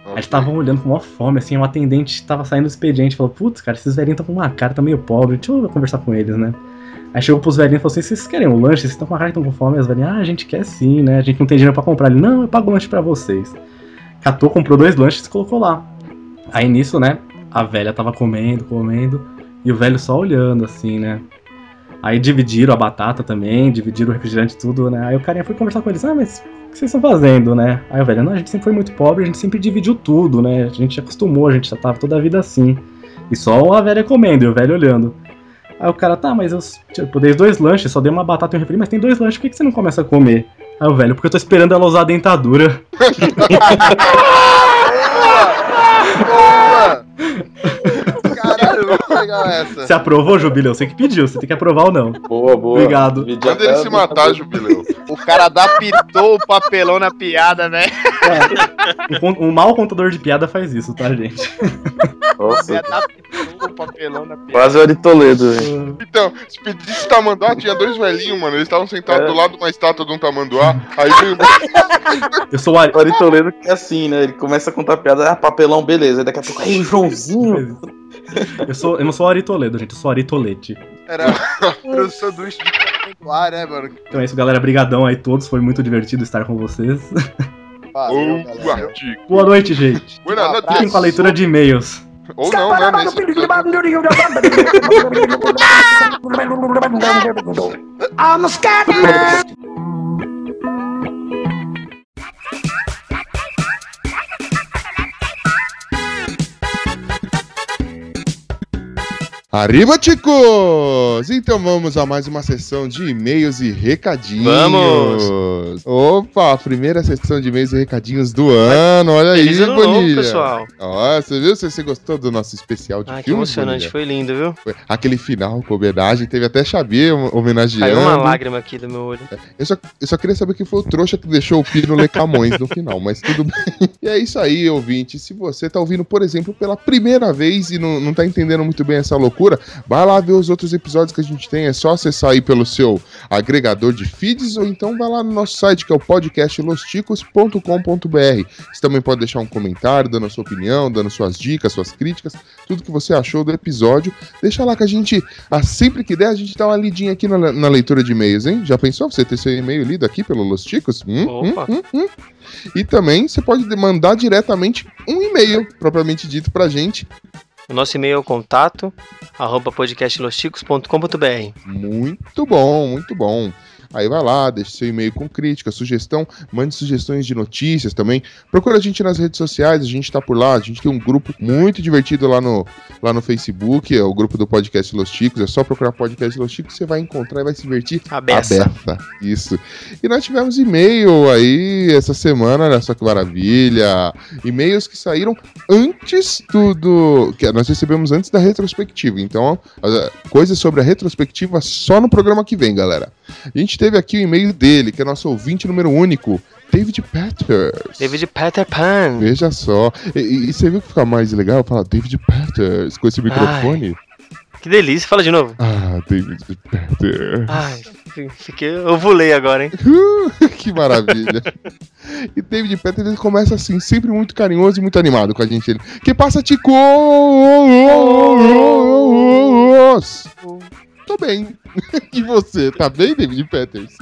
Speaker 4: Aí eles estavam olhando com maior fome, assim, o atendente tava saindo do expediente, falou, putz, cara, esses velhinhos estão com uma cara, tá meio pobre, deixa eu conversar com eles, né? Aí chegou pros velhinhos e falou assim, vocês querem um lanche? Vocês estão com uma cara que estão com fome? As velhinhas, ah, a gente quer sim, né? A gente não tem dinheiro pra comprar. Ele, não, eu pago o lanche pra vocês. Catou, comprou dois lanches e colocou lá. Aí nisso, né, a velha tava comendo, comendo, e o velho só olhando, assim, né? Aí dividiram a batata também, dividiram o refrigerante tudo, né? Aí o carinha foi conversar com eles, ah, mas o que vocês estão fazendo, né? Aí o velho, não, a gente sempre foi muito pobre, a gente sempre dividiu tudo, né? A gente se acostumou, a gente já tava toda a vida assim. E só a velha comendo e o velho olhando. Aí o cara, tá, mas eu tipo, dei dois lanches, só dei uma batata e um refri, mas tem dois lanches, por que que você não começa a comer? Aí o velho, porque eu tô esperando ela usar a dentadura.
Speaker 5: Boa! Caralho, muito legal essa.
Speaker 4: Você aprovou, Jubileu? Você que pediu, você tem que aprovar ou não.
Speaker 6: Boa, boa.
Speaker 4: Obrigado.
Speaker 19: Manda ele se matar, Jubileu.
Speaker 1: é-
Speaker 5: O cara adaptou o papelão na piada, né? velho.
Speaker 4: Um, con- um mau contador de piada faz isso, tá, gente?
Speaker 5: Você adaptou o papelão na piada.
Speaker 6: Quase o Ari Toledo, velho.
Speaker 19: Então, se pedisse tamanduá, tinha dois velhinhos, mano. Eles estavam sentados do lado de uma estátua de um tamanduá. Aí veio
Speaker 4: Eu sou o Ari.
Speaker 6: O Ari Toledo que é assim, né? Ele começa a contar piada, ah, papelão, beleza. Aí daqui a pouco, ei, Joãozinho.
Speaker 4: Eu, sou, eu não sou o Ari Toledo, gente, eu sou o Ari Tolete.
Speaker 5: Era, era o sanduíche de tamanduá, né, mano?
Speaker 4: Então é isso, galera. Brigadão aí todos. Foi muito divertido estar com vocês.
Speaker 5: Valeu,
Speaker 19: um artigo.
Speaker 4: Boa noite, gente.
Speaker 19: Boa noite.
Speaker 2: Ah,
Speaker 4: Fiquem com a leitura de e-mails.
Speaker 19: Ou não, né? Nesse...
Speaker 3: Almost got
Speaker 1: Arriba, chicos! Então vamos a mais uma sessão de e-mails e recadinhos.
Speaker 3: Vamos!
Speaker 1: Opa, a primeira sessão de e-mails e recadinhos do ano. Olha aí,
Speaker 3: Feliz ano novo,
Speaker 1: Bonilha.
Speaker 3: pessoal.
Speaker 1: Ó, você viu? Você, você gostou do nosso especial de
Speaker 3: Ah, que
Speaker 1: filmes, Bonilha?
Speaker 3: emocionante, foi lindo, viu?
Speaker 1: Aquele final com homenagem, teve até Xavier homenageando.
Speaker 3: Caiu uma lágrima aqui do meu olho.
Speaker 1: Eu só, eu só queria saber quem foi o trouxa que deixou o Pino ler Camões no final, mas tudo bem. E é isso aí, ouvinte. Se você tá ouvindo, por exemplo, pela primeira vez e não, não tá entendendo muito bem essa loucura, vai lá ver os outros episódios que a gente tem. É só acessar aí pelo seu agregador de feeds ou então vai lá no nosso site, que é o podcastlosticos.com.br. Você também pode deixar um comentário, dando a sua opinião, dando suas dicas, suas críticas, tudo que você achou do episódio. Deixa lá que a gente, ah, sempre que der, a gente dá uma lidinha aqui na, na leitura de e-mails, hein? Já pensou você ter seu e-mail lido aqui pelo Los Ticos? Hum,
Speaker 3: Opa.
Speaker 1: hum, hum, hum. E também você pode de- mandar diretamente um e-mail, propriamente dito, pra gente.
Speaker 3: O nosso e-mail é o contato, arroba podcastlosticos.com.br.
Speaker 1: Muito bom, muito bom. Aí vai lá, deixa seu e-mail com crítica, sugestão, mande sugestões de notícias também. Procura a gente nas redes sociais, a gente tá por lá, a gente tem um grupo muito divertido lá no, lá no Facebook, é o grupo do Podcast Los Chicos, é só procurar Podcast Los Chicos, você vai encontrar e vai se divertir
Speaker 3: A beça.
Speaker 1: beça. Isso. E nós tivemos e-mail aí essa semana, olha só que maravilha. E-mails que saíram antes do, do- que nós recebemos antes da retrospectiva. Então, ah, coisas sobre a retrospectiva só no programa que vem, galera. A gente teve aqui o e-mail dele, que é nosso ouvinte número único, David Patters.
Speaker 3: David Peter Pan.
Speaker 1: Veja só. E, e- e você viu que fica mais legal falar David Patters com esse microfone?
Speaker 3: Que delícia, fala de novo.
Speaker 1: Ah, David Patters.
Speaker 3: Ai, f- fiquei. Eu vulei agora, hein?
Speaker 1: que maravilha. e David Petter ele começa assim, sempre muito carinhoso e muito animado com a gente. Ele, que passa, Tico? Tô bem. e você, tá bem, David Peters?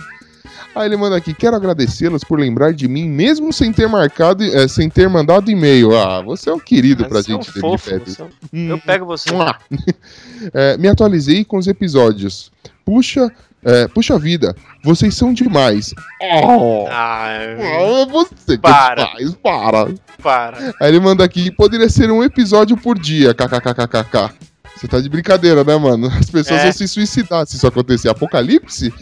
Speaker 1: Aí ele manda aqui, quero agradecê-los por lembrar de mim, mesmo sem ter marcado, eh, sem ter mandado e-mail. Ah, você é um querido pra
Speaker 3: Você é um
Speaker 1: gente, David
Speaker 3: fofo,
Speaker 1: Peters.
Speaker 3: você é um- Eu pego você.
Speaker 1: Mua. É, me atualizei com os episódios. Puxa, é, puxa vida, vocês são demais. Oh. Ah, você que
Speaker 3: Para.
Speaker 1: é demais, para.
Speaker 3: Para.
Speaker 1: Aí ele manda aqui, poderia ser um episódio por dia, kkkkkk. Você tá de brincadeira, né, mano? As pessoas
Speaker 3: É.
Speaker 1: vão se suicidar se isso acontecer. Apocalipse?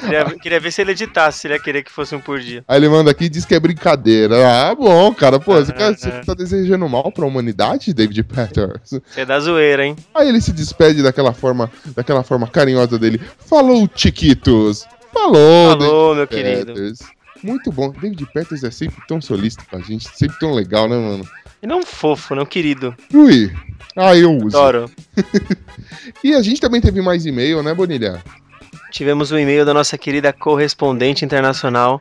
Speaker 3: Queria, queria ver se ele editasse, se ele ia querer que fosse um por dia.
Speaker 1: Aí ele manda aqui e diz que é brincadeira. Ah, bom, cara. Pô,
Speaker 3: É,
Speaker 1: você, quer- você tá desejando mal pra humanidade, David Patterson?
Speaker 3: Você é da zoeira, hein?
Speaker 1: Aí ele se despede daquela forma, daquela forma carinhosa dele. Falou, Chiquitos! Falou,
Speaker 3: Falou, meu
Speaker 1: David Peters. Muito bom. David Peters é sempre tão solista com a gente, sempre tão legal, né, mano?
Speaker 3: Ele é um fofo, não querido.
Speaker 1: Ui! Ah, eu uso.
Speaker 3: Adoro.
Speaker 1: e a gente também teve mais e-mail, né, Bonilha?
Speaker 3: Tivemos um e-mail da nossa querida correspondente internacional,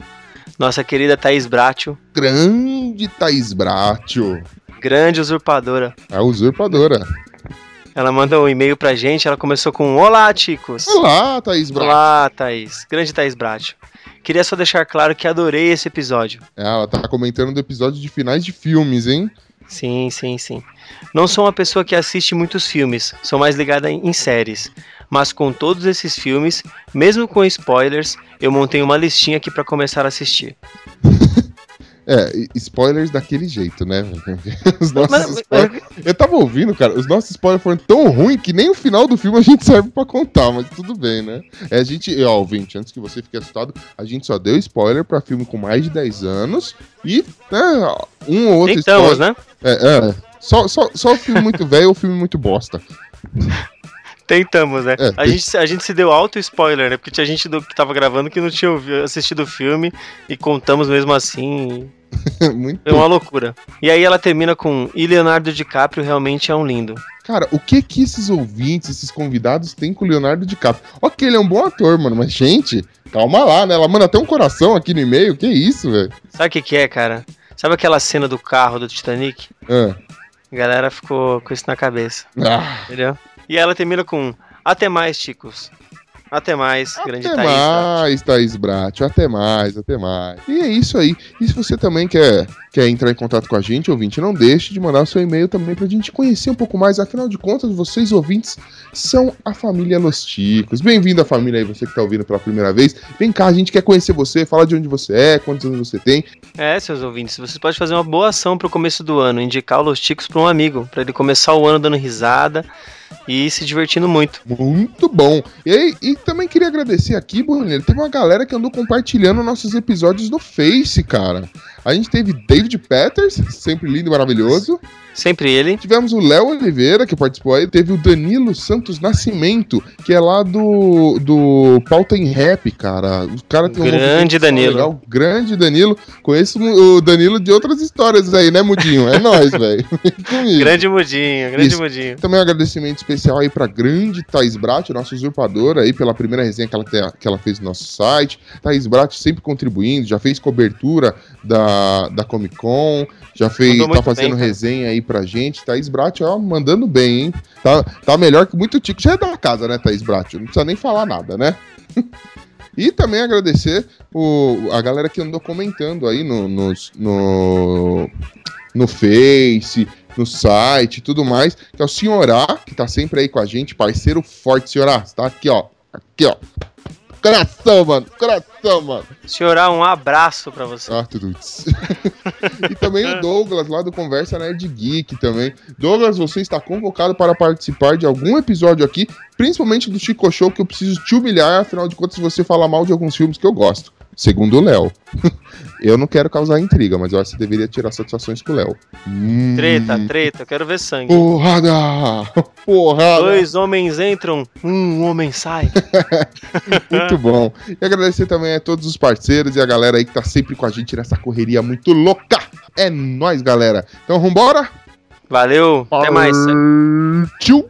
Speaker 3: nossa querida Thaís Bratio.
Speaker 1: Grande Thaís Bratio.
Speaker 3: Grande usurpadora.
Speaker 1: A usurpadora.
Speaker 3: Ela mandou um e-mail pra gente, ela começou com Olá, Ticos.
Speaker 1: Olá, Thaís Bratio.
Speaker 3: Olá, Thaís. Grande Thaís Bratio. Queria só deixar claro que adorei esse episódio.
Speaker 1: É, ela tá comentando do episódio de finais de filmes, hein?
Speaker 3: Sim, sim, sim. Não sou uma pessoa que assiste muitos filmes, sou mais ligada em, em séries. Mas com todos esses filmes, mesmo com spoilers, eu montei uma listinha aqui pra começar a assistir.
Speaker 1: É, e- spoilers daquele jeito, né? Os nossos spoilers... Eu tava ouvindo, cara, os nossos spoilers foram tão ruins que nem o final do filme a gente serve pra contar, mas tudo bem, né? É, a gente, ó, ouvinte, antes que você fique assustado, a gente só deu spoiler pra filme com mais de 10 anos e né, um ou outro
Speaker 3: Tentamos,
Speaker 1: spoiler-
Speaker 3: né?
Speaker 1: É, é. Só, só, só o filme muito velho ou filme muito bosta.
Speaker 3: Tentamos, né?
Speaker 1: É,
Speaker 3: a,
Speaker 1: tem-
Speaker 3: gente, a gente se deu alto spoiler, né? Porque tinha gente do, que tava gravando que não tinha ouvi- assistido o filme e contamos mesmo assim.
Speaker 1: Muito.
Speaker 3: Foi uma loucura. E aí ela termina com E Leonardo DiCaprio realmente é um lindo.
Speaker 1: Cara, o que que esses ouvintes, esses convidados têm com o Leonardo DiCaprio? Ok, ele é um bom ator, mano, mas gente, calma lá, né? Ela manda até um coração aqui no e-mail, que isso, velho?
Speaker 3: Sabe o que, que é, cara? Sabe aquela cena do carro do Titanic?
Speaker 1: Ah.
Speaker 3: A galera ficou com isso na cabeça.
Speaker 1: Ah.
Speaker 3: Entendeu? E ela termina com Até mais, Chicos. Até mais, grande
Speaker 1: Até
Speaker 3: Thaís.
Speaker 1: mais, Thaís Bratio. Até mais, até mais. E é isso aí. E se você também quer, quer entrar em contato com a gente, ouvinte, não deixe de mandar o seu e-mail também pra gente conhecer um pouco mais. Afinal de contas, vocês, ouvintes, são a família Los Ticos. Bem-vindo à família aí, você que tá ouvindo pela primeira vez. Vem cá, a gente quer conhecer você, falar de onde você é, quantos anos você tem.
Speaker 3: É, seus ouvintes, você pode fazer uma boa ação pro começo do ano, indicar o Los Ticos pra um amigo, pra ele começar o ano dando risada e se divertindo muito.
Speaker 1: Muito bom. E, aí- e também queria agradecer aqui, Bruneiro. Teve uma galera que andou compartilhando nossos episódios do Face, cara. A gente teve David Peters, sempre lindo e maravilhoso.
Speaker 3: Sempre ele.
Speaker 1: Tivemos o Léo Oliveira, que participou aí. Teve o Danilo Santos Nascimento, que é lá do, do Pauta em Rap, cara. O cara tem um
Speaker 3: Grande
Speaker 1: movimento de som
Speaker 3: Danilo.
Speaker 1: Grande Danilo. Conheço o Danilo de outras histórias aí, né, Mudinho? É nóis, velho. Vem comigo.
Speaker 3: Grande mudinho, grande
Speaker 1: Isso.
Speaker 3: mudinho.
Speaker 1: Também um agradecimento especial aí pra grande Thaís Brat, nossa usurpadora aí, pela primeira resenha que ela, te- que ela fez no nosso site. Thaís Brat sempre contribuindo, já fez cobertura da, da Comic Con, já fez,
Speaker 20: Mandou
Speaker 1: tá
Speaker 20: muito
Speaker 1: fazendo
Speaker 20: bem, cara.
Speaker 1: resenha aí pra gente. Thaís Brat, ó, mandando bem, hein? Tá, tá melhor que muito tico. Já é da casa, né, Thaís Brat? Não precisa nem falar nada, né? E também agradecer o, a galera que andou comentando aí no, nos- no, no Face, no site e tudo mais, que é o Senhorá, que tá sempre aí com a gente, parceiro forte, Senhorá. Você tá aqui, ó. Aqui, ó. Coração, mano. Coração, mano.
Speaker 3: Senhorá, um abraço pra você.
Speaker 1: Ah, tudo E também o Douglas, lá do Conversa Nerd Geek também. Douglas, você está convocado para participar de algum episódio aqui, principalmente do Chico Show, que eu preciso te humilhar, afinal de contas você fala mal de alguns filmes que eu gosto. Segundo o Léo. eu não quero causar intriga, mas eu acho que você deveria tirar satisfações com o Léo. Hum,
Speaker 3: Treta, treta, eu quero ver sangue.
Speaker 1: Porrada! Porrada!
Speaker 3: Dois homens entram, um homem sai.
Speaker 2: É.
Speaker 1: Muito bom. E agradecer também a todos os parceiros e a galera aí que tá sempre com a gente nessa correria muito louca. É nóis, galera. Então, vambora?
Speaker 3: Valeu, até mais.
Speaker 1: Tchau.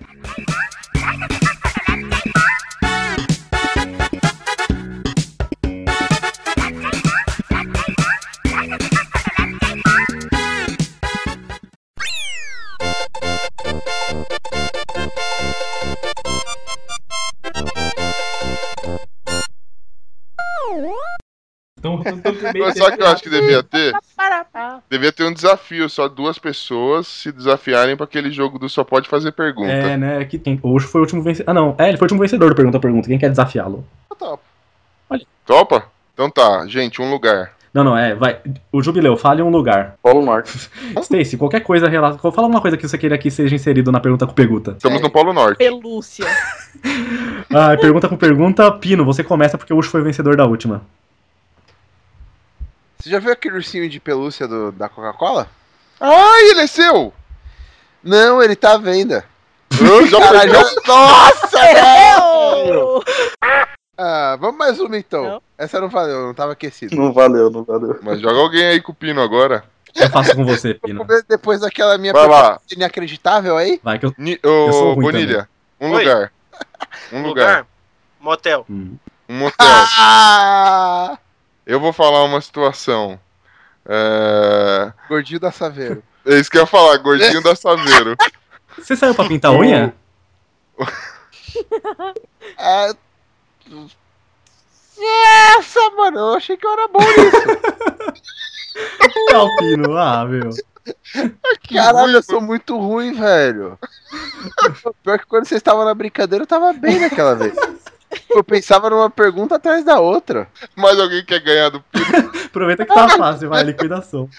Speaker 2: Mas sabe o
Speaker 1: né?
Speaker 2: que eu acho que devia ter? Devia ter um desafio, só duas pessoas se desafiarem pra aquele jogo do só pode fazer pergunta.
Speaker 4: É, né? Que quem, hoje foi o último vencedor. Ah, não. É, ele foi o último vencedor
Speaker 2: Tá
Speaker 4: do Pergunta a Pergunta. Quem quer desafiá-lo?
Speaker 2: Topa? Então tá, gente, um lugar.
Speaker 4: Não, não, é, vai. O Jubileu, fale um lugar.
Speaker 6: Polo Norte.
Speaker 4: Stacy, qualquer coisa relata. Fala uma coisa que você queira que seja inserido na pergunta com pergunta.
Speaker 1: Estamos no Polo Norte.
Speaker 2: Pelúcia.
Speaker 4: Ah, pergunta com pergunta, Pino, você começa porque o Ucho foi o vencedor da última.
Speaker 5: Você já viu aquele ursinho de pelúcia do- da Coca-Cola?
Speaker 1: Ai, ele é seu!
Speaker 5: Não, ele tá à venda.
Speaker 1: já
Speaker 5: Caralho,
Speaker 1: perdeu?
Speaker 5: já- Nossa, velho! Ah, vamos mais uma então. Essa não valeu, não tava aquecido.
Speaker 6: Não valeu, não valeu.
Speaker 1: Mas joga alguém aí com o Pino agora.
Speaker 4: Eu faço com você, Pino.
Speaker 5: Depois daquela minha
Speaker 1: Vai lá.
Speaker 5: pergunta inacreditável aí?
Speaker 4: Vai que eu.
Speaker 1: Ô,
Speaker 4: eu sou ruim
Speaker 1: Bonilha, um
Speaker 5: Oi.
Speaker 1: lugar. Um lugar.
Speaker 3: Motel.
Speaker 4: hum.
Speaker 1: Um motel.
Speaker 5: Ah!
Speaker 1: Ah! Eu vou falar uma situação. É...
Speaker 5: Gordinho da Saveiro.
Speaker 1: É isso que eu ia falar, gordinho da Saveiro.
Speaker 4: Você saiu pra pintar a unha?
Speaker 5: Ah, Essa, mano, eu achei que eu era bom nisso.
Speaker 4: Tchau, Pino. Ah, meu.
Speaker 5: Caralho, eu sou muito ruim, velho. Pior que quando vocês estavam na brincadeira, eu tava bem naquela vez. Eu pensava numa pergunta atrás da outra.
Speaker 1: Mas alguém quer ganhar do
Speaker 4: Aproveita que tá fácil, vai, liquidação.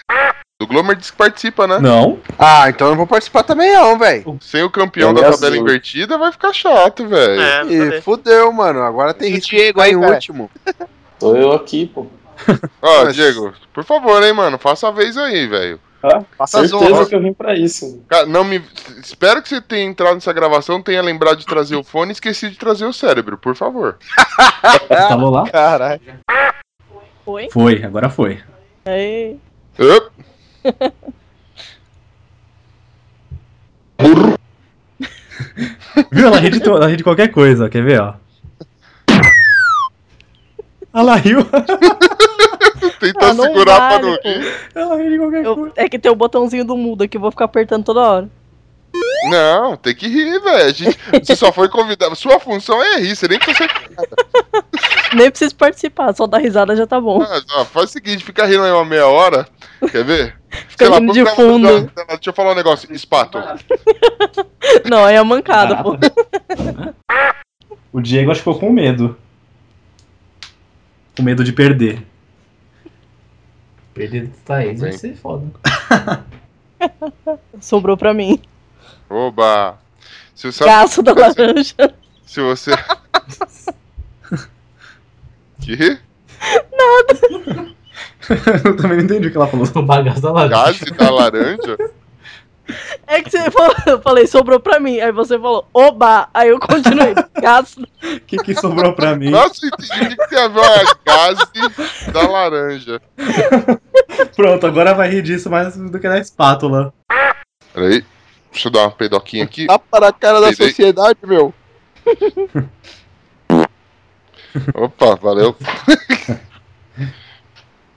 Speaker 1: O Glomer disse que participa, né?
Speaker 4: Não.
Speaker 5: Ah, então eu não vou participar também, não, velho.
Speaker 1: Sem o campeão
Speaker 4: é
Speaker 1: da
Speaker 5: Olha
Speaker 4: assim.
Speaker 1: tabela
Speaker 5: só.
Speaker 1: invertida vai ficar chato, velho.
Speaker 3: É.
Speaker 5: Ih, fudeu, mano. Agora tem risco Diego
Speaker 1: aí,
Speaker 5: em
Speaker 1: cara?
Speaker 5: último.
Speaker 6: Tô eu aqui, pô.
Speaker 1: Ó, Diego, por favor, hein, mano, faça a vez aí, velho.
Speaker 6: Faça as certeza honras. que eu vim pra isso.
Speaker 1: Cara, não me... Espero que você tenha entrado nessa gravação, tenha lembrado de trazer o fone e esqueci de trazer o cérebro, por favor.
Speaker 4: Falou lá?
Speaker 5: Caralho.
Speaker 2: Foi?
Speaker 4: Foi, agora foi.
Speaker 2: Aí.
Speaker 4: Viu? Ela ri, de, to- ela ri de qualquer coisa, quer ver, ó. Ela riu.
Speaker 1: Tentou
Speaker 2: Ah, não
Speaker 1: segurar pra
Speaker 2: vale,
Speaker 1: não
Speaker 2: pô.
Speaker 1: rir.
Speaker 2: Eu- é que tem o botãozinho do mudo aqui, eu vou ficar apertando toda hora.
Speaker 1: Não, tem que rir, velho. A gente- Você só foi convidado. Sua função é rir, você nem consegue.
Speaker 2: Nem preciso participar, só dar risada já tá bom.
Speaker 1: Ah, ó, faz o seguinte, fica rindo aí uma meia hora. Quer ver?
Speaker 2: Fica rindo
Speaker 1: põe
Speaker 2: de
Speaker 1: pra-
Speaker 2: fundo.
Speaker 1: pra- Deixa eu falar um negócio. Espato.
Speaker 2: Não, é a mancada, pô.
Speaker 4: O Diego acho que ficou com medo. Com medo de perder.
Speaker 17: Perdido do Thaís,
Speaker 4: Bem.
Speaker 17: vai ser foda.
Speaker 2: Sobrou pra mim.
Speaker 1: Oba! Se você...
Speaker 2: Gaço da laranja.
Speaker 1: Se você. que?
Speaker 2: Nada.
Speaker 4: eu também não entendi o que ela falou.
Speaker 17: O bagaço da laranja.
Speaker 1: Gás da laranja?
Speaker 2: É que você falou, eu falei, sobrou pra mim. Aí você falou, oba! Aí eu continuei, gaço.
Speaker 4: O que, que sobrou pra mim?
Speaker 1: Nossa, entendi o que que tem a ver uma gás da laranja.
Speaker 4: Pronto, agora vai rir disso mais do que da espátula.
Speaker 1: Peraí. Deixa eu dar uma pedoquinha aqui.
Speaker 5: Tapa na cara da
Speaker 1: Peidei.
Speaker 5: sociedade, meu.
Speaker 1: Opa, valeu.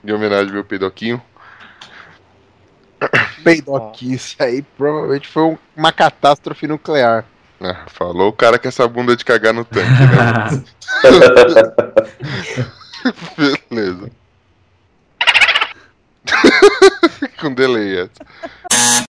Speaker 1: Em homenagem ao meu pedoquinho.
Speaker 5: Peidoquinho, isso aí provavelmente foi um- uma catástrofe nuclear.
Speaker 1: Ah, falou o cara com essa bunda de cagar no tanque, né? Beleza. com delay é. essa.